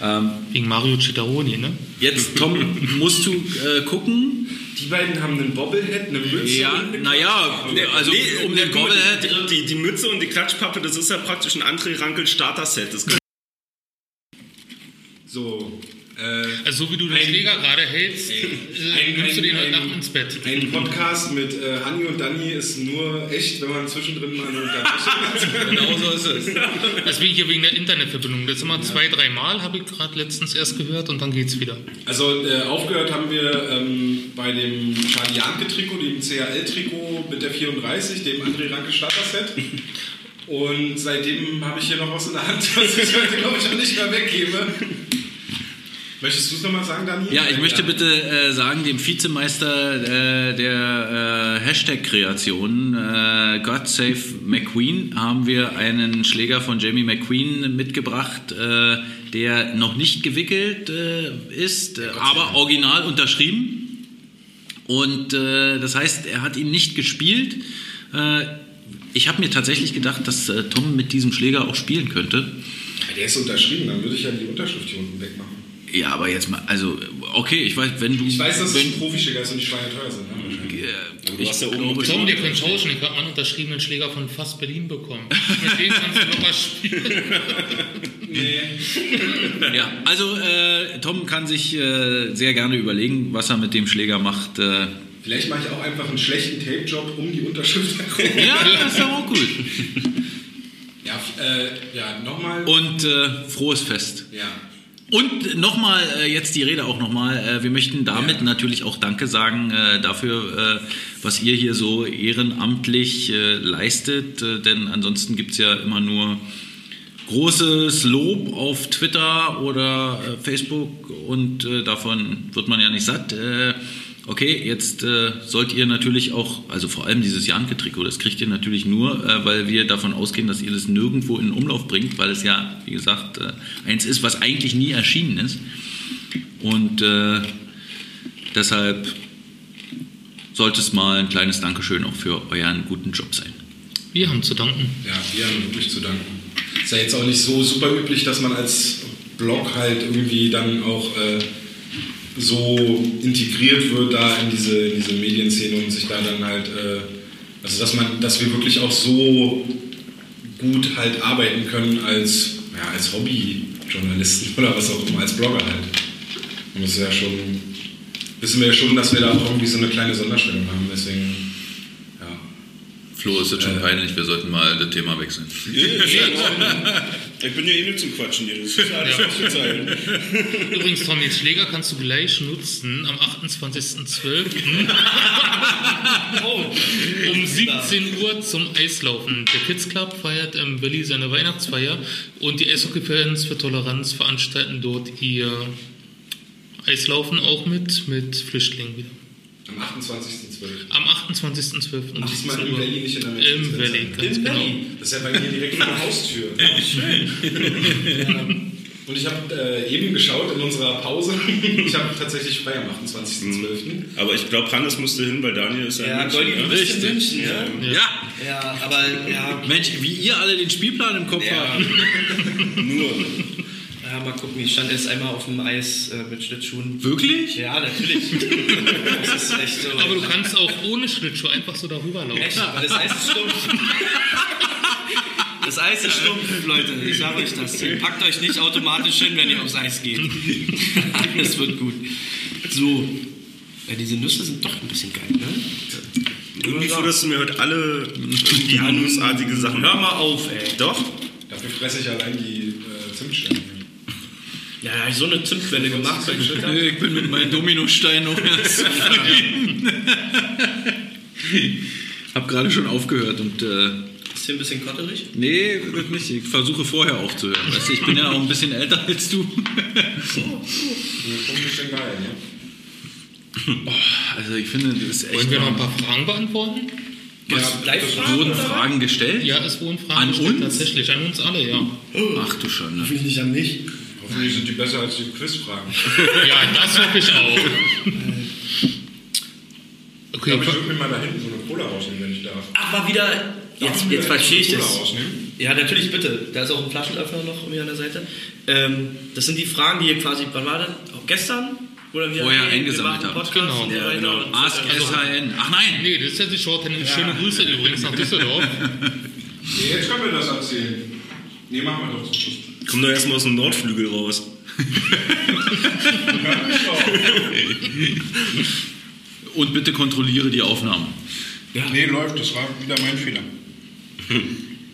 Ähm, Wegen Mario Cittaroni, ne? jetzt, Tom, musst du äh, gucken. Die beiden haben einen Bobblehead, eine Mütze. Ja, und eine naja, also Nee, um nee, den guck mal, Bobblehead. Die, die, die Mütze und die Klatschpappe, das ist ja praktisch ein André Rankel Starter-Set. Das kann- So. Äh, Also so wie du den Schläger gerade hältst, äh, Ein- nimmst du ein- den heute ein- Nacht ins Bett. ein Podcast mit äh, Hanni und Dani ist nur echt, wenn man zwischendrin mal eine Unterbrechung hat. Genau so ist es. Das wegen hier wegen der Internetverbindung. Das ist immer zwei, dreimal, habe ich gerade letztens erst gehört und dann geht's wieder. Also äh, aufgehört haben wir ähm, bei dem Charlie Janke-Trikot, dem CHL-Trikot mit der 34, dem André Ranke Starter-Set. Und seitdem habe ich hier noch was in der Hand, das ich heute, glaube ich, auch nicht mehr weggebe. Möchtest du es nochmal sagen, Dani? Ja, ich möchte bitte äh, sagen, dem Vizemeister äh, der äh, Hashtag-Kreation, äh, God Save McQueen, haben wir einen Schläger von Jamie McQueen mitgebracht, äh, der noch nicht gewickelt äh, ist, äh, aber original unterschrieben. Und äh, das heißt, er hat ihn nicht gespielt. Äh, ich habe mir tatsächlich gedacht, dass äh, Tom mit diesem Schläger auch spielen könnte. Der ist unterschrieben, dann würde ich ja die Unterschrift hier unten wegmachen. Ja, aber jetzt mal, also, okay, ich weiß, wenn du. äh, Ich weiß, dass wenn, es Profischläger ist und die Schweine teuer sind. Ne? wahrscheinlich. Äh, Du hast ja oben glaube noch schon. Tom, dir könnt tauschen. Ich habe einen unterschriebenen Schläger von Fast Berlin bekommen. Mit dem kannst du locker spielen. Ja, also äh, Tom kann sich äh, sehr gerne überlegen, was er mit dem Schläger macht. Äh, Vielleicht mache ich auch einfach einen schlechten Tape-Job um die Unterschrift herum. ja, das ist doch auch gut. ja, f- äh, ja nochmal. Und äh, frohes Fest. Ja. Und nochmal, äh, jetzt die Rede auch nochmal. Äh, wir möchten damit natürlich auch Danke sagen äh, dafür, äh, was ihr hier so ehrenamtlich äh, leistet. Äh, denn ansonsten gibt es ja immer nur großes Lob auf Twitter oder äh, Facebook und äh, davon wird man ja nicht satt. Äh, okay, jetzt äh, sollt ihr natürlich auch, also vor allem dieses Janke-Trikot, das kriegt ihr natürlich nur, äh, weil wir davon ausgehen, dass ihr das nirgendwo in Umlauf bringt, weil es ja, wie gesagt, äh, eins ist, was eigentlich nie erschienen ist. Und äh, deshalb sollte es mal ein kleines Dankeschön auch für euren guten Job sein. Wir haben zu danken. Ja, wir haben wirklich zu danken. Ist ja jetzt auch nicht so super üblich, dass man als Blog halt irgendwie dann auch äh, so integriert wird da in diese, in diese Medienszene und sich da dann halt, äh, also dass man, dass wir wirklich auch so gut halt arbeiten können als, ja, als Hobbyjournalisten oder was auch immer, als Blogger halt. Und das ist ja schon, wissen wir ja schon, dass wir da auch irgendwie so eine kleine Sonderstellung haben, deswegen, ja. Flo, es ist schon peinlich, wir sollten mal das Thema wechseln. Ich bin ja eh nur zum Quatschen hier, das ist ja alles aufgezeichnet. Übrigens, Tom, den Schläger kannst du gleich nutzen am 28.12. um 17 Uhr zum Eislaufen. Der Kids Club feiert im Willi seine Weihnachtsfeier und die Eishockey-Fans für Toleranz veranstalten dort ihr Eislaufen auch mit, mit Flüchtlingen wieder. Am 28.12. Am 28.12. um Ach, ist mal 17 im Uhr. Berlin, nicht in der Im Valley, ganz Im genau. Berlin. Das ist ja bei mir direkt vor der Haustür. schön. Und ich habe äh, eben geschaut in unserer Pause. Ich habe tatsächlich frei am 28.12. Mhm. Aber ich glaube, Hannes musste hin, weil Daniel ist ja, Ja, ein Mensch, Goldi, ne? du bist in München, ja? Ja, Ja, aber ja, Mensch, wie ihr alle den Spielplan im Kopf Ja. habt. Nur. ja, mal gucken, ich stand erst einmal auf dem Eis äh, mit Schlittschuhen. Wirklich? Ja, natürlich. das ist echt so. Aber du kannst auch ohne Schlittschuh einfach so darüber laufen. Echt, aber das Eis ist stumpf. Das Eis ist stumpf, Leute. Ich sage euch das. Ihr packt euch nicht automatisch hin, wenn ihr aufs Eis geht. Das wird gut. So. Ja, diese Nüsse sind doch ein bisschen geil, ne? Irgendwie forderst du mir heute alle irgendwie anusartige Sachen. Hör mal auf, ey. Doch? Dafür fresse ich allein die äh, Zimtsterne. Ja, da hab ich so eine Zimtwelle gemacht beim Schüttern. Ich bin mit meinen Dominosteinen noch ganz zufrieden. Hab gerade schon aufgehört und äh, Ist hier ein bisschen kotterig? nee, wird nicht. Ich versuche vorher aufzuhören. Weißt du, ich bin ja auch ein bisschen älter als du. Schon ein bisschen geil, ne? Also ich finde, das ist echt. Wollen wir noch ein paar Fragen beantworten? Ja, live Wurden Fragen gestellt? Ja, es wurden Fragen An gestellt, uns? tatsächlich. An uns alle, ja. Ach du ne? Schande. Hoffentlich nicht an mich. Hoffentlich sind die besser als die Quizfragen. Ja, das hoffe ich auch. Okay, Aber ich würde mir mal da hinten so eine Cola rausnehmen, wenn ich darf. Ach, war wieder. Jetzt, Darf mir jetzt verstehe ich eine Cola das. rausnehmen? ne? Ja, natürlich, bitte. Da ist auch ein Flaschenöffner noch irgendwie an der Seite. Ähm, das sind die Fragen, die ihr quasi, wann war das? Auch gestern? Oder wir Vorher wir eingesammelt machen habt. Podcast Genau. und so Ja, weiter. Also, Genau. Und- Ask Also, SHN. Ach nein! nee, das ist ja die Shorthand. Schöne Grüße übrigens nach Düsseldorf. Nee, jetzt können wir das erzählen. Nee, machen wir doch zum Schluss. Komm doch erstmal aus dem Nordflügel raus. Und bitte kontrolliere die Aufnahmen. Nee, läuft, das war wieder mein Fehler. Hast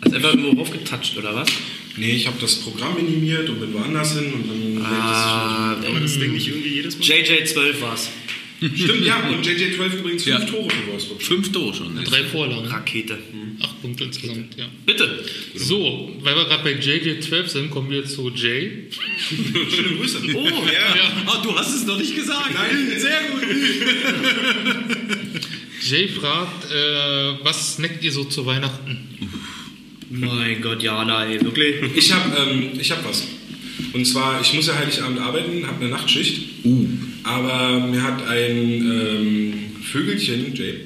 also, einfach irgendwo raufgetatscht, oder was? Nee, ich habe das Programm minimiert und bin woanders hin und dann ah, äh, Aber das denke ich irgendwie jedes Mal. JJ12 war's. Stimmt, ja, und JJ12 übrigens fünf Ja. Tore für Wolfsburg. Fünf Tore schon. Drei Vorlagen. Rakete. Acht Punkte insgesamt, ja. Bitte. So, weil wir gerade bei JJ12 sind, kommen wir zu Jay. Schöne Grüße. Oh, Ah, du hast es noch nicht gesagt. Nein. Sehr gut. Jay fragt, äh, was snackt ihr so zu Weihnachten? mein Gott, Jana, ey, wirklich. Ich habe ähm, ich hab was. Und zwar, ich muss ja Heiligabend arbeiten, habe eine Nachtschicht. Aber mir hat ein ähm, Vögelchen, Jay,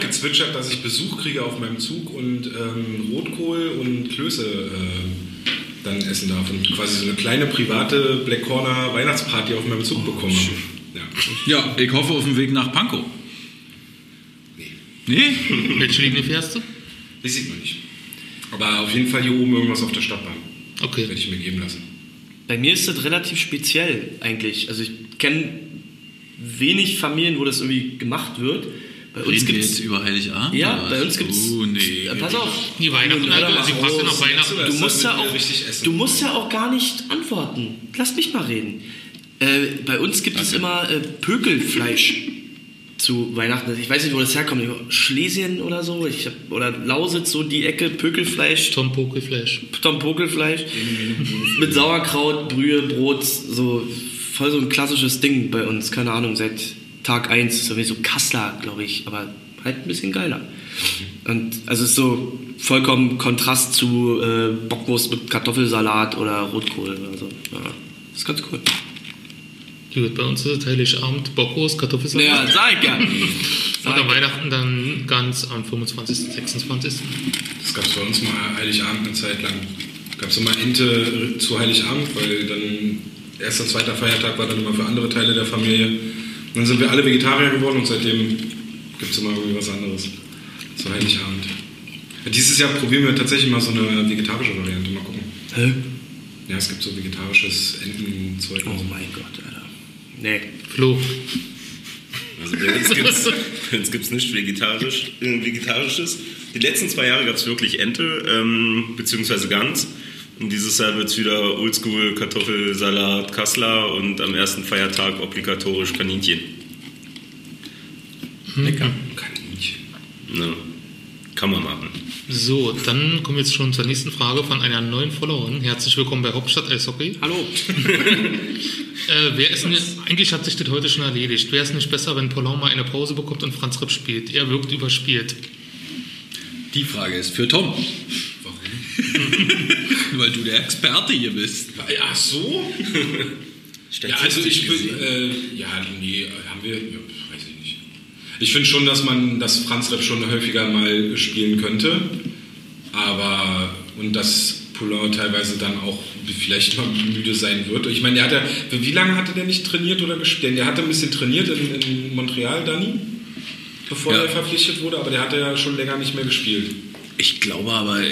gezwitschert, dass ich Besuch kriege auf meinem Zug und ähm, Rotkohl und Klöße äh, dann essen darf. Und quasi so eine kleine private Black Corner Weihnachtsparty auf meinem Zug bekomme. Ja. Ja, ich hoffe auf dem Weg nach Pankow. Nee? Welche Linie fährst du? Das sieht man nicht. Aber auf jeden Fall hier oben irgendwas auf der Stadtbahn. Werde Okay. ich mir geben lassen. Bei mir ist das relativ speziell eigentlich. Also ich kenne wenig Familien, wo das irgendwie gemacht wird. Bei uns Reden wir gibt's jetzt über Heiligabend? Ja, oder was? bei uns gibt's. Oh, nee. Äh, Pass auf. Die Weihnachten, Warte also die mal. passen auf Weihnachten. Du musst, ja auch, richtig essen. du musst ja auch gar nicht antworten. Lass mich mal reden. Äh, bei uns gibt es immer äh, Pökelfleisch zu Weihnachten. Ich weiß nicht, wo das herkommt. Schlesien oder so. Ich hab, oder Lausitz, so die Ecke. Pökelfleisch, Tom Pokelflash. Tom Pokelfleisch. mit Sauerkraut, Brühe, Brot. So voll so ein klassisches Ding bei uns. Keine Ahnung, seit Tag 1, sowieso Kassler, glaube ich, aber halt ein bisschen geiler. Und also es ist so vollkommen Kontrast zu äh, Bockwurst mit Kartoffelsalat oder Rotkohl oder so. Ja, das ist ganz cool. Gut, bei uns ist es Heiligabend, Bockwurst, Kartoffelsalat. Ja, sag ich ja. und an Weihnachten dann ganz am 25. 26. Das gab es bei uns mal Heiligabend eine Zeit lang. Gab es immer Ente zu Heiligabend, weil dann erster, zweiter Feiertag war dann immer für andere Teile der Familie. Und dann sind wir alle Vegetarier geworden und seitdem gibt es immer irgendwie was anderes zu Heiligabend. Ja, Dieses Jahr probieren wir tatsächlich mal so eine vegetarische Variante. Mal gucken. Hä? Ja, es gibt so vegetarisches Entenzeug. und Oh so. mein Gott, Alter. Nee. Flo. Also bei uns gibt's, bei uns gibt's nichts vegetarisch, äh, Vegetarisches. Die letzten zwei Jahre gab's wirklich Ente, ähm, beziehungsweise Gans. Und dieses Jahr wird's wieder Oldschool, Kartoffelsalat, Kassler und am ersten Feiertag obligatorisch Kaninchen. Lecker. Kaninchen. Ne? Kann man machen. So, dann kommen wir jetzt schon zur nächsten Frage von einer neuen Followerin. Herzlich willkommen bei Hauptstadt Eishockey. Hallo. Äh, wer ist denn, eigentlich hat sich das heute schon erledigt. Wäre es nicht besser, wenn Paulon mal eine Pause bekommt und Franz Ripp spielt? Er wirkt überspielt. Die Frage ist für Tom. Warum? Weil du der Experte hier bist. Ach so? Ja, also ich bin, äh, ja, nee, haben wir, ja, weiß ich nicht. Ich finde schon, dass man das Franz Rap schon häufiger mal spielen könnte, aber, und dass Poulain teilweise dann auch vielleicht mal müde sein wird. Ich meine, der hat ja, wie lange hatte der nicht trainiert oder gespielt? Der hatte ein bisschen trainiert in, in Montreal, Dani, bevor Ja. er verpflichtet wurde, aber der hatte ja schon länger nicht mehr gespielt. Ich glaube aber, äh,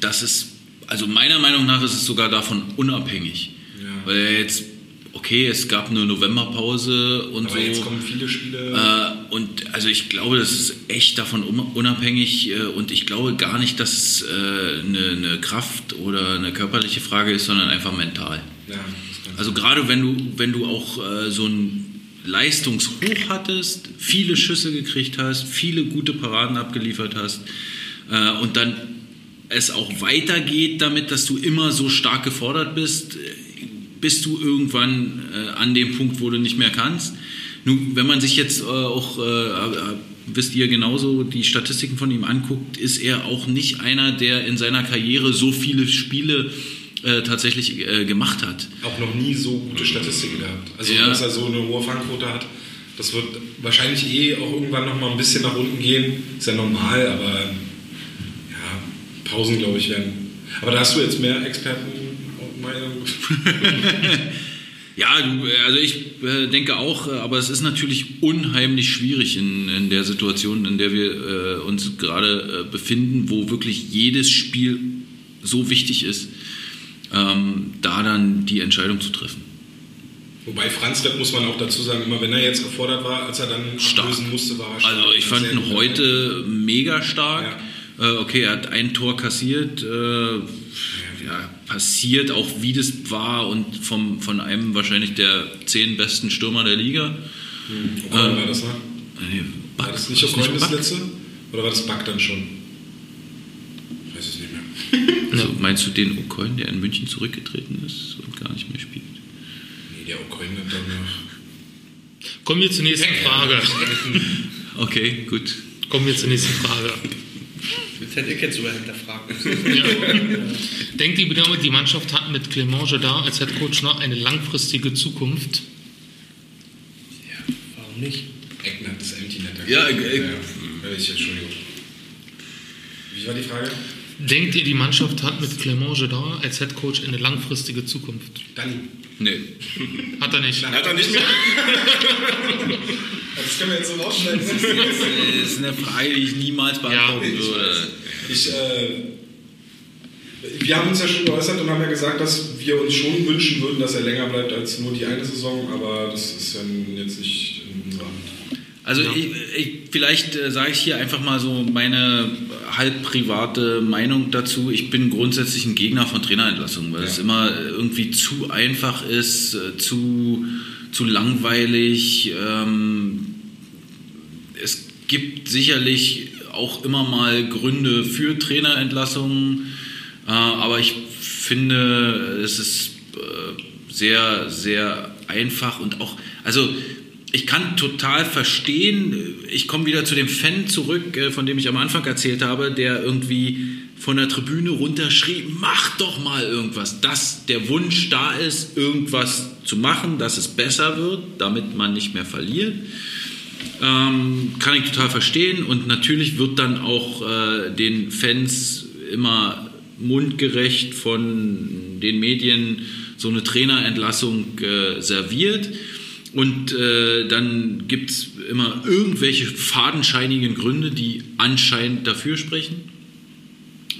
das ist, also meiner Meinung nach ist es sogar davon unabhängig. Ja. Weil er jetzt, okay, es gab eine Novemberpause und Aber so. jetzt kommen viele Spiele. Äh, und also ich glaube, das ist echt davon um- unabhängig äh, und ich glaube gar nicht, dass es äh, eine, eine Kraft oder eine körperliche Frage ist, sondern einfach mental. ja, das kann Also gerade wenn du, wenn du auch äh, so ein Leistungshoch hattest, viele Schüsse gekriegt hast, viele gute Paraden abgeliefert hast äh, und dann es auch weitergeht damit, dass du immer so stark gefordert bist, äh, bist du irgendwann äh, an dem Punkt, wo du nicht mehr kannst. Nun, wenn man sich jetzt äh, auch, äh, äh, wisst ihr genauso, die Statistiken von ihm anguckt, ist er auch nicht einer, der in seiner Karriere so viele Spiele äh, tatsächlich äh, gemacht hat. auch noch nie so gute Statistiken gehabt. Also Mhm. Ja. dass er so eine hohe Fangquote hat, das wird wahrscheinlich eh auch irgendwann noch mal ein bisschen nach unten gehen. Ist ja normal, aber ja, Pausen glaube ich werden. Aber da hast du jetzt mehr Expertenmeinung. Ja, du, äh, also ich äh, denke auch, äh, aber es ist natürlich unheimlich schwierig in, in der Situation, in der wir äh, uns gerade äh, befinden, wo wirklich jedes Spiel so wichtig ist, ähm, da dann die Entscheidung zu treffen. Wobei Franz Repp muss man auch dazu sagen, immer wenn er jetzt gefordert war, als er dann Stark. lösen musste, war er stark. Also ich fand Sehr ihn gut. heute mega stark. Äh, okay, er hat ein Tor kassiert. Äh, ja, passiert auch wie das war und vom, von einem wahrscheinlich der zehn besten Stürmer der Liga. O'Connor war das, ne? Nee, ähm, Buck. War das nicht War das O'Connor das Buck? letzte? Oder war das Back dann schon? Weiß ich nicht mehr. Also meinst du den O'Coin, der in München zurückgetreten ist und gar nicht mehr spielt? Nee, der O'Connor hat dann noch. Kommen wir zur nächsten Frage. Okay, gut. Kommen wir zur nächsten Frage. Jetzt hätte ich jetzt sogar hinterfragen. Ja. Denkt ihr, bitte, die Mannschaft hat mit Clément Jodin als Head Coach noch eine langfristige Zukunft? Warum nicht? Eckner, das Empty Netter. Ja, äh, Eck- Eck- ja. Äh, Ich, Entschuldigung. Wie war die Frage? Denkt ihr, die Mannschaft hat mit Clément Jodin als Head Coach eine langfristige Zukunft? Dani. Nee. Hat er nicht. Hat er nicht mehr? Das können wir jetzt so rausschneiden. Das ist eine Frage, die ich niemals beantworten Ja, ich würde. Ich, äh, wir haben uns ja schon geäußert und haben ja gesagt, dass wir uns schon wünschen würden, dass er länger bleibt als nur die eine Saison, aber das ist dann jetzt nicht in unserer Hand. Also ich, ich, vielleicht äh, sage ich hier einfach mal so meine halb private Meinung dazu. Ich bin grundsätzlich ein Gegner von Trainerentlassungen, weil es immer irgendwie zu einfach ist, äh, zu, zu langweilig. Ähm, es gibt sicherlich auch immer mal Gründe für Trainerentlassungen, äh, aber ich finde, es ist äh, sehr, sehr einfach und auch, also ich kann total verstehen, ich komme wieder zu dem Fan zurück, äh, von dem ich am Anfang erzählt habe, der irgendwie von der Tribüne runterschrie, mach doch mal irgendwas, dass der Wunsch da ist, irgendwas zu machen, dass es besser wird, damit man nicht mehr verliert. Ähm, kann ich total verstehen und natürlich wird dann auch äh, den Fans immer mundgerecht von den Medien so eine Trainerentlassung äh, serviert. Und äh, dann gibt es immer irgendwelche fadenscheinigen Gründe, die anscheinend dafür sprechen.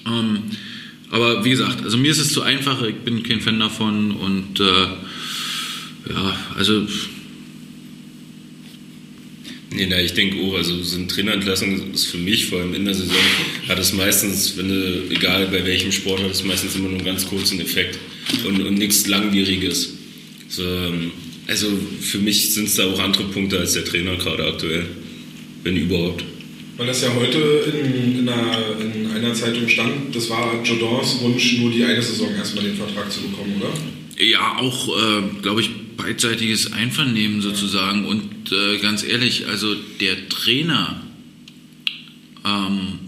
Ähm, aber wie gesagt, also mir ist es zu einfach, ich bin kein Fan davon und äh, ja, also Nee, na, ich denke auch, also so eine Trainerentlassung ist für mich, vor allem in der Saison, hat es meistens, wenn du, egal bei welchem Sport, hat es meistens immer nur einen ganz kurzen Effekt und, und nichts Langwieriges. So, ähm, also für mich sind es da auch andere Punkte als der Trainer gerade aktuell, wenn überhaupt. Weil das ja heute in, in, einer, in einer Zeitung stand, das war Jordans Wunsch, nur die eine Saison erstmal den Vertrag zu bekommen, oder? ja auch, äh, glaube ich, beidseitiges Einvernehmen sozusagen. Und äh, ganz ehrlich, also der Trainer ähm,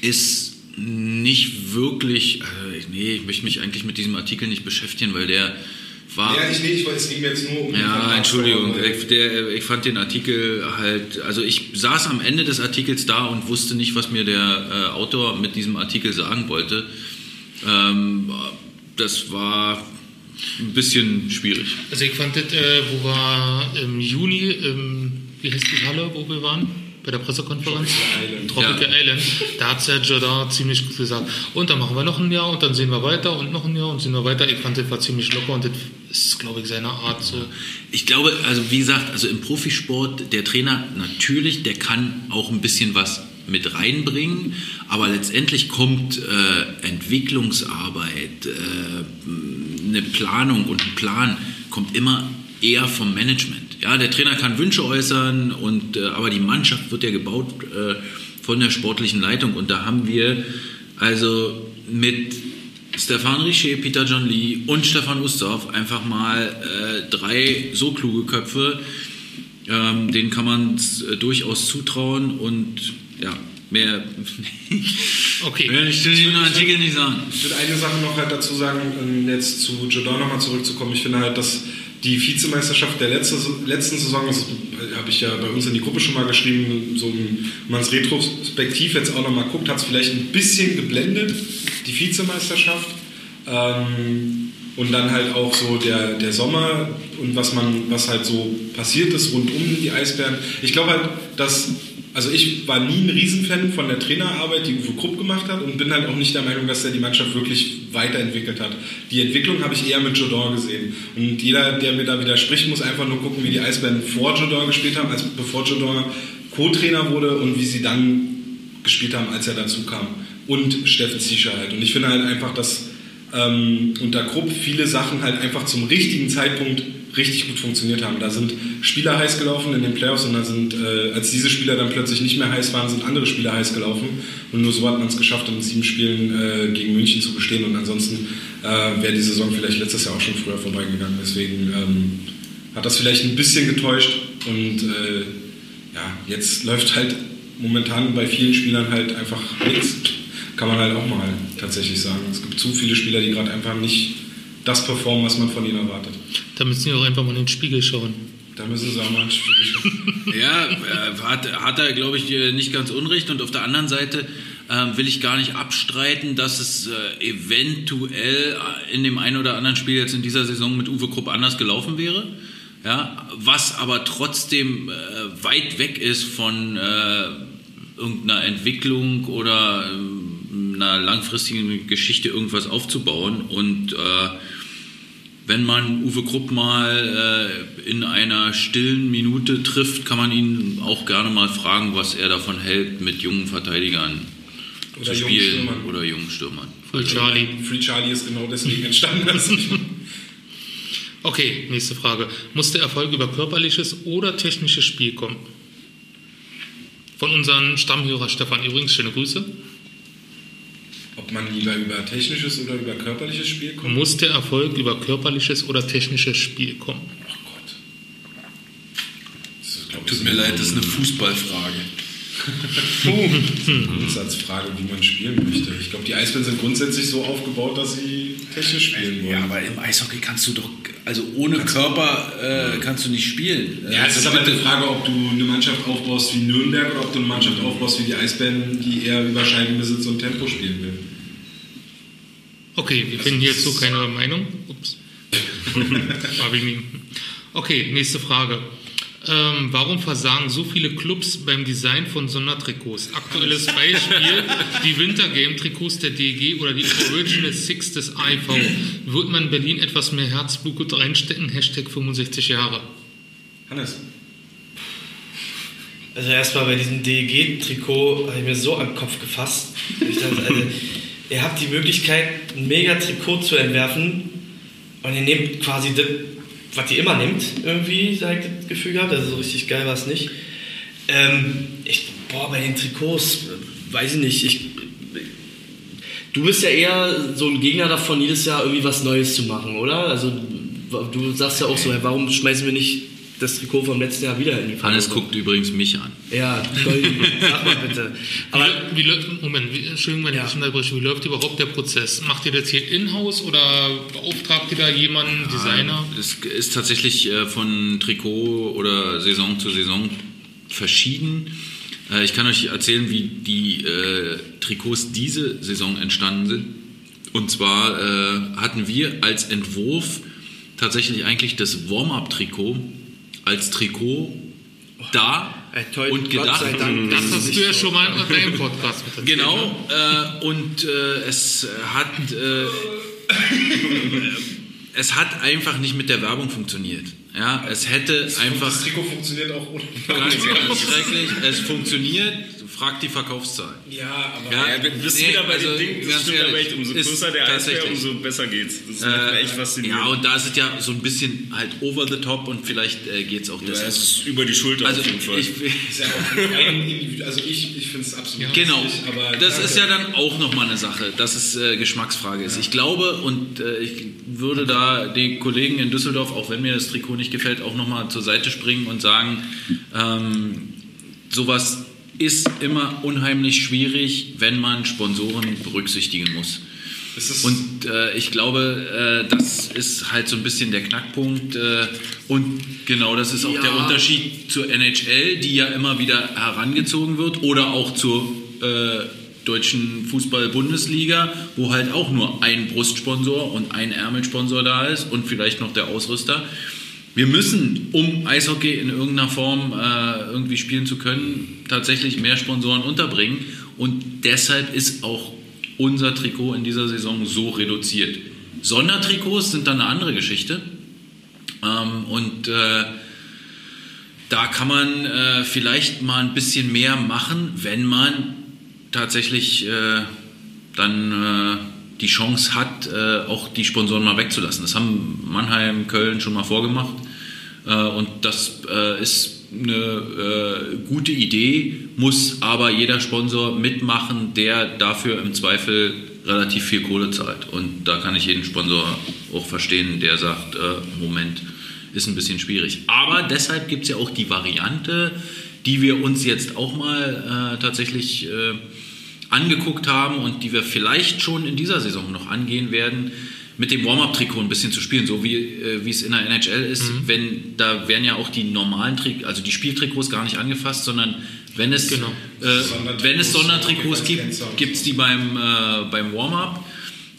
ist nicht wirklich, also, ich- nee, ich möchte mich eigentlich mit diesem Artikel nicht beschäftigen, weil der war... Ja, ich, nee, ich weiß, es ging mir jetzt nur um. den Ja, Vertrag. Entschuldigung. äh, Aber- Ich, der, ich fand den Artikel halt, also ich saß am Ende des Artikels da und wusste nicht, was mir der äh, Autor mit diesem Artikel sagen wollte. Ähm, das war ein bisschen schwierig. Also ich fand das, äh, wo war im Juni, im, wie heißt die Halle, wo wir waren? Bei der Pressekonferenz? Tropical Ja. Island. Da hat es ja Jordan ziemlich gut gesagt. Und dann machen wir noch ein Jahr und dann sehen wir weiter und noch ein Jahr und sehen wir weiter. Ich fand das war ziemlich locker und das ist, glaube ich, seine Art so. Ich glaube, also wie gesagt, also im Profisport, der Trainer natürlich, der kann auch ein bisschen was mit reinbringen, aber letztendlich kommt äh, Entwicklungsarbeit, äh, eine Planung und ein Plan kommt immer eher vom Management. Ja, der Trainer kann Wünsche äußern und äh, aber die Mannschaft wird ja gebaut äh, von der sportlichen Leitung und da haben wir also mit Stefan Richer, Peter John Lee und Stefan Ustorf einfach mal äh, drei so kluge Köpfe. Ähm, denen kann man äh, durchaus zutrauen und ja, mehr. Okay. mehr ich will den Artikel nicht sagen. Ich würde eine Sache noch halt dazu sagen, um jetzt zu Jordan nochmal zurückzukommen. Ich finde halt, dass die Vizemeisterschaft der letzte, letzten Saison, das habe ich ja bei uns in die Gruppe schon mal geschrieben, so ein- wenn man es retrospektiv jetzt auch nochmal guckt, hat es vielleicht ein bisschen geblendet, die Vizemeisterschaft. Ähm, und dann halt auch so der, der Sommer und was man, was halt so passiert ist rund um die Eisbären. Ich glaube halt, dass, also ich war nie ein Riesenfan von der Trainerarbeit, die Uwe Krupp gemacht hat und bin halt auch nicht der Meinung, dass er die Mannschaft wirklich weiterentwickelt hat. Die Entwicklung habe ich eher mit Jodor gesehen. Und jeder, der mir da widerspricht, muss einfach nur gucken, wie die Eisbären vor Jodor gespielt haben, als bevor Jodor Co-Trainer wurde und wie sie dann gespielt haben, als er dazu kam. Und Steffen Ziescher halt. Und ich finde halt einfach, dass ähm, unter Krupp viele Sachen halt einfach zum richtigen Zeitpunkt richtig gut funktioniert haben. Da sind Spieler heiß gelaufen in den Playoffs und da sind, äh, als diese Spieler dann plötzlich nicht mehr heiß waren, sind andere Spieler heiß gelaufen. Und nur so hat man es geschafft, in sieben Spielen äh, gegen München zu bestehen. Und ansonsten äh, wäre die Saison vielleicht letztes Jahr auch schon früher vorbeigegangen. Deswegen ähm, hat das vielleicht ein bisschen getäuscht und äh, ja, jetzt läuft halt momentan bei vielen Spielern halt einfach nichts. Kann man halt auch mal tatsächlich sagen. Es gibt zu viele Spieler, die gerade einfach nicht das performen, was man von ihnen erwartet. Da müssen wir auch einfach mal in den Spiegel schauen. Da müssen sie auch mal ein Spiel Ja, äh, hat, hat er, glaube ich, äh, nicht ganz unrecht. Und auf der anderen Seite ähm, will ich gar nicht abstreiten, dass es äh, eventuell äh, in dem einen oder anderen Spiel jetzt in dieser Saison mit Uwe Krupp anders gelaufen wäre. Ja, was aber trotzdem äh, weit weg ist von äh, irgendeiner Entwicklung oder ähm, einer langfristigen Geschichte irgendwas aufzubauen. Und äh, wenn man Uwe Krupp mal äh, in einer stillen Minute trifft, kann man ihn auch gerne mal fragen, was er davon hält, mit jungen Verteidigern Oder zu jungen spielen Stürmern. oder jungen Stürmern. Voll Charlie. Free Charlie ist genau deswegen entstanden. Also ich, Okay, nächste Frage. Muss der Erfolg über körperliches oder technisches Spiel kommen? Von unserem Stammhörer Stefan übrigens, schöne Grüße. ob man lieber über technisches oder über körperliches Spiel kommt. Muss der Erfolg über körperliches oder technisches Spiel kommen? Oh Gott. tut mir leid, das ist eine Fußballfrage. Mhm. Grundsatzfrage, wie man spielen möchte. Ich glaube, die Eisbären sind grundsätzlich so aufgebaut, dass sie technisch spielen wollen. Ja, aber im Eishockey kannst du doch, also ohne Körper äh, kannst du nicht spielen. Ja, es ist aber die Frage, ob du eine Mannschaft aufbaust wie Nürnberg oder ob du eine Mannschaft aufbaust wie die Eisbären, die eher über Scheibenbesitz und Tempo spielen will. Okay, wir finden hierzu keine Meinung. Ups. Hab ich nie. Okay, nächste Frage. Ähm, warum versagen so viele Clubs beim Design von Sondertrikots? Aktuelles Beispiel, die Wintergame-Trikots der DG oder die Original Six des IV. Wird man Berlin etwas mehr Herzblut reinstecken? Hashtag 65 Jahre. Hannes, Also erstmal bei diesem DEG-Trikot habe ich mir so am Kopf gefasst. Ich dachte, also, ihr habt die Möglichkeit, ein mega Trikot zu entwerfen und ihr nehmt quasi das, was ihr immer nehmt, irgendwie, so habe ich das Gefühl gehabt. Also so richtig geil war es nicht. Ähm, ich, boah, bei den Trikots, äh, weiß ich nicht. Ich, du bist ja eher so ein Gegner davon, jedes Jahr irgendwie was Neues zu machen, oder? Also du sagst ja auch so, warum schmeißen wir nicht das Trikot vom letzten Jahr wieder in die Pfanne? Hannes guckt übrigens mich an. Ja, Gold, sag mal bitte. Wie, Aber lä- wie läuft, Moment, wie, Entschuldigung, wenn Ja. ich unterbreche, wie läuft überhaupt der Prozess? Macht ihr das hier in-house oder beauftragt ihr da jemanden, Designer? Es ist tatsächlich äh, von Trikot oder Saison zu Saison verschieden. Äh, Ich kann euch erzählen, wie die äh, Trikots diese Saison entstanden sind. Und zwar äh, hatten wir als Entwurf tatsächlich eigentlich das Warm-up-Trikot als Trikot da Ey, Äh, toll, und Gott gedacht. sei Dank, Das ist hast nicht du ja so. schon mal in deinem Podcast mit erzählt, ne? Genau, äh, und äh, es hat äh, es hat einfach nicht mit der Werbung funktioniert. Ja, es hätte einfach das Trikot funktioniert auch ohne ganz, ganz schrecklich. Es funktioniert, fragt die Verkaufszahl. Ja, aber Ja, Ja, wir wissen nee, wieder bei also, dem Ding, ganz das stimmt aber ehrlich, echt, umso ist größer der Eisbär, tatsächlich. umso besser geht's. Das ist Äh, echt faszinierend. ja, und da ist es ja so ein bisschen halt over the top und vielleicht äh, geht es auch Ja, deshalb. es ist über die Schulter Also auf jeden Fall. ich, ist ja auch ein rein individu- Also ich, ich finde es absolut Genau, richtig, aber das danke. ist ja dann auch nochmal eine Sache, dass es äh, Geschmacksfrage ist. Ich glaube und äh, ich würde da den Kollegen in Düsseldorf, auch wenn mir das Trikot nicht gefällt, auch nochmal zur Seite springen und sagen, ähm, sowas ist immer unheimlich schwierig, wenn man Sponsoren berücksichtigen muss. Es ist- Und äh, ich glaube, äh, das ist halt so ein bisschen der Knackpunkt. Äh, und genau das ist auch der Unterschied zur NHL, die ja immer wieder herangezogen wird, oder auch zur äh, deutschen Fußball-Bundesliga, wo halt auch nur ein Brustsponsor und ein Ärmelsponsor da ist und vielleicht noch der Ausrüster. Wir müssen, um Eishockey in irgendeiner Form äh, irgendwie spielen zu können, tatsächlich mehr Sponsoren unterbringen. Und deshalb ist auch unser Trikot in dieser Saison so reduziert. Sondertrikots sind dann eine andere Geschichte. Ähm, und äh, da kann man äh, vielleicht mal ein bisschen mehr machen, wenn man tatsächlich äh, dann äh, die Chance hat, äh, auch die Sponsoren mal wegzulassen. Das haben Mannheim, Köln schon mal vorgemacht. Äh, und das äh, ist eine äh, gute Idee, muss aber jeder Sponsor mitmachen, der dafür im Zweifel relativ viel Kohle zahlt. Und da kann ich jeden Sponsor auch verstehen, der sagt, äh, Moment, ist ein bisschen schwierig. Aber deshalb gibt es ja auch die Variante, die wir uns jetzt auch mal äh, tatsächlich äh, angeguckt haben und die wir vielleicht schon in dieser Saison noch angehen werden, mit dem Warm-up-Trikot ein bisschen zu spielen, so wie äh, wie es in der NHL ist. Wenn da werden ja auch die normalen Trikots, also die Spieltrikots gar nicht angefasst, sondern wenn es Genau. äh, wenn es Sondertrikots gibt, gibt es die beim äh, beim Warm-up.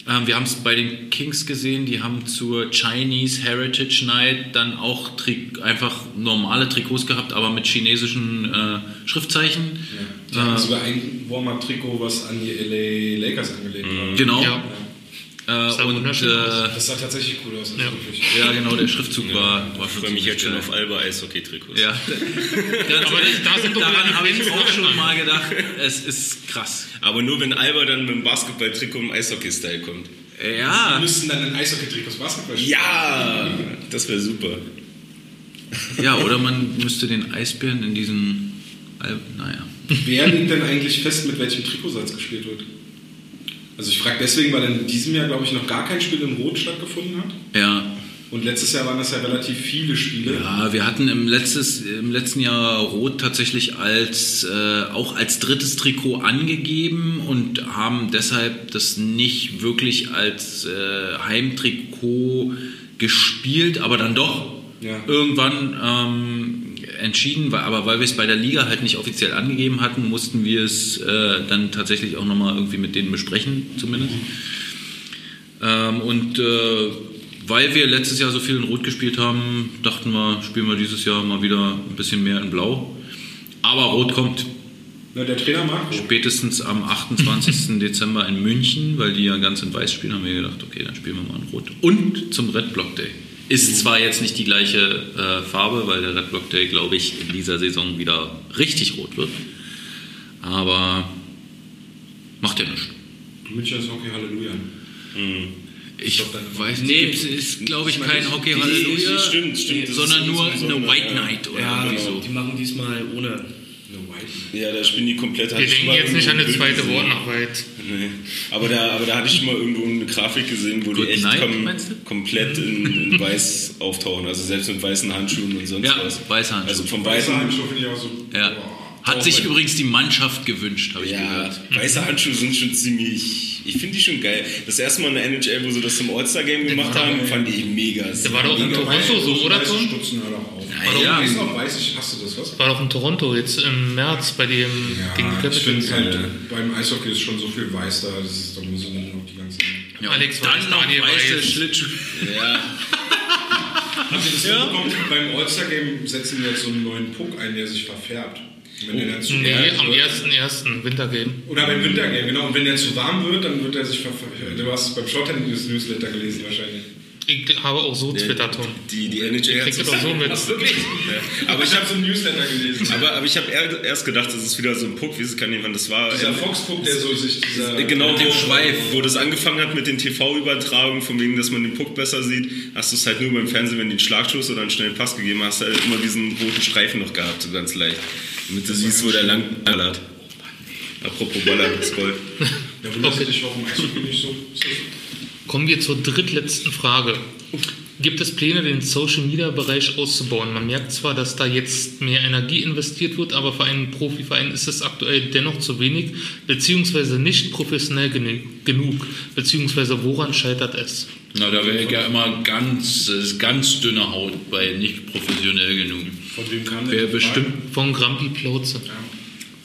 Ähm, wir haben es bei den Kings gesehen, die haben zur Chinese Heritage Night dann auch Tri einfach normale Trikots gehabt, aber mit chinesischen äh, Schriftzeichen. Äh, Die haben sogar ein Warm-Up-Trikot, was an die LA Lakers angelegt war. Genau. Ja. Äh, Sah und wunderschön aus. äh, Das sah tatsächlich cool aus. Ja. wirklich. Ja, genau, der Schriftzug war, war schon ich freue mich ziemlich jetzt schon geil. auf Alba Eishockey-Trikots. Ja. Ganz Aber ehrlich, da sind doch daran wieder habe die ich Fans auch schon dran. mal gedacht, es ist krass. Aber nur wenn Alba dann mit dem Basketball-Trikot im Eishockey-Style kommt. Wir Ja, müssten dann ein Eishockey-Trikots Basketball spielen. Ja! Das wäre super. ja, oder man müsste den Eisbären in diesen Al- naja. Wer legt denn eigentlich fest, mit welchem Trikotsatz gespielt wird? Also ich frage deswegen, weil in diesem Jahr, glaube ich, noch gar kein Spiel in Rot stattgefunden hat. Ja, Und letztes Jahr waren das ja relativ viele Spiele. Ja, wir hatten im, letztes, im letzten Jahr Rot tatsächlich als, äh, auch als drittes Trikot angegeben und haben deshalb das nicht wirklich als äh, Heimtrikot gespielt, aber dann doch Ja. irgendwann ähm, entschieden. Weil, aber weil wir es bei der Liga halt nicht offiziell angegeben hatten, mussten wir es äh, dann tatsächlich auch nochmal irgendwie mit denen besprechen, zumindest. Ähm, und äh, weil wir letztes Jahr so viel in Rot gespielt haben, dachten wir, spielen wir dieses Jahr mal wieder ein bisschen mehr in Blau. Aber Rot kommt Na, der Trainer Marco. spätestens am 28. Dezember in München, weil die ja ganz in Weiß spielen, haben wir gedacht, okay, dann spielen wir mal in Rot. Und zum Red Block Day. Ist zwar jetzt nicht die gleiche äh, Farbe, weil der Red Block Day, glaube ich, in dieser Saison wieder richtig rot wird. Aber macht ja nichts. München ist Hockey Halleluja. Ich weiß nicht, Nee, gibt's- ist, glaube ich, ich meine, kein Hockey die- Halleluja, stimmt, stimmt, das sondern ist nur irgendwie so eine eine- White Night oder Ja, irgendwie so. die machen diesmal ohne. Ja, da spielen die komplett. hatte Wir ich schon denken mal jetzt nicht an eine irgendwo ein Bild zweite gesehen. Wortnachweit. Nee. Aber da, aber da hatte ich schon mal irgendwo eine Grafik gesehen, wo Good die echt Night, kom meinst du? komplett in, in weiß auftauchen. Also selbst mit weißen Handschuhen und sonst Ja, was. weiße Handschuhe. Also vom Weiße weißen Handschuhe halt finde ich auch so. Ja. Boah. Hat Auch sich wenn- übrigens die Mannschaft gewünscht, habe ich Ja, gehört. weiße Handschuhe sind schon ziemlich. Ich finde die schon geil. Das erste Mal in der NHL, wo sie das zum All-Star-Game gemacht war haben, doch- fand ich mega. Der war doch in Toronto so, oder Weiße Tom? Stutzen hör doch auf. ja. Weiß noch weiß ich, hast du das was? War doch in Toronto jetzt im März bei dem gegen die ich finde Capitals. halt, beim Eishockey ist schon so viel weiß da, das ist, da muss ich dann noch die ganze Ja, Alex dann Weiß, noch Daniel weiße Weiß. Schlittschuhe. Habt ihr das mitbekommen? Beim All-Star-Game setzen wir jetzt so einen neuen Puck ein, der sich verfärbt. Wenn der dann zu Oh, Nee, warm am wird. 1.1. Wintergame. Oder beim Wintergame, genau. Und wenn der zu warm wird, dann wird er sich verfärbt. Du hast beim Shorthand-Newsletter gelesen wahrscheinlich. Ich habe auch so Twitter, Tom. Die, die NHL hat Kriegst du so doch so mit. Aber ich habe so einen Newsletter gelesen. Aber, aber ich habe erst gedacht, das ist wieder so ein Puck, wie es kann jemand das war. dieser Fox-Puck, der so sich dieser... äh, Genau, wo, dem Schweif. wo das angefangen hat mit den TV-Übertragungen, von wegen, dass man den Puck besser sieht, hast du es halt nur beim Fernsehen, wenn du einen Schlagschuss oder einen schnellen Pass gegeben hast, halt immer diesen roten Streifen noch gehabt, so ganz leicht. Damit du siehst, wo der lang ballert. Apropos Ballern, das Gold. Da wunderst du dich, warum Eishockey nicht so... Kommen wir zur drittletzten Frage. Gibt es Pläne, den Social-Media-Bereich auszubauen? Man merkt zwar, dass da jetzt mehr Energie investiert wird, aber für einen Profiverein ist es aktuell dennoch zu wenig, beziehungsweise nicht professionell genu- genug, beziehungsweise woran scheitert es? Na, da wäre ich ja immer ganz, das ist ganz dünne Haut bei nicht professionell genug. Von wem kam Wer die Frage? bestimmt, Von Grampi Plauze.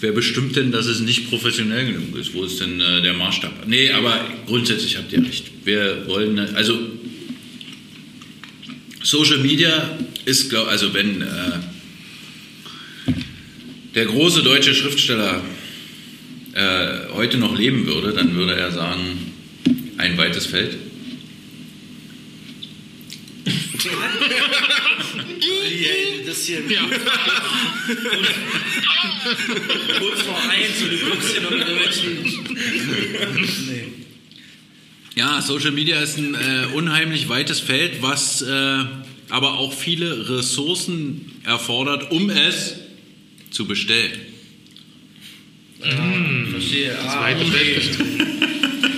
wer bestimmt denn, dass es nicht professionell genug ist? Wo ist denn äh, der Maßstab? Nee, aber grundsätzlich habt ihr recht. Wir wollen, also Social Media ist, glaube also wenn äh, der große deutsche Schriftsteller äh, heute noch leben würde, dann würde er sagen, ein weites Feld. Das hier Ja, kurz vor eins und du guckst hier noch mit irgendwelchen. Ja, Social Media ist ein äh, unheimlich weites Feld, was äh, aber auch viele Ressourcen erfordert, um es zu bestellen. Verstehe. Ah, zweite Welt.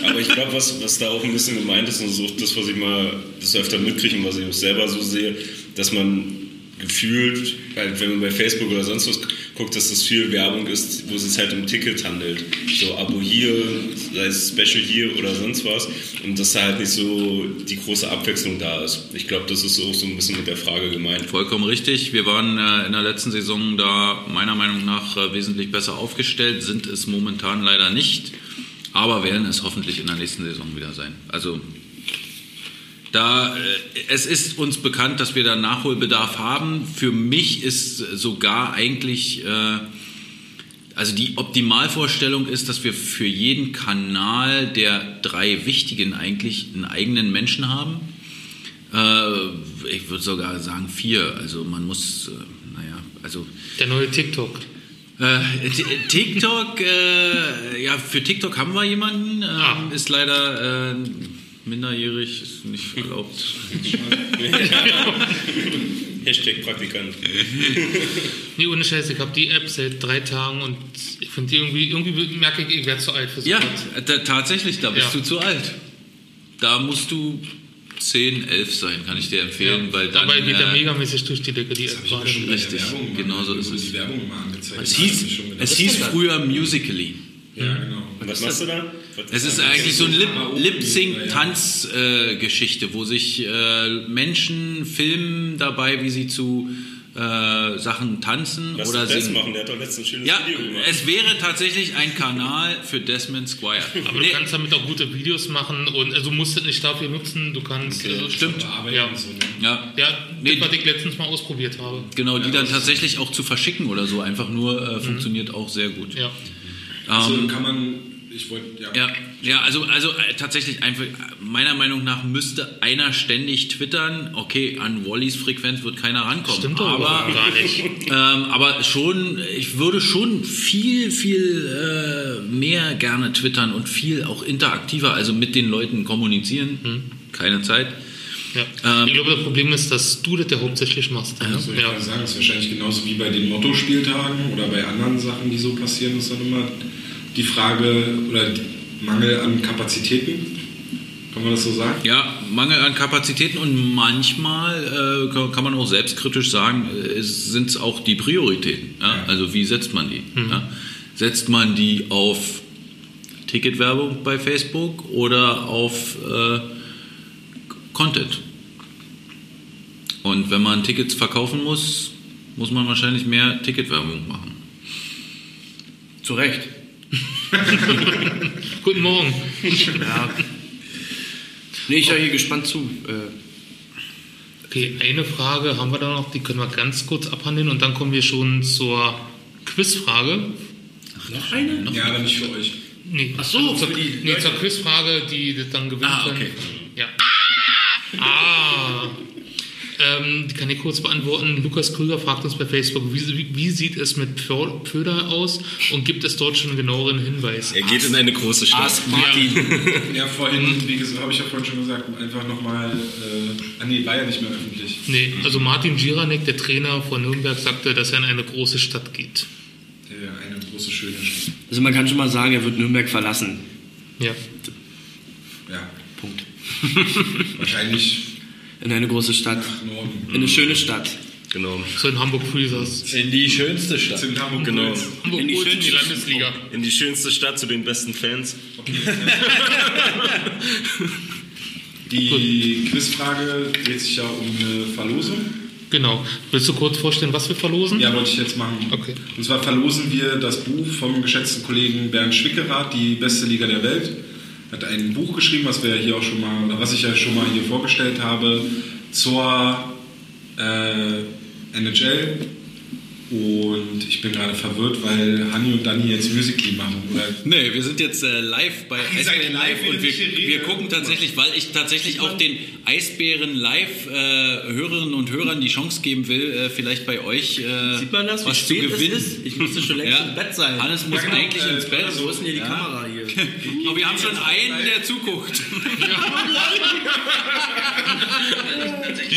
Aber ich glaube, was, was da auch ein bisschen gemeint ist, und so das, was ich mal das öfter mitkriege und was ich auch selber so sehe, dass man gefühlt, halt, wenn man bei Facebook oder sonst was guckt, dass das viel Werbung ist, wo es sich halt um Ticket handelt. So Abo hier, sei es Special hier oder sonst was. Und dass da halt nicht so die große Abwechslung da ist. Ich glaube, das ist auch so ein bisschen mit der Frage gemeint. Vollkommen richtig. Wir waren äh, in der letzten Saison da meiner Meinung nach äh, wesentlich besser aufgestellt, sind es momentan leider nicht, aber werden es hoffentlich in der nächsten Saison wieder sein. Also da äh, es ist uns bekannt, dass wir da Nachholbedarf haben. Für mich ist sogar eigentlich äh, also die Optimalvorstellung ist, dass wir für jeden Kanal der drei wichtigen eigentlich einen eigenen Menschen haben. Äh, ich würde sogar sagen vier. Also man muss, äh, naja, also Der neue TikTok. äh, T- TikTok, äh, ja, für TikTok haben wir jemanden, ähm, Ah. ist leider äh, minderjährig, ist nicht erlaubt. Hashtag Praktikant. Nee, ohne Scheiß, ich habe die App seit drei Tagen und ich finde die irgendwie, irgendwie merke ich, ich werde zu alt für sowas. Ja, t- tatsächlich, da bist Ja. du zu alt. Da musst du 10, 11 sein, kann ich dir empfehlen, Ja. weil dann. Aber geht ja äh, megamäßig durch die Decke, die App ich war jetzt schon bei schon. der Richtig, Werbung mal- genau so wo ist die es. Werbung mal angezeigt Es hat, hieß, hab ich schon gedacht. es hieß früher Musically. Ja, genau. Was machst du da? Was Es ist eigentlich so eine Lip- Lip-Sync-Tanz-Geschichte, wo sich äh, Menschen filmen dabei, wie sie zu äh, Sachen tanzen Lass oder doch das singen. machen, der hat doch letztens ein schönes Ja, Video gemacht. es wäre tatsächlich ein Kanal für Desmond Squire. Aber Nee, du kannst damit auch gute Videos machen und also musst es nicht dafür nutzen, du kannst. Also, stimmt. Aber Ja. ja, so, ne? Ja, ja, Nee, das, was ich letztens mal ausprobiert habe. genau, die dann tatsächlich auch zu verschicken oder so einfach nur äh, funktioniert auch sehr gut. Mhm. Ja. so Ähm, Also kann man, ich wollte, ja. Ja, ja also, also äh, tatsächlich einfach, äh, meiner Meinung nach müsste einer ständig twittern, okay, an Wallys Frequenz wird keiner rankommen. Stimmt doch aber, überhaupt gar nicht. ähm, aber schon, ich würde schon viel, viel äh, mehr gerne twittern und viel auch interaktiver, also mit den Leuten kommunizieren. Keine Zeit. Ja. Ähm, ich glaube, das Problem ist, dass du das ja hauptsächlich machst. ne? So, ich ja. kann sagen, es ist wahrscheinlich genauso wie bei den Lotto-Spieltagen oder bei anderen Sachen, die so passieren, ist dann immer die Frage oder die Mangel an Kapazitäten. Kann man das so sagen? Ja, Mangel an Kapazitäten und manchmal äh, kann, kann man auch selbstkritisch sagen, sind es auch die Prioritäten. Ja? Ja. Also wie setzt man die? Ja? Setzt man die auf Ticketwerbung bei Facebook oder auf äh, Content? Und wenn man Tickets verkaufen muss, muss man wahrscheinlich mehr Ticketwerbung machen. Zu Recht. Guten Morgen. Ja. Nee, ich höre hier gespannt zu. Äh, Okay, eine Frage haben wir da noch, die können wir ganz kurz abhandeln und dann kommen wir schon zur Quizfrage. noch eine? Ja, aber nicht für euch. Nee, Also Ach so, zur, für die nee, Leute. zur Quizfrage, die das dann gewinnen Ah, können. okay. Ja. Ah. Ähm, die kann ich kurz beantworten. Lukas Krüger fragt uns bei Facebook, wie, wie, wie sieht es mit Pför- Pföder aus und gibt es dort schon einen genaueren Hinweis? Er geht in eine große Stadt. Ask Martin. Ja, vorhin, wie gesagt, habe ich ja vorhin schon gesagt, einfach nochmal, äh, ah nee, war ja nicht mehr öffentlich. Nee, also Martin Giranek, der Trainer von Nürnberg, sagte, dass er in eine große Stadt geht. Der eine große, schöne Stadt. Also man kann schon mal sagen, er wird Nürnberg verlassen. Ja. Ja, Punkt. wahrscheinlich In eine große Stadt. nach Norden. Mhm. In eine schöne Stadt. Genau. So in Hamburg Freezers. In die schönste Stadt. In Hamburg Genau. Hamburg In die Ulm, die schönste- Landesliga. In die schönste Stadt zu den besten Fans. Die Quizfrage dreht sich ja um eine Verlosung. Genau. Willst du kurz vorstellen, was wir verlosen? Ja, wollte ich jetzt machen. Okay. Und zwar verlosen wir das Buch vom geschätzten Kollegen Bernd Schwickerath, die beste Liga der Welt. Hat ein Buch geschrieben, was wir hier auch schon mal, oder was ich ja schon mal hier vorgestellt habe, zur äh, NHL. Und ich bin gerade verwirrt, weil Hanni und Dani jetzt Musically machen. Oder Nee, wir sind jetzt äh, live bei Ihr seid Eisbären live, live ihr und seid wir, nicht hier wir ne? reden. gucken tatsächlich, weil ich tatsächlich auch den Eisbären live äh, Hörerinnen und Hörern die Chance geben will, äh, vielleicht bei euch äh, Sieht man das? Wie was zu spät es gewinnen. ist? Ich müsste schon längst im Bett sein. Hannes muss Ja, genau, eigentlich äh, ins Bett. also, Wo ist denn hier die Kamera hier? Aber wir haben schon einen, der zuguckt. Also,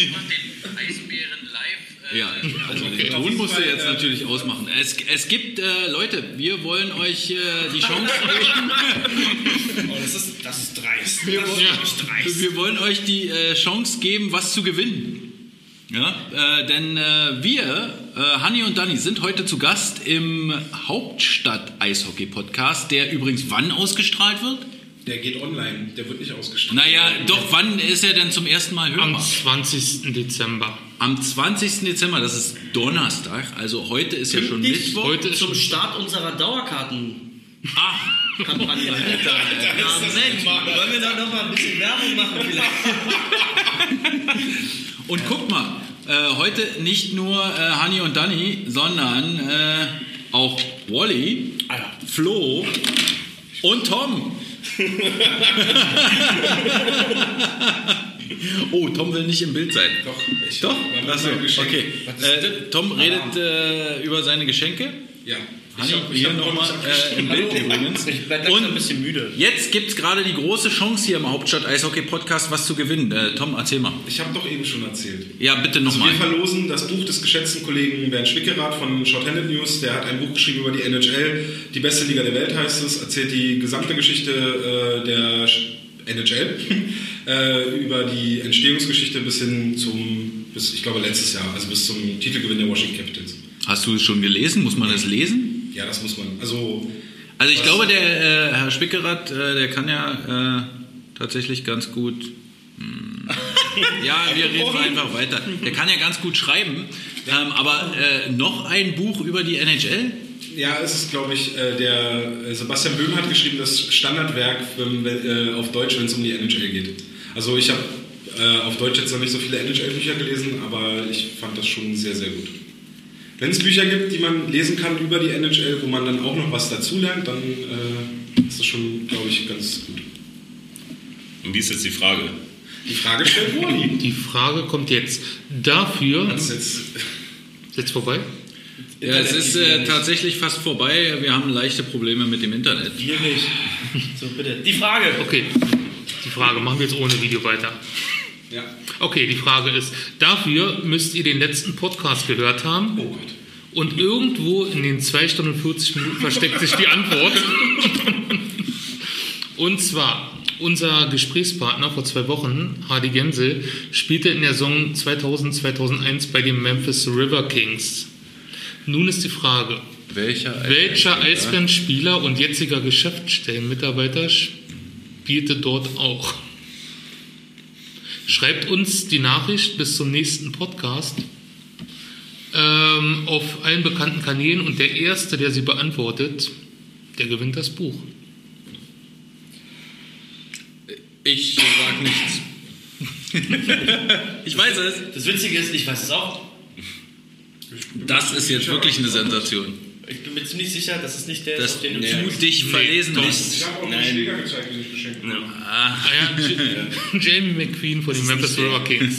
äh, Ja, also den Ton musst du jetzt natürlich ausmachen. Es, es gibt äh, Leute, wir wollen euch äh, die Chance geben. Oh, das ist, das ist dreist. Wir das wollen, wir wollen euch die äh, Chance geben, was zu gewinnen. Ja, äh, denn äh, wir, äh, Hanni und Danny, sind heute zu Gast im Hauptstadt-Eishockey-Podcast, der übrigens wann ausgestrahlt wird? der geht online, der wird nicht ausgestrahlt. Naja, doch, wann ist er denn zum ersten Mal Am hörbar? 20. Dezember. Am 20. Dezember, das ist Donnerstag, also heute ist ja schon Pünktlich Mittwoch. Heute ist Zum Start unserer Dauerkartenkampagne. Ah, Alter, ja, Mensch, wollen wir da noch mal ein bisschen Werbung machen vielleicht? und guck mal, äh, heute nicht nur äh, Hanni und Danny, sondern äh, auch Wally, Ah Flo und Tom. oh, Tom will nicht im Bild sein. Doch, ich Doch? Wann Ach so, mein Geschenk? okay. Äh, Tom redet äh, über seine Geschenke. Ja. Hanni, hab- hier hab- nochmal äh, im Bild übrigens. Ich bin langsam ein bisschen müde. Jetzt gibt es gerade die große Chance hier im Hauptstadt Eishockey Podcast, was zu gewinnen. Äh, Tom, erzähl mal. Ich habe doch eben schon erzählt. Ja, bitte Also wir nochmal. verlosen das Buch des geschätzten Kollegen Bernd Schwickerath von Shorthanded News. Der hat ein Buch geschrieben über die NHL. Die beste Liga der Welt heißt es. Erzählt die gesamte Geschichte äh, der NHL, äh, über die Entstehungsgeschichte bis hin zum, bis, ich glaube letztes Jahr, also bis zum Titelgewinn der Washington Capitals. Hast du es schon gelesen? Muss man das lesen? Ja, das muss man. Also Also ich Was? glaube, der äh, Herr Spickerath, äh, der kann ja äh, tatsächlich ganz gut. Hm. Ja, wir reden einfach weiter. Der kann ja ganz gut schreiben. Ähm, aber äh, noch ein Buch über die NHL? Ja, es ist, glaube ich, äh, der äh, Sebastian Böhm hat geschrieben, das Standardwerk wenn, wenn, äh, auf Deutsch, wenn es um die NHL geht. Also ich habe äh, auf Deutsch jetzt noch nicht so viele NHL-Bücher gelesen, aber ich fand das schon sehr, sehr gut. Wenn es Bücher gibt, die man lesen kann über die NHL, wo man dann auch noch was dazulernt, dann äh, ist das schon, glaube ich, ganz gut. Und wie ist jetzt die Frage? Die Frage stellt Wally. Die Frage kommt jetzt. Dafür. Das ist jetzt Ist jetzt vorbei? Ja, es ist äh, tatsächlich fast vorbei. Wir haben leichte Probleme mit dem Internet. Hier nicht. So, bitte. Die Frage. Okay. Die Frage machen wir jetzt ohne Video weiter. Ja. Okay, die Frage ist, dafür müsst ihr den letzten Podcast gehört haben. Oh Gott. Und irgendwo in den 2 Stunden und 40 Minuten versteckt sich die Antwort. Und zwar, unser Gesprächspartner vor zwei Wochen, Hardy Gensel, spielte in der Saison 2000-2001 bei den Memphis River Kings. Nun ist die Frage, Welcher? welcher Eisbärenspieler und jetziger Geschäftsstellenmitarbeiter spielte dort auch? Schreibt uns die Nachricht bis zum nächsten Podcast ähm, auf allen bekannten Kanälen und der Erste, der sie beantwortet, der gewinnt das Buch. Ich sag nichts. ich weiß es. Das Witzige ist, ich weiß es auch. Das ist jetzt wirklich eine Sensation. Ich bin mir ziemlich sicher, dass es nicht der ist, Dass auf du den du nee. dich verlesen hast. Ich habe auch einen Schläger gezeigt, den ich geschenkt habe. Ah ja, J- Jamie McQueen von den Memphis River Kings.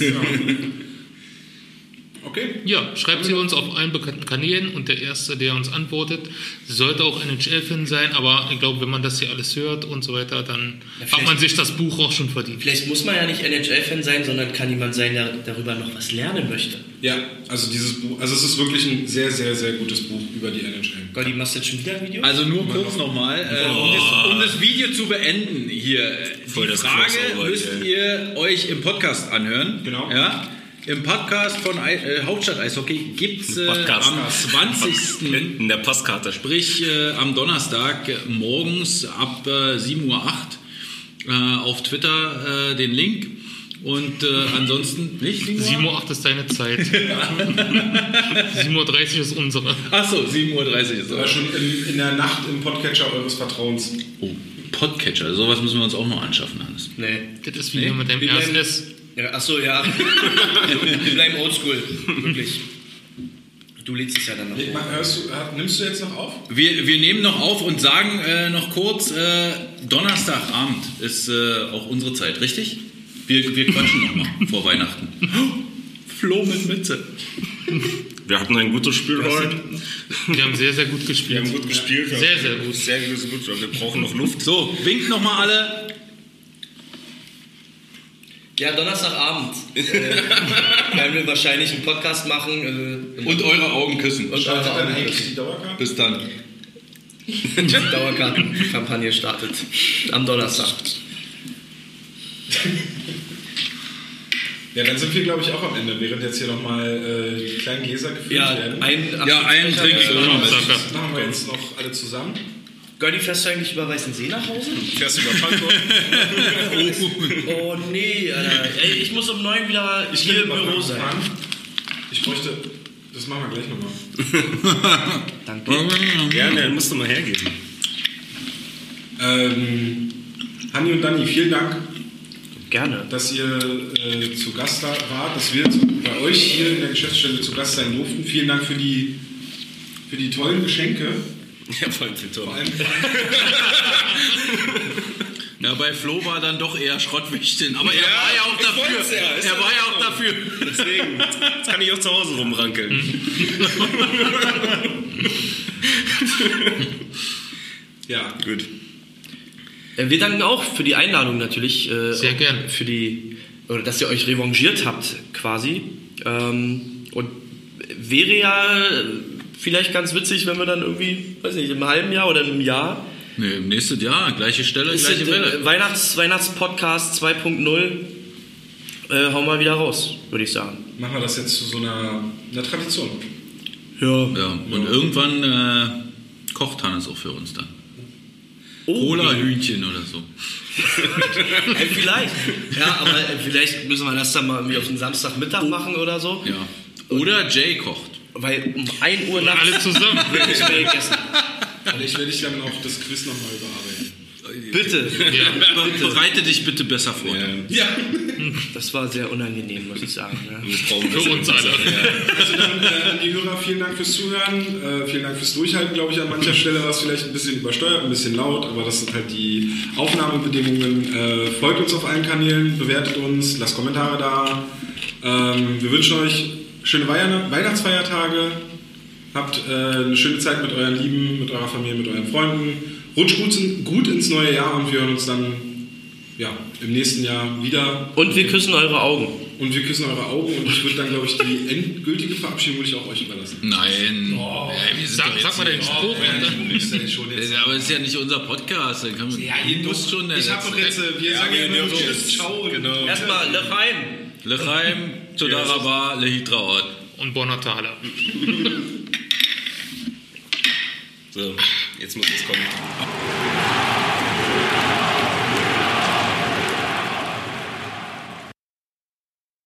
Okay. Ja, schreibt sie uns auf allen bekannten Kanälen und der Erste, der uns antwortet, sollte auch NHL-Fan sein, aber ich glaube, wenn man das hier alles hört und so weiter, dann hat man sich das Buch auch schon verdient. Vielleicht muss man ja nicht NHL-Fan sein, sondern kann jemand sein, der darüber noch was lernen möchte. Ja, also dieses Buch, also es ist wirklich ein sehr, sehr, sehr gutes Buch über die NHL. Gotti, machst du jetzt schon wieder ein Video? Also nur kurz nochmal, äh, um, das, um das Video zu beenden hier. Voll die das Frage Crossover, müsst ey. ihr euch im Podcast anhören. Genau. Ja? Im Podcast von Ei- äh, Hauptstadt Eishockey gibt es äh, Podcast. am 20. Hinten der Postkarte. Sprich äh, am Donnerstag äh, morgens ab äh, 7.08 Uhr äh, auf Twitter äh, den Link. Und äh, ansonsten nicht 7 Uhr? 7.08 ist deine Zeit. 7.30 Uhr ist unsere. Achso, 7.30 Uhr ist War es. schon in, in der Nacht im Podcatcher eures Vertrauens. Oh, Podcatcher, sowas müssen wir uns auch noch anschaffen, Hannes. nee. Das ist wie hier mit deinem wir bleiben- RSS. Ja, achso, ja. Wir bleiben oldschool. Wirklich. Du lädst es ja dann noch. Leg hoch. mal, hörst du, äh, nimmst du jetzt noch auf? Wir, wir nehmen noch auf und sagen äh, noch kurz, äh, Donnerstagabend ist äh, auch unsere Zeit, richtig? Wir, wir quatschen nochmal vor Weihnachten. Flo mit Mütze. Wir hatten ein gutes Spiel heute. Wir haben sehr, sehr gut Wir haben gespielt. gut gespielt. ja. Sehr, sehr gut. Sehr gut gespielt. aber Wir brauchen noch Luft. So, winkt nochmal alle. Ja, Donnerstagabend äh, werden wir wahrscheinlich einen Podcast machen. Äh, Und eure Augen küssen. und Schaltet eure dann eigentlich Augen- die Dauerkarte? Bis dann. Dauerkartenkampagne startet. Am Donnerstag. Ja, dann sind wir, glaube ich, auch am Ende, während jetzt hier nochmal äh, die kleinen Gläser gefüllt Ja, werden. ein. Ja, einen trinke ich auch noch mit. das machen wir jetzt noch alle zusammen. Gotti, fährst du eigentlich über Weißen See nach Hause? Fährst du über Frankfurt? Oh nee, Alter. Ey, ich muss um neun wieder hier im Mal Büro kurz sein. fragen. Ich bräuchte, das machen wir gleich nochmal. Gerne, dann musst du mal hergeben. Ähm, Hanni und Dani, vielen Dank, Gerne. dass ihr äh, zu Gast da wart, dass wir zu, bei euch hier in der Geschäftsstelle zu Gast sein durften. Vielen Dank für die, für die tollen Geschenke. Ja, voll viel Vor Tor. allem Ja, bei Flo war dann doch eher Schrottwichteln, aber er war ja auch dafür. er war ja auch dafür. Deswegen. Jetzt kann ich auch zu Hause rumrankeln. Ja, Gut. Äh, Wir danken auch für die Einladung natürlich. äh, Sehr gern. Für die, oder dass ihr euch revanchiert habt, quasi. Ähm, und wäre ja äh, vielleicht ganz witzig, wenn wir dann irgendwie, weiß nicht, im halben Jahr oder in einem Jahr Nee, im nächsten Jahr, gleiche Stelle, Ist gleiche das, Welle. äh, Weihnachts, Weihnachtspodcast 2.0. Äh, hau mal wieder raus, würde ich sagen. Machen wir das jetzt zu so einer, einer Tradition. Ja. Ja, und irgendwann äh, kocht Hannes auch für uns dann. Cola-Hühnchen oder so. Äh, vielleicht. Ja, aber äh, vielleicht müssen wir das dann mal irgendwie auf den Samstagmittag machen oder so. Ja. Oder Jay kocht. Weil um 1 Uhr nachts Alle zusammen. wird nicht mehr gegessen. Vielleicht werde ich dann auch das Quiz nochmal überarbeiten. Bitte. Ja. Bereite dich bitte besser vor. Ja. Das war sehr unangenehm, muss ich sagen. Ne? Für uns alle. Also dann äh, an die Hörer, vielen Dank fürs Zuhören, äh, vielen Dank fürs Durchhalten, glaube ich, an mancher Stelle war es vielleicht ein bisschen übersteuert, ein bisschen laut, aber das sind halt die Aufnahmebedingungen. Äh, folgt uns auf allen Kanälen, bewertet uns, lasst Kommentare da. Ähm, wir wünschen euch schöne Weihn Weihnachtsfeiertage, habt äh, eine schöne Zeit mit euren Lieben, mit eurer Familie, mit euren Freunden. Rutscht gut, in, gut ins neue Jahr und wir hören uns dann ja, im nächsten Jahr wieder. Und wir küssen eure Augen. Und wir küssen eure Augen und ich würde dann, glaube ich, die endgültige Verabschiedung würde ich auch euch überlassen. Nein. Ja, wir sind doch Sag, jetzt sag mal nicht- deinen Spruch. und dann- Ja, Aber es ist ja nicht unser Podcast. Dann kann man, ja, ihr musst schon der Ich habe doch Letzte. jetzt, äh, wir sagen ja immer nur Tschüss, Ciao. Genau. Erstmal Lefheim. Lechaim, Todaraba, Lehitraot. Und Bonatala. So, jetzt muss es kommen.